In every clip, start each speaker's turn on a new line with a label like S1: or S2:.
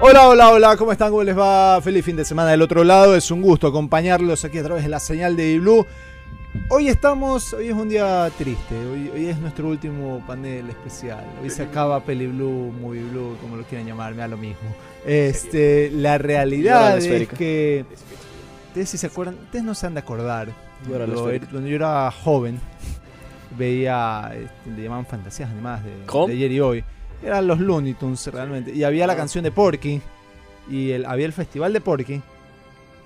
S1: Hola, hola, hola, ¿cómo están? ¿Cómo les va? Feliz fin de semana del otro lado. Es un gusto acompañarlos aquí a través de la señal de Blue. Hoy estamos, hoy es un día triste, hoy, hoy es nuestro último panel especial. Hoy se acaba Peli Blue, Movie Blue, como lo quieran llamar, me da lo mismo. Este, la
S2: Llora la
S1: realidad es
S2: esférica.
S1: que ustedes si se acuerdan, ustedes no se han de acordar.
S2: Llora la
S1: Cuando,
S2: esférica.
S1: cuando yo era joven veía este, le llamaban fantasías animadas de,
S2: ¿Cómo? Ah.
S1: de ayer y hoy. Eran los Looney Tunes realmente y había la canción de Porky y el, había el festival de Porky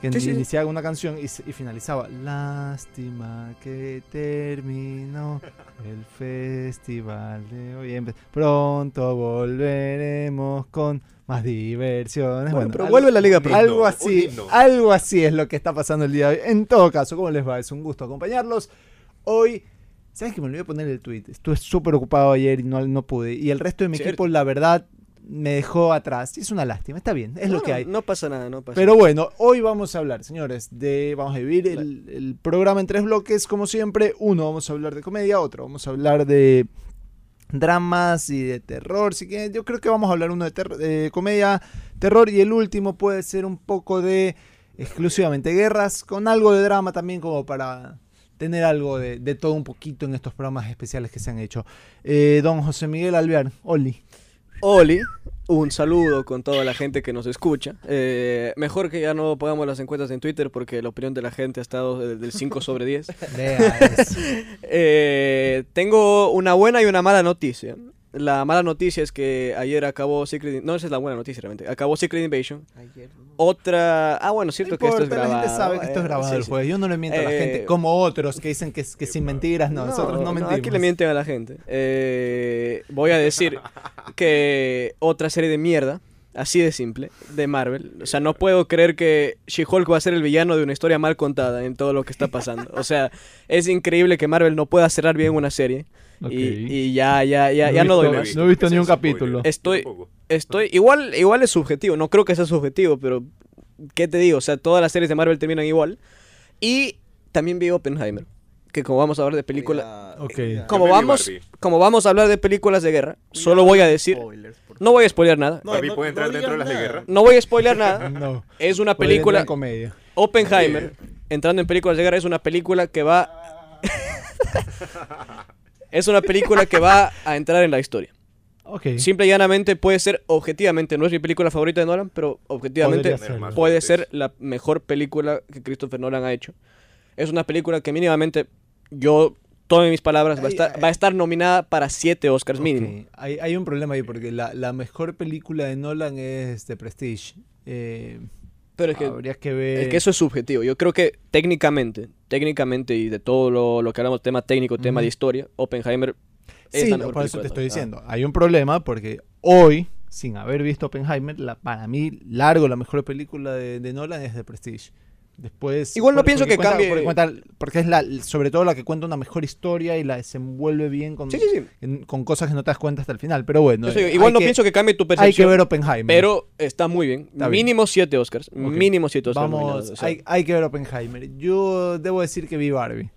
S1: que
S2: Sí, sí.
S1: iniciaba una canción y, se- y finalizaba lástima que terminó el festival de hoy Empe- pronto volveremos con más diversiones
S2: Bueno, pero
S1: al-
S2: vuelve la Liga Pro.
S1: algo
S3: un
S1: así,
S3: himno.
S1: algo así es lo que está pasando el día de hoy. En todo caso, ¿cómo les va? Es un gusto acompañarlos. Hoy, ¿sabes que me olvidé poner el tweet? Estuve súper ocupado ayer y no, no pude. Y el resto de mi
S2: Cierto.
S1: equipo, la verdad, me dejó atrás. Y es una lástima, está bien, es lo
S2: No,
S1: que hay.
S2: No pasa nada, no pasa
S1: Pero bueno, hoy vamos a hablar, señores, de. Vamos a vivir el, el programa en tres bloques, como siempre. Uno, vamos a hablar de comedia, otro, vamos a hablar de dramas y de terror. Si quieren, yo creo que vamos a hablar uno de, ter- de comedia, terror y el último puede ser un poco de exclusivamente guerras, con algo de drama también, como para tener algo de, de todo un poquito en estos programas especiales que se han hecho. Eh, don José Miguel Alvear, Oli.
S2: nada. Oli, un saludo con toda la gente que nos escucha. Eh, mejor que ya no pagamos las encuestas en Twitter porque la opinión de la gente ha estado eh, del del 5 sobre 10.
S1: Vea eso.
S2: Eh, tengo una buena y una mala noticia. La mala noticia es que ayer acabó Secret... In- No, esa es la buena noticia realmente. Acabó Secret Invasion. Otra... Ah, bueno,
S1: No
S2: cierto que
S1: importa,
S2: esto es grabado.
S1: la gente sabe que esto es
S2: eh,
S1: grabado
S2: sí,
S1: el
S2: sí.
S1: jueves. Yo no le miento a la
S2: Eh,
S1: gente, como otros que dicen que, es- que sin mentiras, no, nosotros no mentimos.
S2: Aquí le mienten a la gente. Eh, voy a decir que otra serie de mierda, así de simple, de Marvel. O sea, no puedo creer que She-Hulk va a ser el villano de una historia mal contada en todo lo que está pasando. O sea, es increíble que Marvel no pueda cerrar bien una serie. Y- Y, ya, ya, ya, ya no doy más.
S1: No he visto ni un
S3: Ese es spoiler.
S1: capítulo.
S2: Estoy-
S3: Tampoco.
S2: Estoy, igual, igual es subjetivo, no creo que sea subjetivo, pero ¿qué te digo? O sea, todas las series de Marvel terminan igual. Y también vi Oppenheimer, que como vamos a hablar de películas...
S1: Ok.
S2: Como
S3: Yo me vi
S2: vamos,
S3: Barbie.
S2: como vamos a hablar de películas de guerra, solo voy a decir, no voy a spoilear nada,
S3: Barbie puede entrar dentro de las de guerra.
S2: no voy a spoilear nada.
S1: No.
S2: Es una
S1: Puede entrar
S2: película
S1: en comedia.
S2: Oppenheimer, entrando en películas de guerra es una película que va es una película que va a entrar en la historia.
S1: Ok.
S2: Simple y llanamente puede ser objetivamente no es mi película favorita de Nolan, pero objetivamente
S1: Podría serlo.
S2: puede ser la mejor película que Christopher Nolan ha hecho. Es una película que mínimamente yo tome mis palabras va a estar, va a estar nominada para siete Oscars
S1: Ok.
S2: mínimo.
S1: Hay, hay un problema ahí porque la, la mejor película de Nolan es The Prestige. Eh,
S2: Pero es que,
S1: habría que ver.
S2: es que eso es subjetivo. Yo creo que técnicamente, técnicamente y de todo lo, lo que hablamos, tema técnico, tema
S1: Ujú.
S2: de historia, Oppenheimer es
S1: Sí,
S2: la
S1: no,
S2: mejor
S1: por eso
S2: película
S1: te
S2: de
S1: estoy
S2: todas.
S1: diciendo. Hay un problema porque hoy, sin haber visto Oppenheimer, la, para mí, largo, la mejor película de, de Nolan es The Prestige. Después,
S2: Igual no
S1: por-
S2: pienso
S1: porque
S2: que
S1: cuenta-
S2: cambie-
S1: Porque, cuenta- porque es la, sobre todo la que cuenta una mejor historia y la desenvuelve bien con,
S2: Sí, sí, sí.
S1: en- con cosas que no te das cuenta hasta el final. Pero bueno,
S2: Eso digo,
S1: eh,
S2: igual
S1: hay
S2: no
S1: que-
S2: pienso que cambie tu percepción.
S1: Hay que ver Oppenheimer.
S2: Pero está muy bien.
S1: Está bien.
S2: mínimo siete Oscars. Mínimo siete Oscars.
S1: Vamos,
S2: nominados, o sea.
S1: hay, hay que ver Oppenheimer. Yo debo decir que vi Barbie.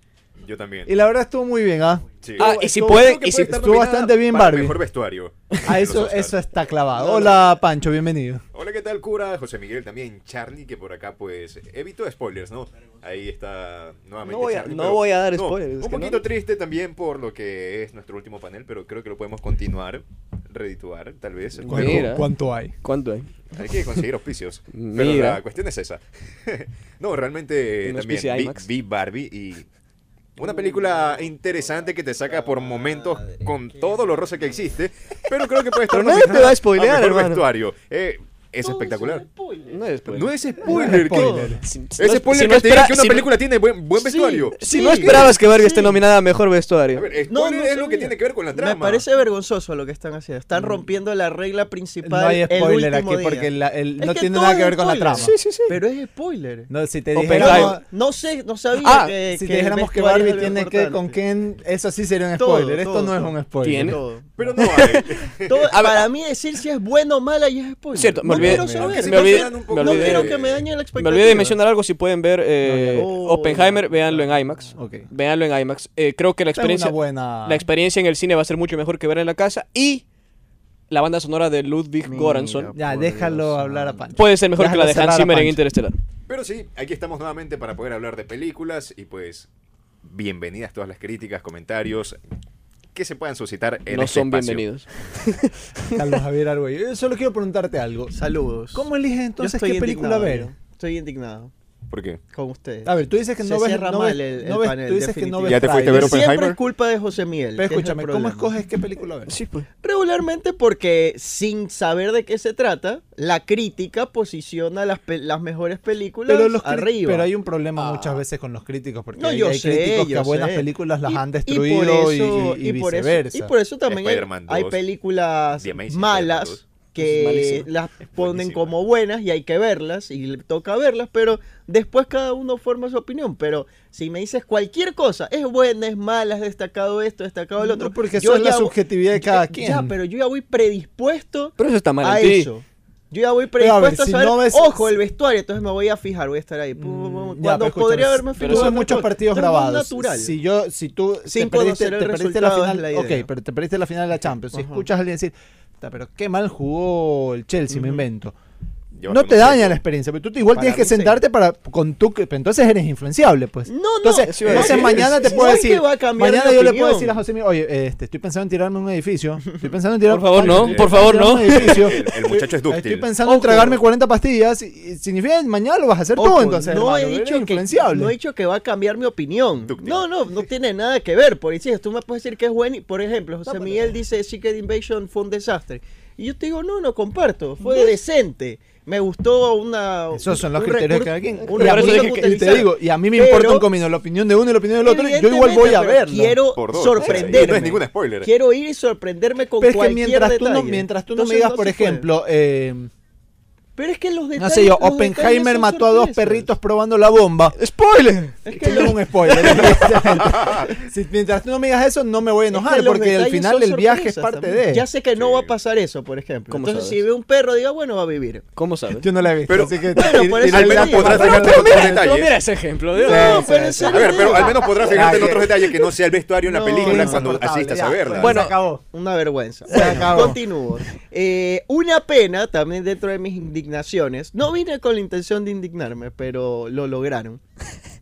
S3: Yo también.
S1: Y la verdad estuvo muy bien, ¿ah?
S3: Sí.
S2: Ah, y
S3: Estuvo-
S2: si
S3: creo
S2: puede-
S3: que
S2: y si-
S3: estar
S1: estuvo
S3: nominada
S1: bastante bien
S3: para
S1: Barbie.
S3: Mejor vestuario.
S1: A
S3: de
S1: eso,
S3: los Oscars.
S1: eso está clavado. Hola, Pancho, bienvenido.
S3: Hola, ¿qué tal, cura? José Miguel también, Charlie, que por acá, pues, evito spoilers, ¿no? Ahí está nuevamente.
S2: No voy a-
S3: Charlie,
S2: no
S3: pero-
S2: voy a dar
S3: no,
S2: spoilers, es
S3: Un
S2: que no-
S3: poquito triste también por lo que es nuestro último panel, pero creo que lo podemos continuar, redituar, tal vez.
S2: Cu-
S1: ¿Cuánto,
S2: Mira.
S1: cuánto hay?
S2: ¿Cuánto hay?
S3: Hay que conseguir auspicios. Pero
S2: Mira.
S3: la cuestión es esa. no, realmente eh,
S2: Un
S3: también
S2: auspicio
S3: vi,
S2: IMAX.
S3: vi Barbie y una película interesante que te saca por momentos con todo lo rosa que existe, pero creo que puede estar
S2: Pero nadie te
S3: nominada
S2: va a spoilear,
S3: mejor
S2: hermano.
S3: vestuario. Eh, es espectacular.
S2: No es spoiler.
S3: No es spoiler. ¿qué?
S1: spoiler.
S2: Si- si
S3: Es
S2: no-
S3: spoiler
S2: si
S3: que
S2: no
S3: te diga
S2: espera-
S3: que una
S2: si no-
S3: película tiene buen, buen vestuario.
S2: Si no esperabas que Barbie esté nominada a mejor vestuario.
S3: A ver, spoiler
S4: No, no
S3: es lo
S4: sabía.
S3: que tiene que ver con la trama.
S4: Me parece vergonzoso lo que están haciendo. Están rompiendo la regla principal.
S1: Mm. No hay spoiler
S4: el último
S1: aquí
S4: día.
S1: porque la- el-
S4: Es
S1: no
S4: que
S1: tiene
S4: todo
S1: nada
S4: es
S1: que ver con la
S4: spoiler.
S1: trama.
S2: Sí, sí, sí.
S4: Pero es spoiler.
S1: No, si te
S4: Pero
S1: dijéramos,
S2: Oppenheimer.
S4: no, no sé, no sabía
S2: Ah,
S4: que,
S1: si
S4: que
S1: te
S4: el
S1: dijéramos que
S4: vestuario
S1: Barbie
S4: es algo
S1: tiene que con
S4: importante.
S1: Ken, eso sí sería un
S4: Todo,
S1: spoiler. Esto
S4: todo,
S1: no es
S4: todo.
S1: un spoiler.
S2: Tiene.
S4: Todo.
S3: Pero no hay.
S4: Todo-
S2: A ver-
S4: para mí decir si es bueno o mala ya es spoiler.
S2: Cierto, me
S4: no
S2: olvidé-
S4: quiero
S2: me-
S4: saber.
S2: me
S4: No
S2: olvidé-
S4: quiero-
S2: me
S4: No
S2: olvidé-
S4: quiero que me dañen la
S2: Me
S4: expectativa.
S2: olvidé de mencionar algo, si pueden ver eh,
S4: No, ya.
S2: Oppenheimer, véanlo en IMAX.
S1: Ok.
S2: Véanlo en IMAX. Eh, creo que la
S1: Esta es
S2: experiencia,
S1: una buena.
S2: la experiencia en el cine va a ser mucho mejor que ver en la casa. Y la banda sonora de Ludwig
S4: Mira,
S2: Goranson
S1: Ya,
S4: por
S1: déjalo
S4: Dios
S1: hablar a
S4: santo.
S1: Pancho.
S2: puede ser mejor que la
S1: Déjalo
S2: de Hans
S1: pues. cerrar a
S2: Zimmer en
S1: Pancho.
S2: Interstellar.
S3: Pero sí, aquí estamos nuevamente para poder hablar de películas y pues bienvenidas todas las críticas, comentarios que se puedan suscitar en
S2: No
S3: este
S2: son
S3: espacio.
S2: bienvenidos.
S1: Carlos Javier Argüello. Yo Eh, solo quiero preguntarte algo.
S4: Saludos.
S1: ¿Cómo eliges
S4: Yo
S1: entonces
S4: estoy
S1: qué película
S4: indignado,
S1: ver?
S4: yo. Estoy indignado
S3: ¿Por qué?
S4: con ustedes.
S1: A ver, tú dices que
S4: Se
S1: no ves,
S4: cierra
S1: no ves-
S4: mal el-
S1: no
S4: el
S1: ves-
S4: panel,
S1: tú dices que no ves
S3: ¿Ya te fuiste a ver
S1: trailers.
S3: Oppenheimer?
S4: Siempre es culpa de José
S1: Pero
S4: Miguel. que es el
S1: escúchame, ¿cómo
S4: problema.
S1: escoges qué película ver?
S2: Sí, pues.
S4: Regularmente porque sin saber de qué se trata, la crítica posiciona las, pe- las mejores películas
S1: Pero, los cri-
S4: arriba. Ah.
S1: pero hay un problema muchas veces con los críticos, porque
S4: No,
S1: hay,
S4: yo
S1: hay
S4: sé,
S1: críticos que
S4: yo
S1: a buenas
S4: sé.
S1: películas las
S4: Y-
S1: han
S4: y por
S1: destruido y,
S4: eso-
S1: y- y
S4: por eso-
S1: viceversa.
S4: y por eso también hay,
S3: Spider-Man
S4: hay
S3: 2,
S4: películas
S3: The Amazing Spider-Man 2,
S4: malas
S2: es
S4: que
S2: malísima.
S4: las ponen
S3: buenísima.
S4: como buenas y hay que verlas y le toca verlas, pero después cada uno forma su opinión. Pero si me dices cualquier cosa, es buena, es mala, es destacado esto, destacado el
S1: No,
S4: otro.
S1: porque
S4: yo
S1: eso es la
S4: ya vo-
S1: subjetividad de cada
S4: ya,
S1: quien.
S4: pero yo ya voy predispuesto
S2: Pero eso está mal
S4: a
S2: en ti.
S4: eso. Yo ya voy
S1: Pero a
S4: predispuesto
S1: ver,
S4: a,
S1: si
S4: saber,
S1: no ves-
S4: ojo, el vestuario, entonces me voy a fijar, voy a estar ahí. pum, pum,
S1: Mm, ya,
S4: pum, Cuando
S1: pero escúchame,
S4: podría haberme
S1: pero
S4: fijado
S1: son
S4: en
S1: muchos
S4: otra cosa.
S1: partidos
S4: Esto es más
S1: grabados.
S4: natural.
S1: Si yo, si tú
S4: Sin
S1: te perdiste,
S4: conocer el
S1: te perdiste la
S4: resultado es
S1: final,
S4: la idea.
S1: ok, pero te perdiste la final de la Champions. Si
S4: Ajá.
S1: escuchas a alguien decir, "Puta, pero qué mal jugó el Chelsea, me invento.
S3: Llevas
S1: no
S3: con
S1: te
S3: un
S1: daña
S3: juego.
S1: la experiencia, pero tú te- igual
S4: Para
S1: tienes que
S4: mí sí.
S1: sentarte para con tu pero entonces eres influenciable, pues.
S4: No, no,
S1: Entonces,
S4: sí,
S1: entonces
S4: sí,
S1: mañana te
S4: sí,
S1: puedo
S4: no es que
S1: decir,
S4: va a cambiar
S1: mañana
S4: mi
S1: yo le
S4: opinión.
S1: puedo decir a José, Miguel, oye, este, estoy pensando en tirarme en un edificio, estoy pensando en tirar
S2: Por favor, no,
S1: estoy
S2: por favor,
S1: pensando
S2: no.
S1: en un edificio.
S3: El, el muchacho es
S1: Estoy
S3: dúctil.
S1: pensando en
S4: Ojo.
S1: tragarme 40 pastillas. y- y significa que mañana lo vas a hacer tú,
S4: Ojo,
S1: entonces.
S4: no,
S1: hermano,
S4: he
S1: eres
S4: dicho que,
S1: influenciable.
S4: no he dicho que va a cambiar mi opinión.
S3: Dúctil.
S4: No, no, no tiene nada que ver. Por eso tú me puedes decir que es bueno. y, Por ejemplo, José Miguel dice Secret Invasion fue un desastre. Y yo te digo, no, no comparto. Fue decente. Me gustó una.
S1: Esos son los
S4: un
S1: criterios
S4: recurso-
S1: de cada quien.
S4: un
S1: Y, a
S4: recurso
S1: mí-
S2: eso dije
S1: y
S4: que
S1: te
S4: utilizar.
S1: digo, y a mí me
S4: Pero,
S1: importa un comino la opinión de uno y la opinión del otro. Yo igual voy a
S4: evidentemente,
S1: verlo.
S4: pero Quiero
S3: Por dos,
S4: sorprenderme.
S3: sí, no es ningún spoiler.
S4: Quiero ir y sorprenderme con
S1: Pero es que
S4: cualquier
S1: mientras tú, no,
S4: detalle.
S1: mientras tú no me
S4: Entonces
S1: digas,
S4: no
S1: por
S4: se puede.
S1: ejemplo, eh,
S4: Pero es que los detalles.
S1: no sé yo,
S4: los detalles
S1: Oppenheimer
S4: son
S1: mató a dos
S4: sorpresas.
S1: perritos probando la bomba.
S2: ¡Spoiler!
S4: Es
S1: Que
S4: que
S1: no es
S4: los-
S1: un spoiler. Si- mientras tú no me digas eso, no me voy a
S4: Es que
S1: enojar,
S4: los
S1: porque al
S4: detalles
S1: final
S4: son
S1: el viaje es
S4: sorpresas
S1: parte
S4: también.
S1: de.
S4: Ya sé que no
S3: Sí.
S4: va a pasar eso, por ejemplo.
S2: ¿Cómo
S4: Entonces,
S2: sabes?
S4: si ve un perro, diga, bueno, va a vivir.
S2: ¿Cómo sabes?
S1: Yo no la he visto.
S3: Pero-
S1: así que
S4: Bueno, por eso
S3: al
S4: te
S3: menos
S4: digo.
S3: podrás
S4: Pero-
S3: fijarte en
S2: Pero
S3: otros
S2: mira, tú mira
S3: detalles.
S2: ese ejemplo. Dios.
S1: Sí.
S4: No, pero en
S1: sí.
S3: A
S4: serio
S3: ver,
S4: te
S3: pero
S4: digo,
S3: al menos podrás fijarte en otros detalles que no sea el vestuario en la
S4: No,
S3: pelillas
S4: no,
S3: cuando asistas a verla.
S1: Bueno,
S2: Bueno,
S1: se acabó.
S4: Una vergüenza.
S1: Se acabó.
S4: Continúo. Eh, una pena, también dentro de mis indignaciones. No vine con la intención de indignarme, pero lo lograron.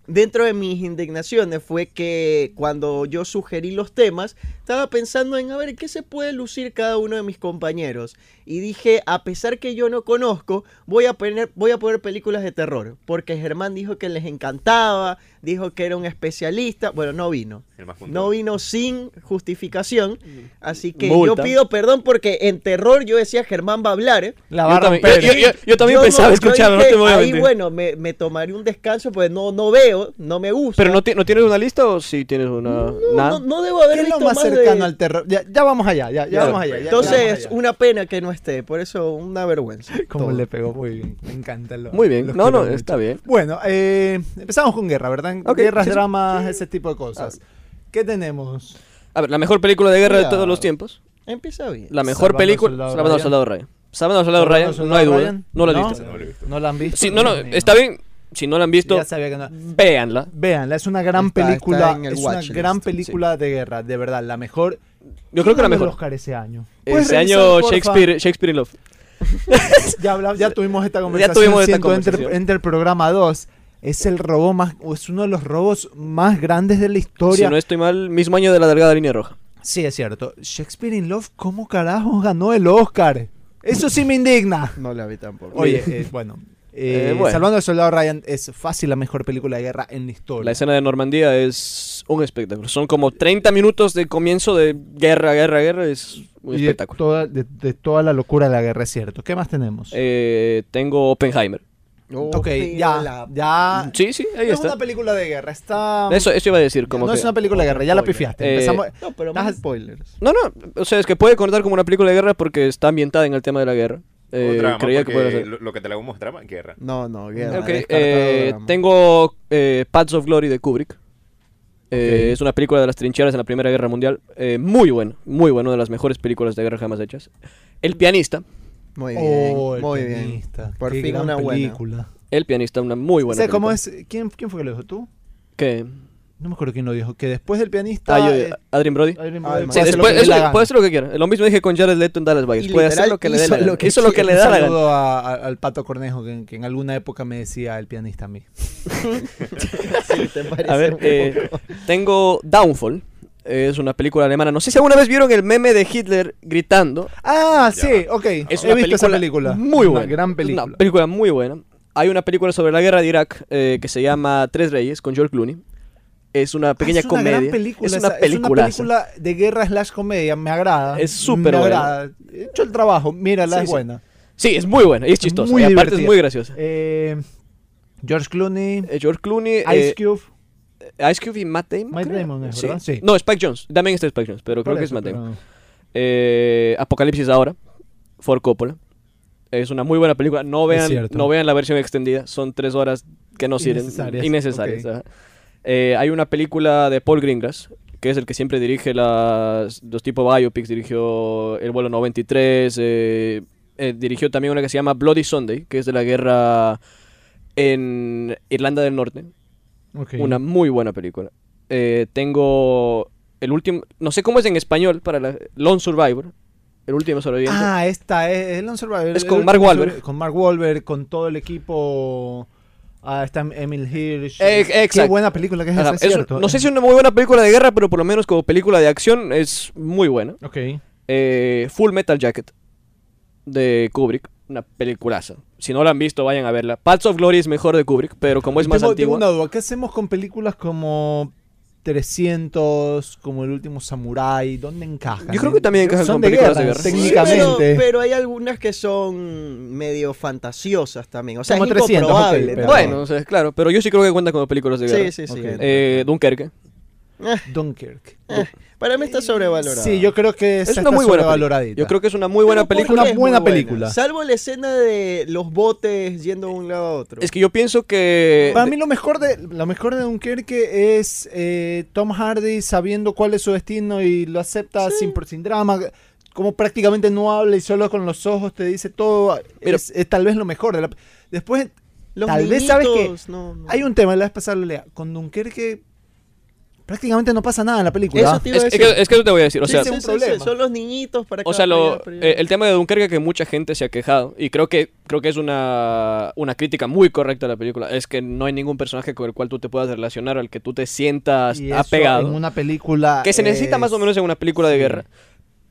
S4: Dentro de mis indignaciones fue que cuando yo sugerí los temas, estaba pensando en a ver qué se puede lucir cada uno de mis compañeros. Y dije, a pesar que yo no conozco, voy a poner, voy a poner películas de terror. Porque Germán dijo que les encantaba, dijo que era un especialista. Bueno, no vino.
S3: El más puntual.
S4: No vino sin justificación. Así que
S2: Multa.
S4: yo pido perdón porque en terror yo decía Germán va a hablar. ¿eh?
S1: La
S2: Yo
S1: barra
S2: también, yo, yo- yo- yo también
S4: Yo no-
S2: pensaba
S4: yo
S2: escucharlo, no
S4: dije,
S2: te voy a
S4: ahí,
S2: mentir.
S4: bueno, me, me tomaré un descanso porque no, no veo, no me gusta.
S2: Pero ah. no, ti- no tienes una lista o si tienes una.
S4: no,
S2: nada?
S4: no, no debo haber
S1: ¿Qué es
S4: visto
S1: lo más
S4: de-
S1: cercano al terror? Ya, ya vamos allá, ya, ya
S2: Ya,
S1: vamos allá. ya- ya
S4: Entonces,
S1: vamos allá.
S4: una pena que no esté, por eso una vergüenza.
S1: Como
S4: Todo.
S1: le pegó muy bien, me encanta. lo-
S2: Muy bien.
S1: los
S2: No, no,
S1: colores.
S2: está bien.
S1: Bueno, eh, empezamos con guerra, ¿verdad?
S2: Ok,
S1: Guerras,
S2: sí, sí.
S1: dramas, ese tipo de cosas. ¿Qué tenemos?
S2: A ver, la mejor película de guerra
S4: Ya.
S2: de todos los tiempos.
S4: Empieza bien.
S2: La mejor
S1: Salvando al
S2: película.
S1: Soldado
S2: Salvando al
S1: Ryan.
S2: Soldado Ryan. Salvando al Soldado Ryan, no hay duda. ¿eh? No la he visto.
S3: No la he visto.
S1: No la han visto.
S2: Sí, no, no,
S1: Dios mío.
S2: está bien. Si no la han visto,
S1: Ya sabía que no.
S2: véanla.
S1: Véanla, es una gran
S4: Está- está
S1: película.
S4: en el
S1: es una
S4: watch
S1: gran
S4: list,
S1: película de guerra, de verdad, la mejor.
S2: Yo creo que la
S1: Ganó el
S2: mejor. Eh,
S1: Oscar ese año. ¿Puedes
S2: Ese
S1: revisar,
S2: año
S1: porfa?
S2: Shakespeare, Shakespeare in Love.
S1: Ya, habla- ya tuvimos esta conversación.
S2: tuvimos esta
S1: siento, entre-
S2: conversación.
S1: Entre, el programa 2. Es el robo más, o es uno de los robos más grandes de la historia.
S2: Si no estoy mal, mismo año de la delgada línea roja.
S1: Sí, es cierto. Shakespeare in Love, ¿cómo carajo ganó el Oscar? Eso sí me indigna.
S4: No la vi tampoco.
S1: Oye, eh, bueno, eh,
S2: Eh, bueno.
S1: Salvando al Soldado Ryan es fácil la mejor película de guerra en la historia.
S2: La escena de Normandía es un espectáculo. Son como 30 minutos de comienzo de guerra, guerra, guerra. Es un
S1: Y de,
S2: espectáculo.
S1: toda, de, de toda la locura de la guerra, es cierto. ¿Qué más tenemos?
S2: Eh, tengo Oppenheimer.
S4: Oh,
S1: ok,
S4: pero
S1: ya,
S4: la-
S1: ya.
S2: Mm, Sí, sí, ahí
S1: No es Ah. una
S2: está.
S1: película de guerra, está...
S2: Eso, eso iba a decir, como
S1: no
S2: que...
S1: es una película de guerra, ya la pifiaste.
S2: Eh,
S1: Empezamos...
S4: No, pero
S1: Estás-
S4: más spoilers.
S2: No, no, o sea, es que puede contar como una película de guerra porque está ambientada en el tema de la guerra.
S3: Un
S2: Eh,
S3: drama,
S2: creía que
S3: porque
S2: podía ser.
S3: Lo, lo que te la vamos drama, guerra.
S4: No, no,
S1: Ah,
S4: guerra.
S2: Ok,
S4: descartado
S2: eh,
S4: drama.
S2: tengo eh, Paths of Glory de Kubrick. Eh, Es una película de las trincheras en la Primera Guerra Mundial. Eh, muy buena, muy buena, una de las mejores películas de guerra jamás hechas. El pianista,
S4: Muy bien,
S1: Oh, el
S4: muy bien.
S1: pianista,
S4: Por
S1: qué
S4: fin
S1: gran
S4: una buena.
S1: película.
S2: el pianista, una muy
S1: O
S2: buena
S1: sea, ¿cómo
S2: película.
S1: es? ¿Quién, ¿Quién fue que lo dijo tú?
S2: Que
S1: no me acuerdo quién lo dijo, que después del pianista...
S2: Ah, yo-
S1: eh,
S2: Adrien Brody.
S1: Adrian
S4: Ah,
S1: Brody
S4: el
S1: hace
S2: Sí,
S1: lo
S2: después,
S1: que le
S2: eso-
S1: da la gana.
S2: puede hacer lo que quiera. Lo mismo dije con Jared Leto en Dallas Buyers.
S4: Y
S2: Puede hacer
S4: literal
S2: lo que le dé
S4: hizo
S2: la gana.
S4: lo que
S2: Hizo lo que le da
S1: Un
S2: la gana.
S1: saludo a- a- al Pato Cornejo, que, que en alguna época me decía el pianista a mí.
S4: Sí, te parece
S2: A ver,
S4: un
S2: eh,
S4: poco.
S2: tengo Downfall. Es una película alemana. No sé si alguna vez vieron el meme de Hitler gritando.
S1: Ah,
S3: Ya.
S1: sí, ok.
S2: Es
S1: He
S2: una
S1: visto esa película.
S2: muy buena.
S1: Una gran película.
S2: Es una película muy buena. Hay una película sobre la guerra de Irak eh, que se llama Tres Reyes con George Clooney. Es una
S1: Ah,
S2: pequeña
S1: es una gran
S2: comedia.
S1: película
S2: es
S1: esa,
S2: una película.
S1: Es una película de guerra slash comedia. Me agrada.
S2: Es súper
S1: Me
S2: buena.
S1: agrada. He hecho el trabajo. Mírala,
S2: Sí,
S1: es
S2: sí.
S1: buena.
S2: Sí, es muy buena y es chistosa.
S1: Muy
S2: y aparte
S1: divertida.
S2: es muy graciosa.
S1: Eh, George Clooney,
S2: Eh, George Clooney, eh,
S1: Ice Cube.
S2: Ice Cube y Matt Damon.
S1: Matt
S2: creo.
S1: Damon es, ¿verdad? Sí.
S2: No, Spike Jones. También está Spike Jones, pero creo
S1: por
S2: que es
S1: eso,
S2: Matt Damon.
S1: pero-
S2: Eh, Apocalipsis ahora, For Coppola. Es una muy buena película. No
S1: Es
S2: vean,
S1: cierto.
S2: no vean la versión extendida. Son tres horas que no sirven.
S1: Innecesarias,
S2: Innecesarias.
S1: ok.
S2: ajá. Eh, hay una película de Paul Greengrass, que es el que siempre dirige las, los tipos biopics. Dirigió El vuelo 93. eh, eh, dirigió también una que se llama Bloody Sunday, que es de la guerra en Irlanda del Norte.
S1: ok.
S2: Una muy buena película. Eh, tengo el último, no sé cómo es en español para la Lone Survivor, el último sobreviviente.
S1: Ah, esta es, es Lone Survivor.
S2: Es
S1: el
S2: con
S1: último
S2: Mark Wahlberg.
S1: sobre- Con Mark Wahlberg, con todo el equipo. Ah, está Emil Hirsch.
S2: Eh,
S1: Qué
S2: exacto.
S1: buena película que es
S2: Ajá,
S1: esa, es
S2: es-
S1: cierto. eh.
S2: no sé si es una muy buena película de guerra, pero por lo menos como película de acción es muy buena.
S1: Ok.
S2: Eh, Full Metal Jacket de Kubrick, una peliculaza. Si no la han visto, vayan a verla. Paths of Glory es mejor de Kubrick, pero como es Pues más
S1: tengo, tengo
S2: antigua.
S1: una duda. ¿Qué hacemos con películas como 300, como El último Samurai? ¿Dónde encajan?
S2: Yo creo que también encajan
S1: Son
S2: con
S1: de
S2: películas de
S1: guerra,
S2: guerra.
S1: Técnicamente.
S4: Sí, pero, pero hay algunas que son medio fantasiosas también. O sea,
S1: Como
S4: es
S1: 300,
S4: incomprobable,
S1: ok,
S4: ¿no?
S1: pero-
S2: Bueno, o sea, claro, pero yo sí creo que cuenta como películas de guerra.
S4: sí, sí, sí.
S1: Ok.
S2: Eh, Dunkerque.
S4: Eh,
S1: Dunkirk.
S4: eh, para mí está sobrevalorado.
S1: Sí, yo creo que
S2: Es
S1: esa
S2: una
S1: está
S2: muy buena película.
S1: sobrevaloradita.
S2: Yo creo que es una muy buena
S4: Pero ¿por
S2: película.
S4: qué
S1: Una
S4: es
S1: buena
S4: muy buena?
S1: película.
S4: Salvo la escena de los botes yendo de un lado a otro.
S2: Es que yo pienso que.
S1: Para mí lo mejor de lo mejor de Dunkerque es eh, Tom Hardy sabiendo cuál es su destino y lo acepta sin, por- sin drama. Como prácticamente no habla y solo con los ojos te dice todo.
S2: Mira.
S1: es, es tal vez lo mejor. de la- Después,
S4: Los
S1: tal vez sabes que
S4: niñitos, no, no.
S1: hay un tema, la vez pasada lo leía. Con Dunkerque prácticamente no pasa nada en la película.
S4: Eso te iba
S2: Es,
S4: a
S2: es
S4: decir.
S2: que, es que eso te voy a decir. O
S1: Sí,
S2: sea,
S1: sí,
S4: Sí,
S1: un
S4: sí,
S1: problema.
S4: sí, son los niñitos para
S2: o
S4: cada
S2: sea lo-
S4: pelea, pero-
S2: eh, el tema de Dunkerque que mucha gente se ha quejado. Y creo que, creo que es una, una crítica muy correcta a la película. Es que no hay ningún personaje con el cual tú te puedas relacionar, al que tú te sientas
S1: Y eso
S2: apegado.
S1: En una película.
S2: Que se necesita
S1: Ah, es-
S2: más o menos en una película de
S1: sí.
S2: guerra.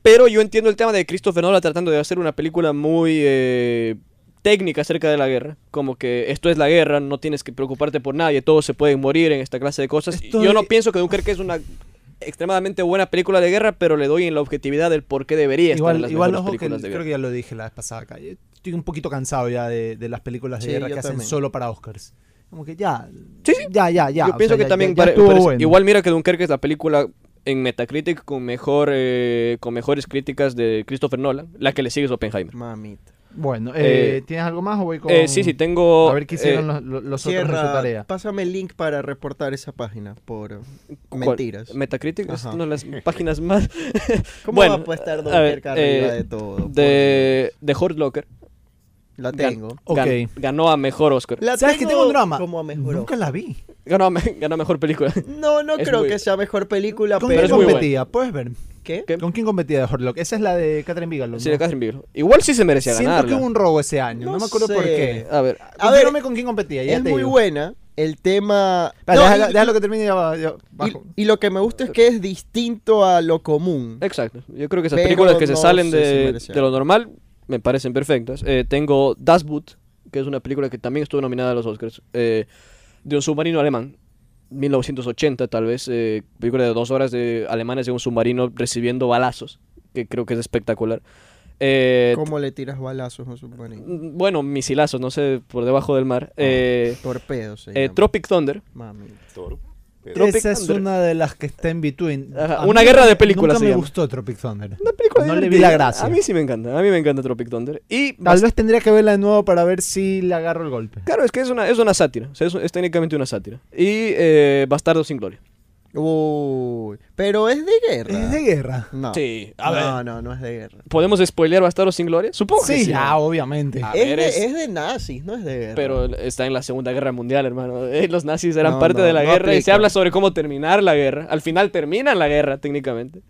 S2: Pero yo entiendo el tema de Christopher Nolan tratando de hacer una película muy eh, técnica acerca de la guerra. Como que esto es la guerra, no tienes que preocuparte por nadie, todos se pueden morir en esta clase de cosas. Y
S1: Estoy-
S2: Yo no pienso que Dunkerque es una extremadamente buena película de guerra, pero le doy en la objetividad del por qué debería estar en
S1: Igual,
S2: las
S1: igual
S2: mejores
S1: ojo, que
S2: películas de
S1: creo
S2: guerra.
S1: que ya lo dije la vez pasada acá. Yo Estoy un poquito cansado ya de, de las películas de
S4: Sí,
S1: guerra
S4: yo
S1: que hacen
S4: también.
S1: solo para Oscars. Como que ya.
S2: Sí, sí.
S1: Ya, ya, ya.
S2: yo
S1: o
S2: pienso
S1: sea,
S2: que
S1: ya-
S2: también
S1: ya- ya
S2: pare-
S1: estuvo
S2: parece-
S1: bueno.
S2: igual mira que Dunkerque es la película en Metacritic con mejor eh, con mejores críticas de Christopher Nolan, la que le sigue es Oppenheimer.
S4: Mamita.
S1: Bueno, eh,
S2: Eh,
S1: ¿tienes algo más o voy con.?
S2: Eh, sí, sí, tengo
S1: A ver qué hicieron
S2: eh,
S1: los, los- los otros de su
S4: Cierra,
S1: tarea.
S4: pásame el link para reportar esa página por eh,
S2: ¿Cuál?
S4: mentiras.
S2: Metacritic es
S4: Ajá.
S2: una de las páginas más.
S4: ¿Cómo
S2: Bueno,
S4: va a estar
S2: a ver,
S4: Dunkerque arriba
S2: eh,
S4: de todo?
S2: De, de Hurt Locker.
S4: Por Dios. La
S2: gan-
S4: tengo.
S1: Ok.
S2: gan- ganó a mejor Oscar.
S4: La
S1: ¿Sabes que tengo un drama?
S4: Como a mejor
S1: Nunca la vi.
S2: Ganó a, me- ganó a mejor película.
S4: No, no
S2: Es
S4: creo
S2: muy-
S4: que sea mejor película,
S1: ¿Con
S4: pero...
S1: quién
S2: es muy buena.
S1: competía? Puedes ver.
S4: ¿Qué?
S2: ¿Qué?
S1: ¿Con quién competía de Horlock? Esa es la de Catherine Bigelow.
S2: Sí,
S1: ¿no?
S2: de Catherine Bigelow. Igual sí se merecía
S1: Siento que
S2: ganarla.
S1: hubo un robo ese año. No,
S4: No
S1: me acuerdo por
S4: sé.
S1: qué.
S2: A ver,
S4: A ver,
S1: Confírmame con quién competía. Ya
S4: Es
S1: te
S4: muy
S1: digo.
S4: buena. El tema...
S1: Espera,
S4: No,
S1: déjalo,
S4: y-
S1: déjalo que termine. Ya, va- ya
S4: y-
S1: bajo.
S4: y lo que me gusta es que es distinto a lo común.
S2: exacto. Yo creo que esas
S4: Pero
S2: películas que se
S4: no
S2: salen
S4: sé si
S2: de,
S4: merecía.
S2: de lo normal me parecen perfectas. Eh, tengo Das Boot, que es una película que también estuvo nominada a los Oscars. eh, de un submarino alemán. 1980, tal vez. eh, película de dos horas de alemanes en un submarino recibiendo balazos. Que creo que es espectacular. Eh,
S4: ¿Cómo le tiras balazos a un submarino?
S2: Mm, Bueno, misilazos, no sé, por debajo del mar. Eh,
S4: Torpedos, Ah, se
S2: eh,
S4: llama.
S2: Tropic Thunder.
S4: Mamita.
S3: Toro. Pero-
S2: Tropic
S1: Esa es
S2: Thunder.
S1: una de las que está en between.
S2: Ajá,
S1: A
S2: una
S1: mí
S2: guerra de películas
S1: Nunca
S2: se
S1: me
S2: llama.
S1: gustó Tropic Thunder.
S2: Una película
S1: No le vi
S2: divertida.
S1: la gracia.
S2: A mí sí me encanta, a mí me encanta Tropic Thunder. Y
S1: Tal
S2: bast-
S1: vez tendría que verla de nuevo para ver si le agarro el golpe.
S2: Claro, es que es una, es una sátira, o sea, es, es técnicamente una sátira. Y eh, Bastardo sin Gloria.
S4: Uy, pero es de guerra.
S1: Es de guerra.
S4: No.
S2: Sí, a ver.
S4: No, no, no es de guerra.
S2: ¿Podemos spoilear Bastardos sin Gloria? Supongo que
S1: Sí,
S2: sí.
S1: ah, obviamente.
S2: A
S4: Es
S2: ver,
S4: de,
S2: es-
S4: es de nazis, no es de guerra.
S2: Pero está en la Segunda Guerra Mundial, hermano. Eh, Los nazis eran
S4: No,
S2: parte
S4: no,
S2: de la
S4: no
S2: guerra y se
S4: aplica.
S2: habla sobre cómo terminar la guerra. Al final terminan la guerra, técnicamente.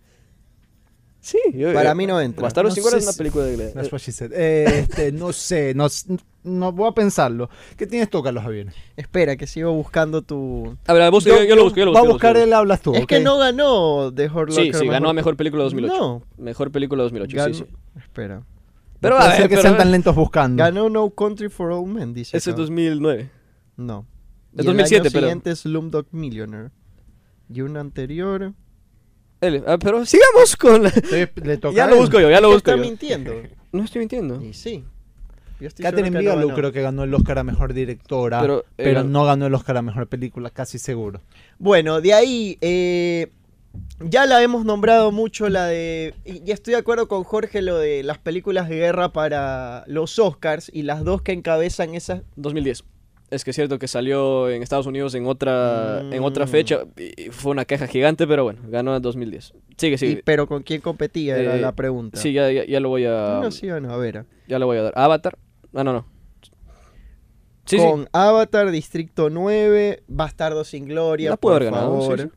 S2: Sí, yo-
S4: Para
S2: eh,
S4: mí no entra.
S2: Bastardos
S1: No
S2: sin
S1: sé
S2: Gloria es una
S1: si-
S2: película de guerra.
S1: That's what she said. Eh, este, no sé, no, s- no voy a pensarlo. ¿Qué tienes tú, Carlos Javier?
S4: Espera, que sigo buscando tu.
S2: A ver, busco, yo, yo lo busco, yo lo
S1: Va a
S2: busco, yo lo
S1: buscar
S2: busco.
S1: él, hablas tú.
S4: Es
S1: ok.
S4: que no ganó The Horror
S2: Sí, sí, ganó a Mejor Película 2008.
S4: No.
S2: Mejor Película 2008,
S4: Ganó-
S2: sí, sí.
S4: Espera.
S2: Pero
S1: no
S2: a
S1: puede
S2: ver,
S1: ser que
S2: pero a
S1: sean
S2: ver.
S1: tan lentos buscando.
S4: Ganó No Country for Old Men, dice.
S2: Mm. Ese es
S4: acá.
S2: 2009.
S4: No.
S2: Es 2007,
S4: el año
S2: pero-
S4: siguiente Slumdog Millionaire. Y una anterior.
S2: Él- ah, pero sigamos con la...
S1: Entonces, le toca
S2: Ya
S1: a
S2: lo
S1: él.
S2: busco yo, ya lo
S4: ¿Qué
S2: busco
S4: está
S2: yo.
S4: mintiendo?
S2: No estoy mintiendo.
S4: Y sí. Yo estoy
S1: Catherine
S4: seguro que
S1: Bigelow
S4: no ganó.
S1: creo que ganó el Oscar a Mejor Directora,
S2: Pero,
S1: pero,
S2: eh, ganó-
S1: no ganó el Oscar a Mejor Película, casi seguro.
S4: Bueno, de ahí. eh, ya la hemos nombrado mucho, la de. Y y estoy de acuerdo con Jorge, lo de las películas de guerra para los Oscars y las dos que encabezan esas.
S2: 2010. Es que es cierto que salió en Estados Unidos en otra, en otra
S4: Mm.
S2: fecha. y- y fue una caja gigante, pero bueno, ganó en 2010. Sigue,
S4: y-
S2: sigue.
S4: pero con quién competía, era
S2: Eh,
S4: la pregunta.
S2: Sí, um, ya, ya, ya lo voy a.
S4: No, sí o no, a ver.
S2: Ya lo voy a dar. Avatar. Ah, no, no. Sí,
S4: con
S2: sí.
S4: Avatar, Distrito 9, Bastardo sin Gloria.
S2: La pudo
S4: por
S2: haber ganado, sí,
S4: favor.
S2: sí.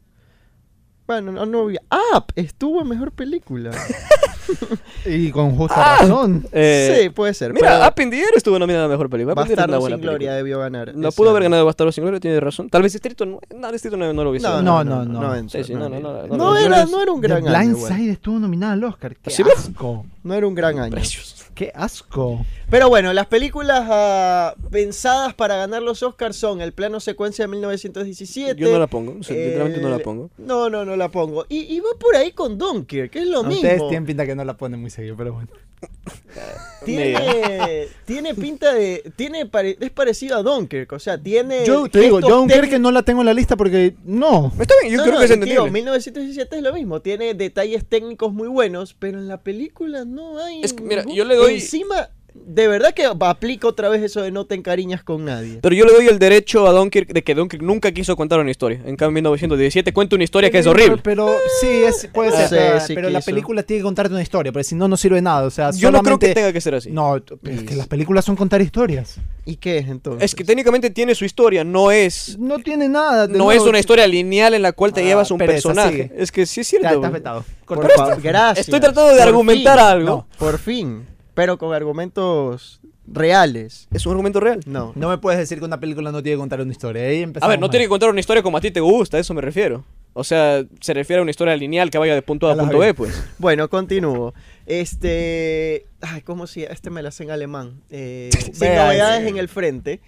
S4: Bueno, no, no había. ¡Ah! Estuvo en mejor película.
S1: Y con justa
S2: Ah.
S1: razón.
S2: Eh,
S4: sí, puede ser.
S2: Mira,
S4: pero
S2: Up in the Air estuvo nominada a mejor película. Up in the Air es una
S4: Bastardo sin
S2: buena
S4: Gloria
S2: película.
S4: debió ganar.
S2: No
S4: ese
S2: pudo haber
S4: año.
S2: ganado Bastardo sin Gloria, tiene razón. Tal vez Distrito 9. No, Distrito 9 no lo hubiese
S4: No,
S2: dado.
S4: no,
S1: No,
S4: no,
S1: no,
S4: no.
S1: no.
S4: entró,
S2: Sí, sí, no, no, no, no,
S4: No
S2: no.
S4: era, no era un
S1: The
S4: gran año. güey.
S1: Blindside estuvo nominada al Oscar. ¡Qué
S2: ¿Sí ves?
S1: asco!
S4: No era un gran año.
S2: Precios.
S1: ¡Qué asco!
S4: Pero bueno, las películas ah, pensadas para ganar los Oscars son El plano secuencia de 1917.
S2: Yo no la pongo. o sea,
S4: el-
S2: Literalmente no la pongo.
S4: eh, No, no, no la pongo. Y, y va por ahí con Dunkirk, que es lo
S1: A
S4: mismo.
S1: Ustedes tienen pinta que no la ponen muy seguido, pero bueno.
S4: Tiene, tiene pinta de. Tiene pare- es parecido a Dunkirk. O sea, tiene.
S1: Yo te digo,
S4: gestos
S1: yo
S4: técnicos-
S1: que no la tengo en la lista porque no.
S2: Está bien, yo
S4: No,
S2: creo
S4: no,
S2: que es
S4: y te digo,
S2: entendible.
S4: 1917 es lo mismo, tiene detalles técnicos muy buenos, pero en la película no hay.
S2: Es que, mira,
S4: ningún-
S2: yo le doy-
S4: Encima, de verdad que aplica otra vez eso de no te encariñas con nadie.
S2: Pero yo le doy el derecho a Dunkirk de que Dunkirk nunca quiso contar una historia. En cambio, en 1917 cuenta una historia que es horrible. Ah.
S1: Pero sí, es, puede
S4: No
S1: ser.
S4: sé
S1: pero-
S4: si
S1: pero la
S4: quiso.
S1: película tiene que contarte una historia, porque si no, no sirve nada. O sea,
S2: Yo no creo que
S1: solamente-
S2: tenga que ser así.
S1: No, t- es que las películas son contar historias.
S4: ¿Y qué es entonces?
S2: Es que técnicamente tiene su historia, no es
S1: No tiene nada. de
S2: no
S1: nuevo.
S2: es una historia lineal en la cual te
S1: Ah,
S2: llevas un
S1: pereza,
S2: personaje.
S1: sigue.
S2: Es que sí es cierto.
S1: Ya, estás
S2: güey.
S1: vetado.
S4: Por
S1: Corta.
S4: favor, gracias.
S2: Estoy tratando de
S4: Por
S2: argumentar
S4: fin.
S2: algo.
S4: No, por fin, pero con argumentos reales.
S2: Es un argumento real.
S4: No.
S1: No me puedes decir que una película no tiene que contar una historia. Ahí
S2: A
S1: empezamos
S2: ver, no
S1: mal.
S2: tiene que contar una historia como a ti te gusta, a eso me refiero. O sea, se refiere a una historia lineal que vaya de punto A a
S1: A la
S2: punto B,
S1: vez.
S2: pues.
S4: Bueno, continúo. Este. Ay, ¿cómo si Este me la hacen en alemán. Eh, sin
S1: Vea,
S4: novedades
S1: sí.
S4: en el frente.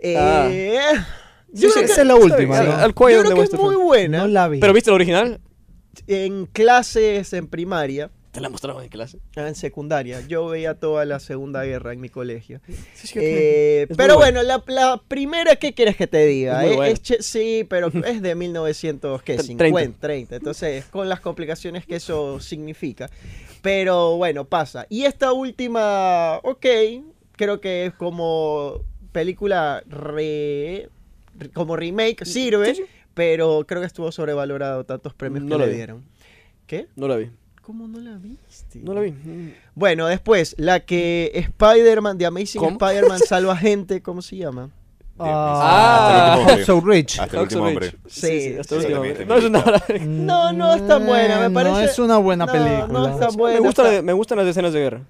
S4: Eh,
S2: Ah.
S4: yo
S1: Sí,
S4: creo
S1: sí,
S4: que-
S1: esa es la
S2: está
S1: última,
S2: bien,
S1: ¿no?
S2: al- al
S4: Yo
S2: cuello
S4: creo
S2: de
S4: que es
S2: Western.
S4: muy buena.
S1: No la vi.
S2: Pero viste la original?
S4: En clases, en primaria, ah,
S2: Te la mostraron en clase.
S4: en secundaria, yo veía toda la Segunda Guerra en mi colegio.
S2: Sí, sí,
S4: Eh,
S2: es muy
S4: pero
S2: buena.
S4: bueno, la, la primera, ¿qué quieres que te diga?
S2: Es muy
S4: Eh,
S2: buena.
S4: es che- sí, pero es de 1950,
S2: 30.
S4: 30. 30. Entonces, con las complicaciones que eso significa. Pero bueno, pasa. Y esta última, ok, creo que es como película re, re- como remake, sirve,
S2: sí.
S4: pero creo que estuvo sobrevalorado tantos premios
S2: No
S4: que
S2: la
S4: le
S2: vi.
S4: dieron. ¿Qué?
S2: No la vi.
S4: ¿Cómo no la viste?
S2: No la vi. Mm.
S4: Bueno, después, la que Spider-Man, de Amazing
S2: ¿Cómo?
S4: Spider-man salva gente, ¿cómo se llama?
S1: Ah,
S2: Ah.
S3: Hasta el último
S1: So Rich.
S3: Hasta
S2: Hacksaw
S3: el último
S2: Ridge.
S3: hombre.
S2: Sí, sí, hasta el
S4: Sí,
S2: último
S3: también,
S2: hombre. No
S3: también
S2: es una
S4: No, no es tan buena, me
S1: Mm, No
S4: parece-
S1: es una buena
S4: No,
S1: película.
S4: no es tan
S2: me,
S4: buena.
S2: gusta
S4: está-
S2: la- me gustan las escenas de guerra.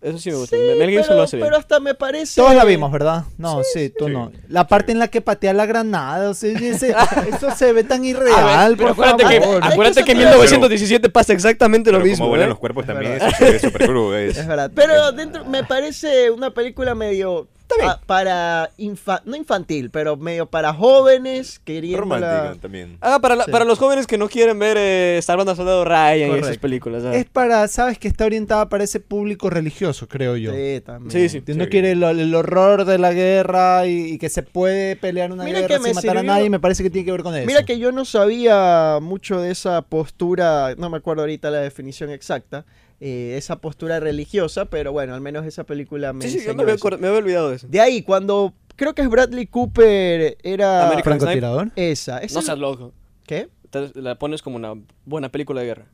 S2: Eso sí me gusta.
S4: Sí,
S2: Mel Gibson
S4: pero,
S2: lo hace bien.
S4: pero hasta me parece...
S1: Todos la vimos, ¿verdad? No, sí, tú
S3: sí.
S1: no. La parte en la que patea la granada, o sea, ese- eso se ve tan
S2: A ver,
S1: irreal,
S2: Ah, pero
S1: por
S2: acuérdate que,
S1: favor.
S4: Ah,
S2: acuérdate
S4: es
S2: que
S4: que
S2: en
S4: eso te iba a
S2: 1917 pasa exactamente lo
S3: Pero
S2: mismo.
S3: como vuelan
S2: ¿eh?
S3: los cuerpos
S4: Es
S3: también,
S4: verdad.
S3: eso se ve súper crudo,
S4: Es
S3: es-
S4: verdad. Pero dentro me parece una película medio
S2: bien.
S4: ah, para infa- no infantil, pero medio para jóvenes queriendo
S3: Romántica también.
S2: Ah, para, la-
S4: Sí.
S2: para los jóvenes que no quieren ver eh, Salvando al Soldado Ryan y esas
S4: Correcto.
S2: películas. ah.
S1: Es para, sabes que está orientada para ese público religioso, creo yo.
S4: Sí, también.
S2: Sí, sí.
S1: Que No
S3: Sí.
S1: quiere el, el horror de la guerra y, y que se puede pelear una
S4: Mira
S1: guerra
S4: que me
S1: sin matar a
S4: sirvió-
S1: nadie, me parece que tiene que ver con eso.
S4: Mira que yo no sabía mucho de esa postura, no me acuerdo ahorita la definición exacta, eh, esa postura religiosa, pero bueno, al menos esa película me
S2: Sí, sí, yo
S4: enseñó
S2: me había,
S4: eso.
S2: acor- me había olvidado de eso.
S4: De ahí, cuando creo que es Bradley Cooper era
S2: American-
S1: francotirador.
S4: esa, esa
S2: No seas loco.
S4: ¿qué?
S2: te- la pones como una buena película de guerra.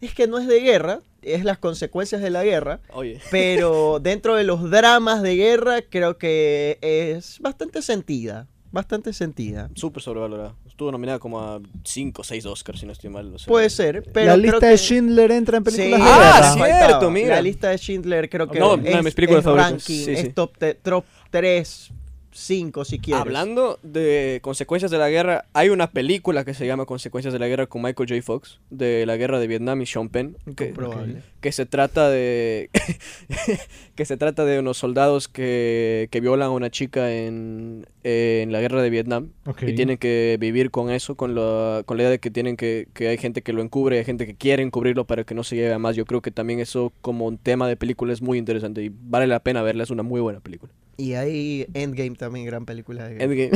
S4: Es que no es de guerra, es las consecuencias de la guerra.
S2: Oye.
S4: Pero dentro de los dramas de guerra, creo que es bastante sentida. Bastante sentida.
S2: Súper sobrevalorada. Estuvo nominada como a 5 o 6 Oscars, si no estoy mal. o sea.
S4: Puede ser, pero.
S1: la
S4: creo
S1: lista
S4: que-
S1: de Schindler entra en películas
S4: Sí,
S1: de
S2: Ah,
S1: guerra.
S2: sí.
S4: faltaba.
S2: cierto, mira.
S4: La lista de Schindler creo que
S2: No,
S4: es,
S2: una de mis películas
S4: es
S2: favoritas.
S4: ranking,
S2: Sí,
S4: es
S2: sí.
S4: top, te- top 3, 5 si quieres.
S2: Hablando de consecuencias de la guerra, hay una película que se llama Consecuencias de la guerra con Michael J. Fox, de la guerra de Vietnam y Sean Penn, que,
S4: Probable.
S2: que se trata de que se trata de unos soldados que, que violan a una chica en, en la guerra de Vietnam
S1: Ok.
S2: y tienen que vivir con eso, con la, con la idea de que tienen que, que hay gente que lo encubre, hay gente que quiere encubrirlo para que no se lleve a más. Yo creo que también eso como un tema de película es muy interesante y vale la pena verla, es una muy buena película.
S4: Y ahí Endgame también, gran película de guerra.
S2: Endgame.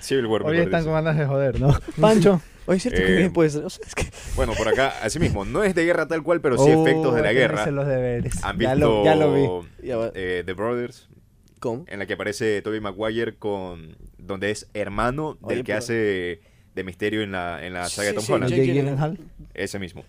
S3: Civil War. me
S1: Hoy
S3: parece.
S1: están con ganas de joder, ¿no? Pancho.
S2: Oye, es cierto que
S3: Eh,
S2: bien puede ser. O sea, es que-
S3: Bueno, por acá, así mismo, no es de guerra tal cual, pero sí efectos de la
S1: Oh,
S3: guerra.
S1: hice los deberes.
S3: Han
S1: Ya
S3: visto
S1: lo, ya lo vi.
S2: Ya va.
S3: eh, The Brothers,
S2: ¿Cómo?
S3: en la que aparece Tobey Maguire con donde es hermano del
S2: Oye,
S3: que
S2: pero-
S3: hace de misterio en la, en la
S2: Sí,
S3: saga de Tom
S2: sí,
S3: Holland.
S2: Jake
S1: Jake
S2: Gyllenhaal.
S3: Ese mismo.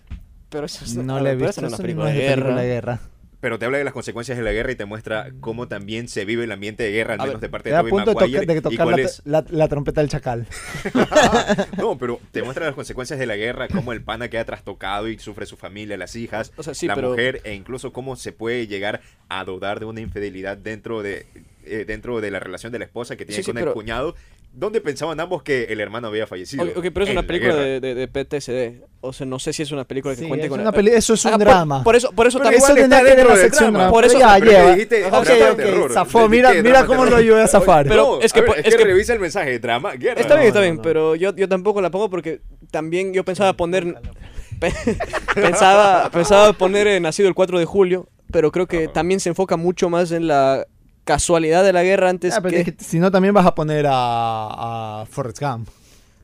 S2: Pero eso es-
S1: No
S2: a
S1: le he
S2: ver, pero
S1: visto.
S2: eso no es una
S1: eso
S2: película
S1: no
S2: de
S1: es de película de
S2: guerra.
S1: guerra.
S3: Pero te habla de las consecuencias de la guerra y te muestra cómo también se vive el ambiente de guerra, al
S2: A ver,
S3: menos de parte
S1: Te
S3: de
S1: da
S3: Tobey
S1: punto de, toca-
S3: Maguire.
S1: de
S3: y
S1: tocar
S3: cuál
S1: la,
S3: es-
S1: la- la trompeta del chacal.
S3: no, pero te muestra las consecuencias de la guerra, cómo el pana queda trastocado y sufre su familia, las hijas,
S2: O sea, sí,
S3: la
S2: pero-
S3: mujer, e incluso cómo se puede llegar a dudar de una infidelidad dentro de, eh, dentro de la relación de la esposa que tiene
S2: Sí, sí,
S3: con el
S2: pero-
S3: cuñado, donde pensaban ambos que el hermano había fallecido.
S2: Ok, ok, pero es
S3: en
S2: una
S3: la
S2: película
S3: eh, guerra.
S2: de, de- de PTSD. O sea, no sé si es una película que
S1: Sí,
S2: cuente
S1: es
S2: con Ah,
S1: una peli- eso es un drama.
S2: Por, eso, por eso
S3: Pero
S2: también.
S1: eso
S3: igual
S1: tendría
S3: está
S1: que tener
S3: dentro
S1: la
S3: del
S1: sección.
S3: drama.
S1: ¿no?
S2: Por
S1: Pero
S2: eso-
S1: ya
S3: pero que
S1: lleva.
S3: dijiste
S1: ok,
S3: drama,
S1: ok,
S3: terror.
S1: zafó.
S3: Le
S1: Mira,
S3: dijiste
S1: mira
S3: drama,
S1: cómo lo
S3: terror.
S1: ayudé a zafar.
S2: Pero-
S3: No,
S2: es que
S3: a ver,
S2: po-
S3: es
S2: es
S3: que
S2: que-
S3: revisa el mensaje, drama, guerra.
S2: Está bien,
S4: No,
S2: está
S4: no,
S2: bien,
S4: no.
S2: pero yo, yo tampoco la pongo porque también yo pensaba poner.
S1: pues.
S2: pe- pensaba, pensaba poner eh, Nacido el 4 de julio, pero creo que
S3: Ajá.
S2: también se enfoca mucho más en la casualidad de la guerra antes
S1: Ah, pero
S2: que.
S1: es que Si no, también vas a poner a, a Forrest Gump.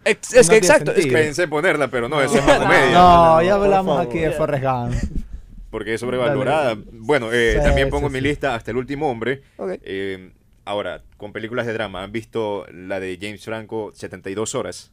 S2: Ex- es
S1: no
S2: que
S1: tiene
S2: exacto. es que-
S1: sentido.
S3: Pensé ponerla, pero no, eso es una comedia.
S1: No,
S4: no,
S1: ya
S4: por
S1: hablamos
S4: favor.
S1: aquí de Forrest Gump.
S3: Porque es sobrevalorada. Bueno, eh,
S1: Sí,
S3: también
S1: sí,
S3: pongo en
S1: sí.
S3: mi lista hasta el último hombre.
S2: Ok.
S3: Eh, ahora, con películas de drama, ¿han visto la de James Franco, 72 horas?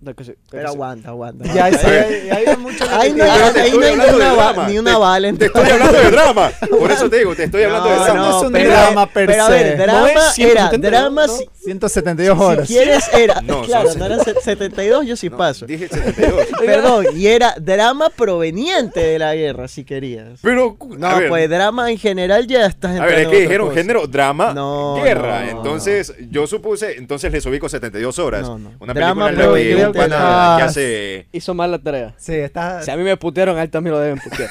S2: la que se- la que
S4: Pero
S2: se-
S4: aguanta, aguanta.
S1: Ya, ese-
S3: ver.
S1: ahí hay mucho que
S4: Ahí no hay,
S1: criticar.
S3: Pero te
S4: ahí
S3: estoy
S4: no hay ni
S3: hablando de
S4: una, va-
S3: drama.
S4: ni una bala en
S3: Te estoy hablando de drama. Por eso te digo, te estoy hablando de
S1: No,
S3: drama.
S1: no, es un
S4: pero-
S1: drama per
S4: pero a
S1: se.
S4: ver, drama
S2: No es
S4: era,
S2: 170,
S4: drama
S2: ¿no?
S4: si, si
S1: 172 horas.
S4: quieres era,
S3: No, son
S4: claro, no
S3: 70.
S4: eran se- 72, yo sí
S3: No,
S4: paso.
S3: Dije 72.
S4: Perdón, y era drama proveniente de la guerra, si querías.
S3: Pero,
S4: No,
S3: a ver,
S4: pues drama en general ya estás
S3: a ver, es
S4: entrando
S3: que
S4: en otra
S3: dijeron
S4: cosa.
S3: género drama,
S4: No,
S3: guerra.
S4: no,
S3: entonces, yo supuse, entonces les ubico 72 horas.
S4: No, no.
S3: Una
S4: Drama,
S3: película en
S1: pero
S3: la que
S1: creo
S3: un
S1: que
S3: pana
S1: estás-
S3: que hace
S2: Hizo mal la tarea.
S1: Sí, está.
S2: Si a mí me putearon, a él también lo deben putear.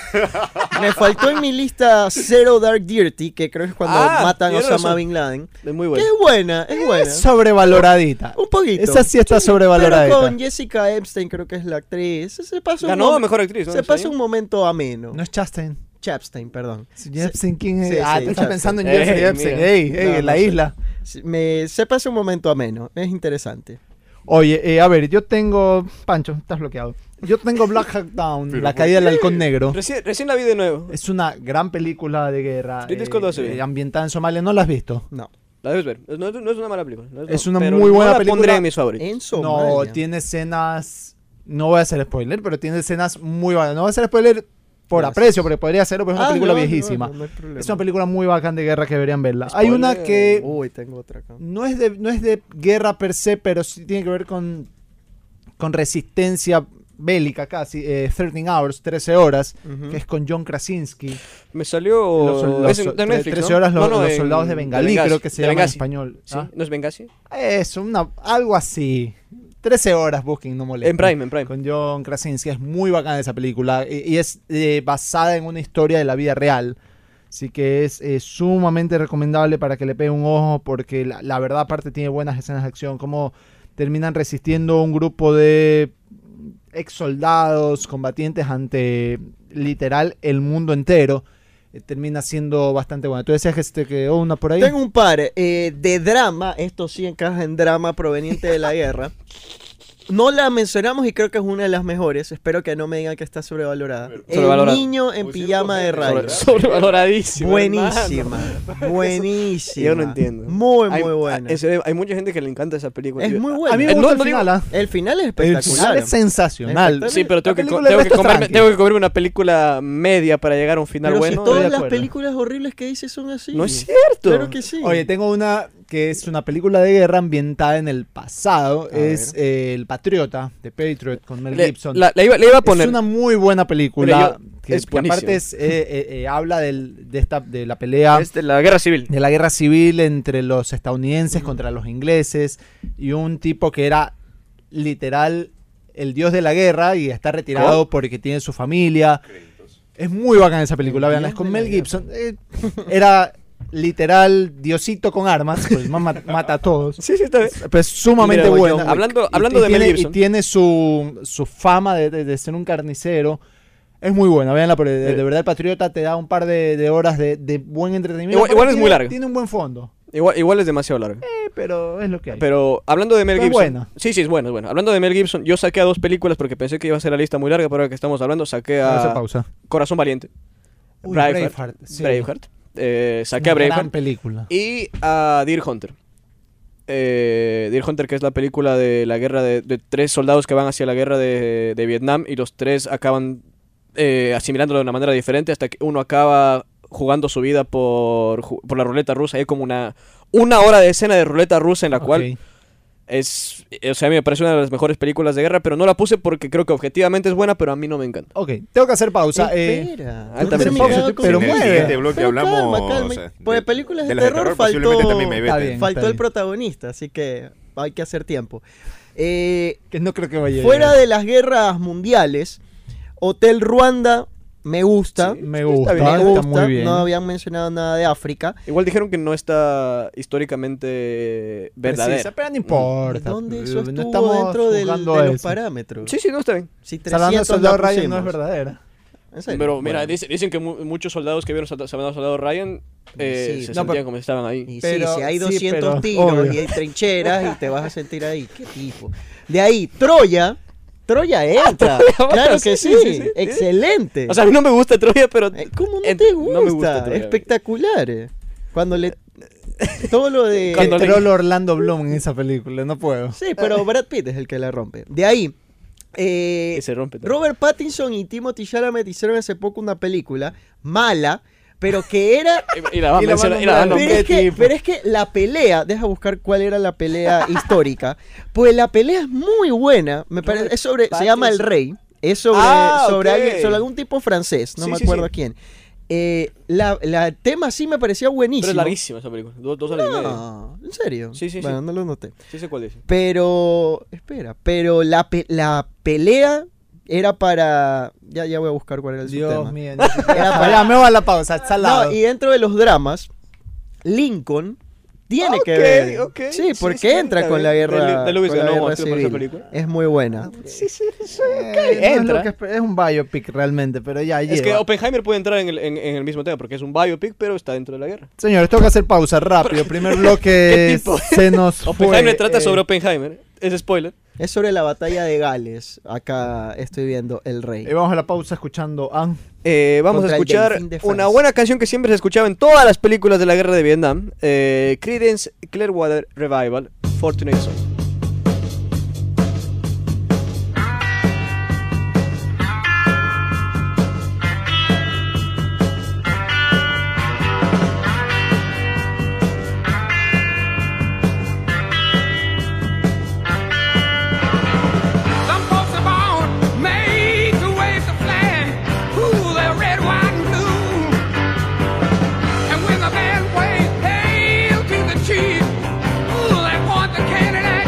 S4: Me faltó en mi lista Zero Dark Dirty, que creo que es cuando
S2: Ah,
S4: matan a
S2: tienes
S4: Osama
S2: razón.
S4: Bin Laden.
S2: Es muy
S4: Que
S2: bueno.
S4: es buena, es buena.
S1: Es sobrevaloradita.
S4: Un poquito.
S1: Esa sí está
S4: Pero
S1: sobrevaloradita.
S4: con Jessica Epstein, creo que es la actriz. Se pasa un,
S2: Ganó
S4: momen-
S2: mejor actriz. ¿no?
S4: se
S2: ¿En
S4: pasa
S2: serio?
S4: un momento ameno.
S1: No es Chastain.
S4: Chapstein, perdón.
S1: Jepsen, ¿quién es?
S4: Sí,
S1: ah,
S4: sí,
S1: te estás
S4: Jepsen.
S1: pensando en
S2: Ey,
S1: Jepsen. Jepsen.
S2: mira.
S1: Ey, ey,
S4: No,
S1: en la
S4: no sé.
S1: isla.
S4: Se- Me, se pasa un momento ameno. Es interesante.
S1: Oye, eh, a ver, yo tengo. Pancho, estás bloqueado. Yo tengo Black Hawk Down,
S3: Pero
S1: La
S3: ¿por
S1: caída del halcón negro.
S2: Recién, recién la vi de nuevo.
S1: Es una gran película de guerra. eh,
S2: Ridley Scott lo hace bien.
S1: ambientada en Somalia. ¿No la has visto?
S4: No.
S2: La debes ver. No, no es una mala película. no
S1: Es una
S2: pero
S1: muy buena
S2: no la
S1: película. Eh.
S2: pondré en mis favoritos.
S4: En Somalia.
S1: No, tiene escenas. No voy a hacer spoiler, pero tiene escenas muy buenas. No voy a hacer spoiler por
S4: Gracias.
S1: aprecio, porque podría hacerlo, pero es una
S4: Ah,
S1: película
S4: no, no,
S1: viejísima.
S4: no, no Uh, hay problema.
S1: Es una película muy bacán de guerra que deberían verla. Hay una
S2: Spoiler.
S1: que
S4: Uy, tengo otra acá.
S1: no es de, no es de guerra per se, pero sí tiene que ver con, con resistencia bélica casi. eh, 13 Hours, 13 horas,
S4: Ujú.
S1: que es con John Krasinski.
S2: Me salió.
S1: Los, sol-
S2: es en-
S1: los-
S2: de Netflix,
S1: tre- 13
S2: ¿no?
S1: horas
S2: No,
S1: los,
S2: no,
S1: los
S2: en-
S1: soldados de Bengalí,
S2: Benghazi,
S1: creo que se
S2: de
S1: llama en
S2: Benghazi.
S1: español.
S2: ¿Sí?
S1: ¿Ah?
S2: ¿No es Benghazi?
S1: Eso, una, algo así. 13 horas busquen, no molesta.
S2: En Prime, en Prime.
S1: Con John Krasinski. Es muy bacana esa película. Y, y es eh, basada en una historia de la vida real. Así que es eh, sumamente recomendable para que le pegue un ojo. Porque la, la verdad, aparte, tiene buenas escenas de acción. Como terminan resistiendo un grupo de ex soldados, combatientes ante literal el mundo entero. Eh, Termina siendo bastante bueno. Tú decías que se te quedó una por ahí.
S4: Tengo un par eh, de drama, esto sí encaja en drama proveniente de la guerra. no la mencionamos y creo que es una de las mejores. Espero que no me digan que está sobrevalorada. El
S2: Sobrevalorada.
S4: niño en
S3: Muy
S4: pijama de
S3: cierto,
S4: rayas.
S3: ¿verdad?
S2: sobrevaloradísimo. hermano.
S4: Buenísima, buenísima.
S2: Yo no entiendo.
S4: Muy,
S2: Hay-
S4: muy buena.
S2: a- en serio, hay mucha gente que le encanta esa película.
S4: Es
S2: Yo-
S4: muy
S2: a-
S4: buena.
S1: A mí me
S2: eh, no,
S1: gusta el
S2: no digo-
S1: final, ¿ah?
S4: El final es
S1: El
S4: espectacular.
S1: final es sensacional.
S4: Espectacular.
S2: Sí, pero tengo
S1: La
S2: que, co-
S1: película
S2: tengo,
S1: del
S2: que
S1: resto es
S2: comerme,
S1: tranqui.
S2: tengo que comerme una película media para llegar a un final
S4: Pero
S2: bueno.
S4: si
S1: estoy de
S4: todas las
S1: acuerdo.
S4: películas horribles que dices son así.
S2: No es cierto.
S4: Claro que sí.
S1: Oye, tengo una que es una película de guerra ambientada en el pasado.
S4: A
S1: es eh, El Patriota, de Patriot, con Mel
S2: le,
S1: Gibson.
S2: la- la iba, le iba a poner.
S1: Es una muy buena película.
S2: Mira, yo-
S1: que,
S2: es
S1: que aparte
S2: buenísimo.
S1: es, eh, eh, eh, habla del- de, esta, de la pelea,
S2: Es de la guerra civil.
S1: de la guerra civil entre los
S4: Mm.
S1: estadounidenses contra los ingleses. Y un tipo que era literal el dios de la guerra y está retirado porque tiene su familia.
S3: Créditos.
S1: Es muy bacana esa película,
S4: El
S1: veanla. Es
S4: dios
S1: con
S4: de
S1: Mel
S4: la
S1: Gibson. Eh, era literal diosito con armas, pues el man ma- mata a todos.
S2: Sí, sí, está bien.
S1: Pero es sumamente
S2: Mira, voy yo.
S1: buena.
S2: Hablando-
S1: Y-
S2: hablando
S1: y
S2: de Mel
S1: tiene,
S2: Gibson.
S1: Y tiene su, su fama de, de- de ser un carnicero. Es muy buena, veanla, porque de, de verdad el Patriota te da un par de, de horas de, de buen entretenimiento.
S2: Igual-
S1: pero
S2: igual es
S1: tiene-
S2: muy larga.
S1: Tiene un buen fondo,
S2: Igual, igual es demasiado largo.
S1: Eh, pero es lo que hay.
S2: Pero hablando de Mel
S1: Pero es
S2: Gibson.
S1: buena.
S2: Sí, sí, es bueno, es bueno. Hablando de Mel Gibson, yo saqué a dos películas porque pensé que iba a ser la lista muy larga, pero ahora que estamos hablando, saqué
S1: Vamos a hacer
S2: a
S1: pausa.
S2: Corazón Valiente.
S1: ah, Uy,
S2: Braveheart.
S1: Braveheart, sí.
S2: Braveheart. Eh, saqué a
S1: Una gran
S2: Braveheart.
S1: película.
S2: Y a Deer Hunter. Eh, Deer Hunter, que es la película de la guerra de, de tres soldados que van hacia la guerra de, de Vietnam y los tres acaban eh, asimilándolo de una manera diferente hasta que uno acaba jugando su vida por, ju- por la ruleta rusa. Hay como una, una hora de escena de ruleta rusa en la cual
S1: Ok.
S2: es, o sea, a mí me parece una de las mejores películas de guerra, pero no la puse porque creo que objetivamente es buena, pero a mí no me encanta.
S1: Ok, tengo que hacer pausa. eh,
S4: Espera.
S2: ahí
S4: no
S2: también
S4: termina,
S2: pausa,
S4: cuidado
S1: estoy-
S4: con-
S1: pero
S3: en el
S1: mueve.
S3: siguiente bloque
S4: Pero calma,
S3: hablamos
S4: calma.
S3: eh,
S4: Pues películas de
S3: las
S4: terror faltó-
S3: posiblemente también me
S1: Está
S3: veten.
S1: bien.
S4: Faltó el
S1: bien.
S4: protagonista, así que hay que hacer tiempo. Eh,
S1: que no creo que vaya a
S4: fuera
S1: llegar.
S4: de las guerras mundiales, Hotel Ruanda me gusta.
S1: Me gusta,
S4: me
S1: está,
S4: gusta.
S1: muy bien.
S4: No habían mencionado nada de África.
S2: Igual dijeron que no está históricamente
S1: Precisa,
S2: verdadera.
S1: pero no importa.
S4: ¿Dónde eso
S1: no
S4: estuvo
S1: estamos
S4: dentro del-
S1: juzgando
S4: de los
S1: eso.
S4: parámetros?
S2: Sí, sí, no está bien.
S4: Si 300
S1: Salvando
S4: la
S1: al soldado Ryan no
S4: pusimos.
S1: es verdadera.
S4: ¿En serio?
S2: Pero mira,
S4: Bueno.
S2: dice- dicen que mu- muchos soldados que vieron salta- salvando al soldado Ryan eh,
S4: Sí,
S2: se
S1: no,
S2: sentían
S1: pero-
S2: como estaban ahí.
S4: Y
S1: Pero-
S4: sí, si hay
S1: sí,
S4: 200
S1: pero-
S4: tiros
S1: obvio.
S4: y hay trincheras y te vas a sentir ahí. ¿Qué tipo? De ahí, Troya. Troya entra.
S2: va,
S4: claro
S2: Ah, sí,
S4: que sí.
S2: sí, sí, sí.
S4: Excelente.
S2: O sea, a mí no me gusta Troya, pero...
S4: Eh, ¿Cómo no
S2: ent-
S4: te gusta?
S2: No me gusta Troya.
S4: Espectacular. eh. Cuando le. Todo lo de.
S1: Que
S2: Cuando le-
S1: troll Orlando Bloom en esa película, no puedo.
S4: Sí, pero Brad Pitt es el que la rompe. De ahí. eh,
S2: Que se rompe. todo.
S4: Robert Pattinson y Timothy Chalamet hicieron hace poco una película mala, pero que era
S2: Y, y la van
S1: Y
S2: a
S1: la
S2: mencionar.
S1: van
S2: y la van a
S1: nombrando.
S4: pero,
S2: nombrar.
S4: es que,
S1: tipo.
S4: pero es que la pelea, deja buscar cuál era la pelea histórica. Pues la pelea es muy buena. Me parece,
S2: Robert
S4: es sobre, se
S2: Pattinson.
S4: llama El Rey. Es sobre,
S2: Ah,
S4: sobre,
S2: ok.
S4: alguien- sobre algún tipo francés, no
S2: Sí,
S4: me
S2: sí,
S4: acuerdo
S2: sí.
S4: quién. Eh, la, la- el tema sí me parecía
S2: Pero
S4: buenísimo.
S2: es larguísima esa película. Dos, dos horas y media.
S4: No, ¿En serio?
S2: Sí, sí, sí.
S4: bueno, no lo noté.
S2: Sí sé cuál es.
S4: Pero, espera, pero la, pe- la pelea era para... Ya, ya voy a buscar cuál era el
S1: Dios
S4: tema.
S1: mío.
S4: Era para-
S1: Ya, me va la pausa, está al lado.
S4: No, y dentro de los dramas, Lincoln tiene que
S2: Ok,
S4: ver.
S2: ok,
S4: Sí,
S2: sí,
S4: porque
S2: sí,
S4: entra
S2: está
S4: con
S2: bien.
S4: la guerra,
S2: De- de Lewis
S4: con la
S2: ganó
S4: guerra
S2: Oscar por esa
S4: civil.
S2: película.
S4: Es muy buena.
S2: Sí, sí, sí.
S1: Eh, no es lo
S2: entra.
S1: que esper- es un biopic realmente, pero ya
S2: Es que
S1: lleva.
S2: Oppenheimer puede entrar en el, en, en el mismo tema porque es un biopic, pero está dentro de la guerra.
S1: Señores, tengo que hacer pausa rápido. Primer
S2: ¿Qué
S1: bloque
S2: tipo?
S1: se nos
S2: Oppenheimer
S1: fue.
S2: trata
S1: eh,
S2: sobre Oppenheimer. Es spoiler.
S4: Es sobre la batalla de Gales. Acá estoy viendo El Rey.
S1: y Eh, vamos a la pausa escuchando a
S2: Eh, vamos
S4: Contra
S2: a
S4: el
S2: escuchar
S4: delfín de Francia.
S2: una buena canción que siempre se escuchaba en todas las películas de la guerra de Vietnam. Eh, Creedence Clearwater Revival, Fortunate Son.
S5: Some folks are born made to wave the flag, ooh, they're red, white, and blue. And when the band waves hail to the chief, ooh, they point the Cadillac.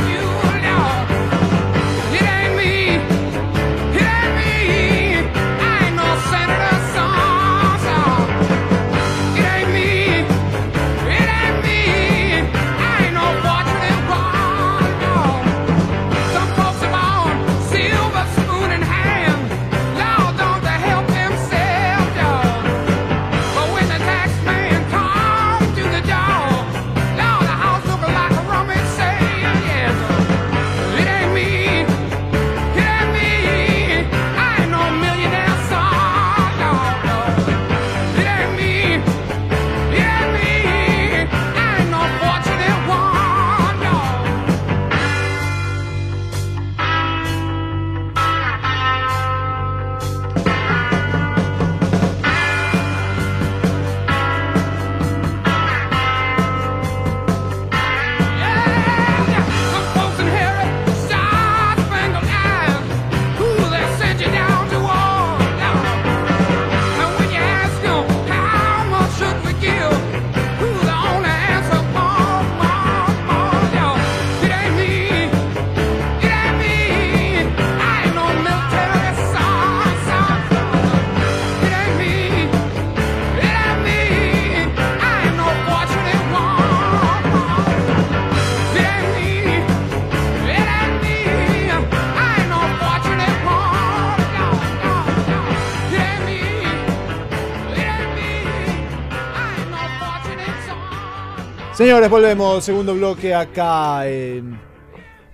S1: Señores, volvemos. Segundo bloque acá en.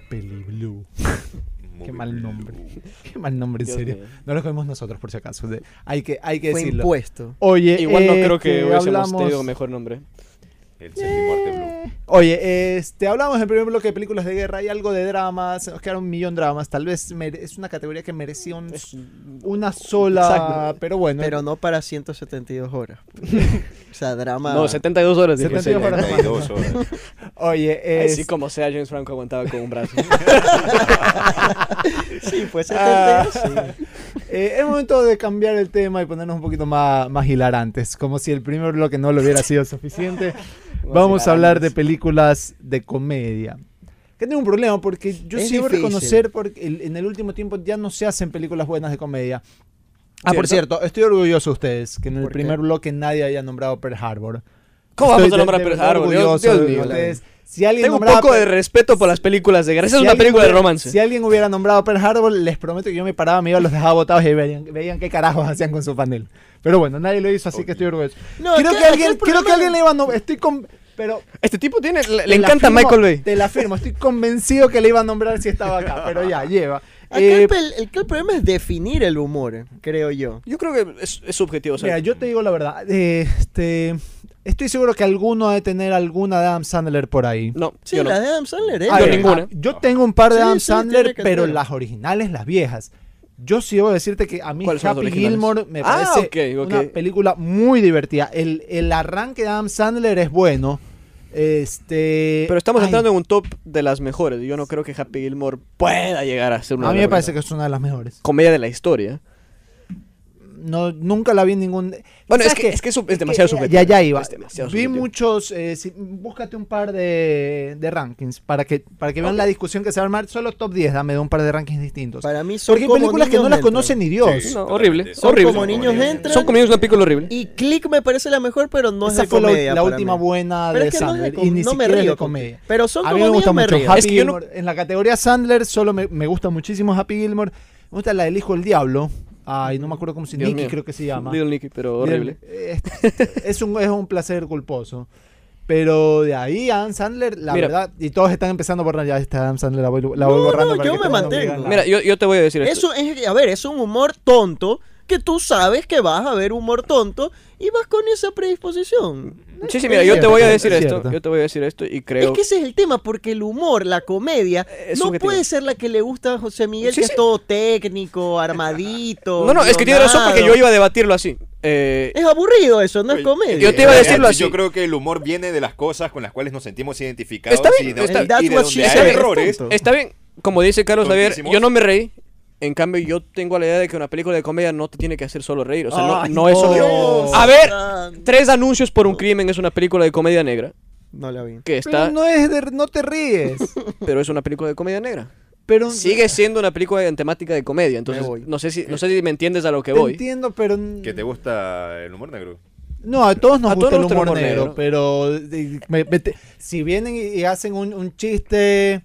S1: Peliblue.
S3: Movie
S1: Qué mal
S3: Blue.
S1: nombre. Qué mal nombre, en
S2: Dios
S1: serio.
S2: mío.
S1: No lo comemos nosotros, por si acaso. De- Hay que, hay que
S4: Fue
S1: decirlo.
S4: impuesto.
S1: Oye,
S2: Igual no
S1: eh,
S2: creo que hubiésemos
S1: hablamos-
S2: tenido mejor nombre.
S3: El Sentimorte
S4: Eh.
S3: Blue.
S1: Oye, este, hablamos en el primer bloque de películas de guerra y algo de dramas. Se nos quedaron un millón de dramas. Tal vez mere- es una categoría que merecía un-
S2: Es-
S1: una sola.
S2: Exacto.
S1: Pero bueno.
S4: Pero no para 172 horas. o sea, drama.
S2: No, 72 horas. dije.
S1: 72 horas.
S3: 72 horas.
S1: Oye, este,
S2: Ay,
S1: es,
S2: sí, como sea, James Franco aguantaba con un brazo.
S4: sí, fue 72.
S1: Ah, eh, es momento de cambiar el tema y ponernos un poquito más, más hilarantes, como si el primer bloque no lo hubiera sido suficiente. Vamos a hablar de películas de comedia. Que tengo un problema porque yo
S4: Es
S1: sí debo
S4: difícil.
S1: reconocer porque el- en el último tiempo ya no se hacen películas buenas de comedia. Ah, por
S2: ¿Cierto?
S1: cierto, estoy orgulloso de ustedes que en el
S4: ¿Por qué?
S1: primer bloque nadie haya nombrado Pearl Harbor.
S2: ¿Cómo
S1: Estoy
S2: vamos a
S1: de-
S2: nombrar
S1: de
S2: Pearl
S1: verdad
S2: Harbor? Dios,
S1: orgulloso
S2: Dios
S1: de
S2: mío.
S1: ustedes. Si alguien
S2: Tengo un
S1: nombraba
S2: poco de
S1: Pearl-
S2: respeto por las películas de guerra. Esa es
S1: si
S2: una
S1: alguien
S2: película de
S1: hubiera-
S2: romance.
S1: Si alguien hubiera nombrado Pearl Harbor, les prometo que yo me paraba, me iba, los dejaba botados y veían, veían qué carajos hacían con su panel. Pero bueno, nadie lo hizo, así que estoy orgulloso.
S4: No,
S1: creo
S4: ¿qué-
S1: que alguien, creo
S4: qué
S1: que
S4: problema?
S1: alguien le iba a nombrar. Estoy con. Pero
S2: Este tipo tiene. Le, le
S1: te la
S2: encanta
S1: firmo-
S2: Michael Bay.
S1: Te la firmo, estoy convencido que le iba a nombrar si estaba acá, pero ya, lleva.
S4: Acá
S1: Eh,
S4: el, pel- el- que el problema es definir el humor, creo yo.
S2: Yo creo que es, es subjetivo. o sea,
S1: mira, yo te digo la verdad. eh, Este, estoy seguro que alguno ha de tener alguna de Adam Sandler por ahí.
S2: No,
S4: Sí,
S2: yo no.
S4: la de Adam Sandler es.
S2: Ah, yo ninguna.
S1: Yo tengo un par de
S4: Sí,
S1: Adam
S4: sí,
S1: Sandler,
S4: tiene que
S1: pero
S4: tener.
S1: las originales, las viejas. Yo sí debo decirte que a mí
S2: ¿Cuáles son las
S1: Happy
S2: originales?
S1: Gilmore me
S2: Ah,
S1: parece
S2: ok, ok.
S1: una película muy divertida. El, el arranque de Adam Sandler es bueno. Este,
S2: Pero estamos
S1: ay,
S2: entrando en un top de las mejores. Yo no creo que Happy Gilmore pueda llegar a ser una.
S1: A mí
S2: de
S1: me
S2: las
S1: parece que
S2: mejores.
S1: es una de las mejores.
S2: Comedia de la historia.
S1: No, nunca la vi en ningún.
S2: Bueno,
S1: ¿Sabes
S2: es que,
S1: qué?
S2: es que es sub- es demasiado
S1: que, eh,
S2: subjetivo.
S1: Ya, ya iba.
S2: Es demasiado
S1: Vi
S2: subjetivo.
S1: muchos. eh, si- búscate un par de, de rankings para que, para que vean la discusión que se va a armar. Solo top 10, dame un par de rankings distintos.
S4: Para mí son
S1: Porque hay
S4: como
S1: películas que
S4: niños
S1: no las
S4: dentro.
S1: conoce ni Dios.
S3: Sí.
S2: No, horrible.
S3: Son
S2: horrible.
S4: como niños entran.
S2: Son como niños una película horrible.
S4: Y Click me parece la mejor, pero no
S1: Esa
S4: es de
S1: fue la-
S4: comedia.
S1: la,
S4: para
S1: última
S4: mí.
S1: buena
S4: Pero
S1: de
S4: es que no es de
S1: Sandler.
S4: com-
S1: y ni
S4: no me
S1: siquiera es
S4: río
S1: de
S4: con-
S1: comedia.
S4: pero son
S1: a mí
S4: como
S1: me gusta
S4: niños, me
S1: mucho
S4: río.
S1: Happy
S2: Es que yo no-
S1: Gilmore. En la categoría Sandler solo me, me gusta muchísimo Happy Gilmore. Me gusta la del hijo del diablo. Ay, no me acuerdo cómo se
S2: Dios
S1: Nicky
S2: mío.
S1: creo que se llama.
S2: Little Nicky, pero horrible.
S1: Eh, Es un, es un placer culposo. Pero de ahí Adam Sandler, la
S2: Mira.
S1: verdad, y todos están empezando a borrar ya esta Adam Sandler, la voy, la voy
S4: No,
S1: borrando.
S4: no,
S1: para
S4: yo
S1: que
S4: me
S1: todos no
S4: mantengo.
S1: digan nada.
S2: Mira, yo, yo te voy a decir esto.
S4: Eso es, a ver, es un humor tonto que tú sabes que vas a ver humor tonto y vas con esa predisposición.
S2: Sí, sí, mira,
S1: es
S2: yo te
S1: cierto,
S2: voy a
S1: es
S2: decir esto.
S1: cierto.
S2: Yo te voy a decir esto y creo.
S4: Es que ese es el tema, porque el humor, la comedia,
S2: Es
S4: no
S2: subjetivo.
S4: puede ser la que le gusta a José Miguel,
S2: Sí,
S4: que
S2: sí.
S4: es todo técnico, armadito.
S2: No, no, es que tiene razón porque
S4: guionado.
S2: yo iba a debatirlo así. Eh,
S4: Es aburrido eso, no
S3: Oye,
S4: es comedia.
S2: yo te iba a decirlo
S3: Eh,
S2: así.
S3: Yo creo que el humor viene de las cosas con las cuales nos sentimos identificados
S2: Está bien,
S3: y de,
S2: está-
S3: y de
S4: That's what she
S3: donde hay
S4: said.
S3: errores.
S4: Tonto.
S2: eh, Está bien, como dice Carlos Javier,
S3: Tontísimos.
S2: yo no me reí. En cambio, yo tengo la idea de que una película de comedia no te tiene que hacer solo reír. O sea, no,
S1: Ay,
S2: no es solo.
S1: Dios.
S2: A ver, tres anuncios por un crimen es una película de comedia negra.
S4: No la vi.
S2: Que
S1: Pero
S2: está,
S1: no, es de- no te ríes.
S2: pero es una película de comedia negra.
S1: Pero
S2: Sigue siendo una película en temática de comedia. Entonces,
S4: Me voy.
S2: no sé si, no sé si me entiendes a lo que
S1: te
S2: voy.
S1: entiendo, pero.
S3: Que te gusta el humor negro.
S1: No, a todos nos
S2: A todos
S1: gusta
S2: nos
S1: el humor,
S2: gusta el humor
S1: negro,
S2: negro.
S1: pero de- me- me te- si vienen y, y hacen un, un chiste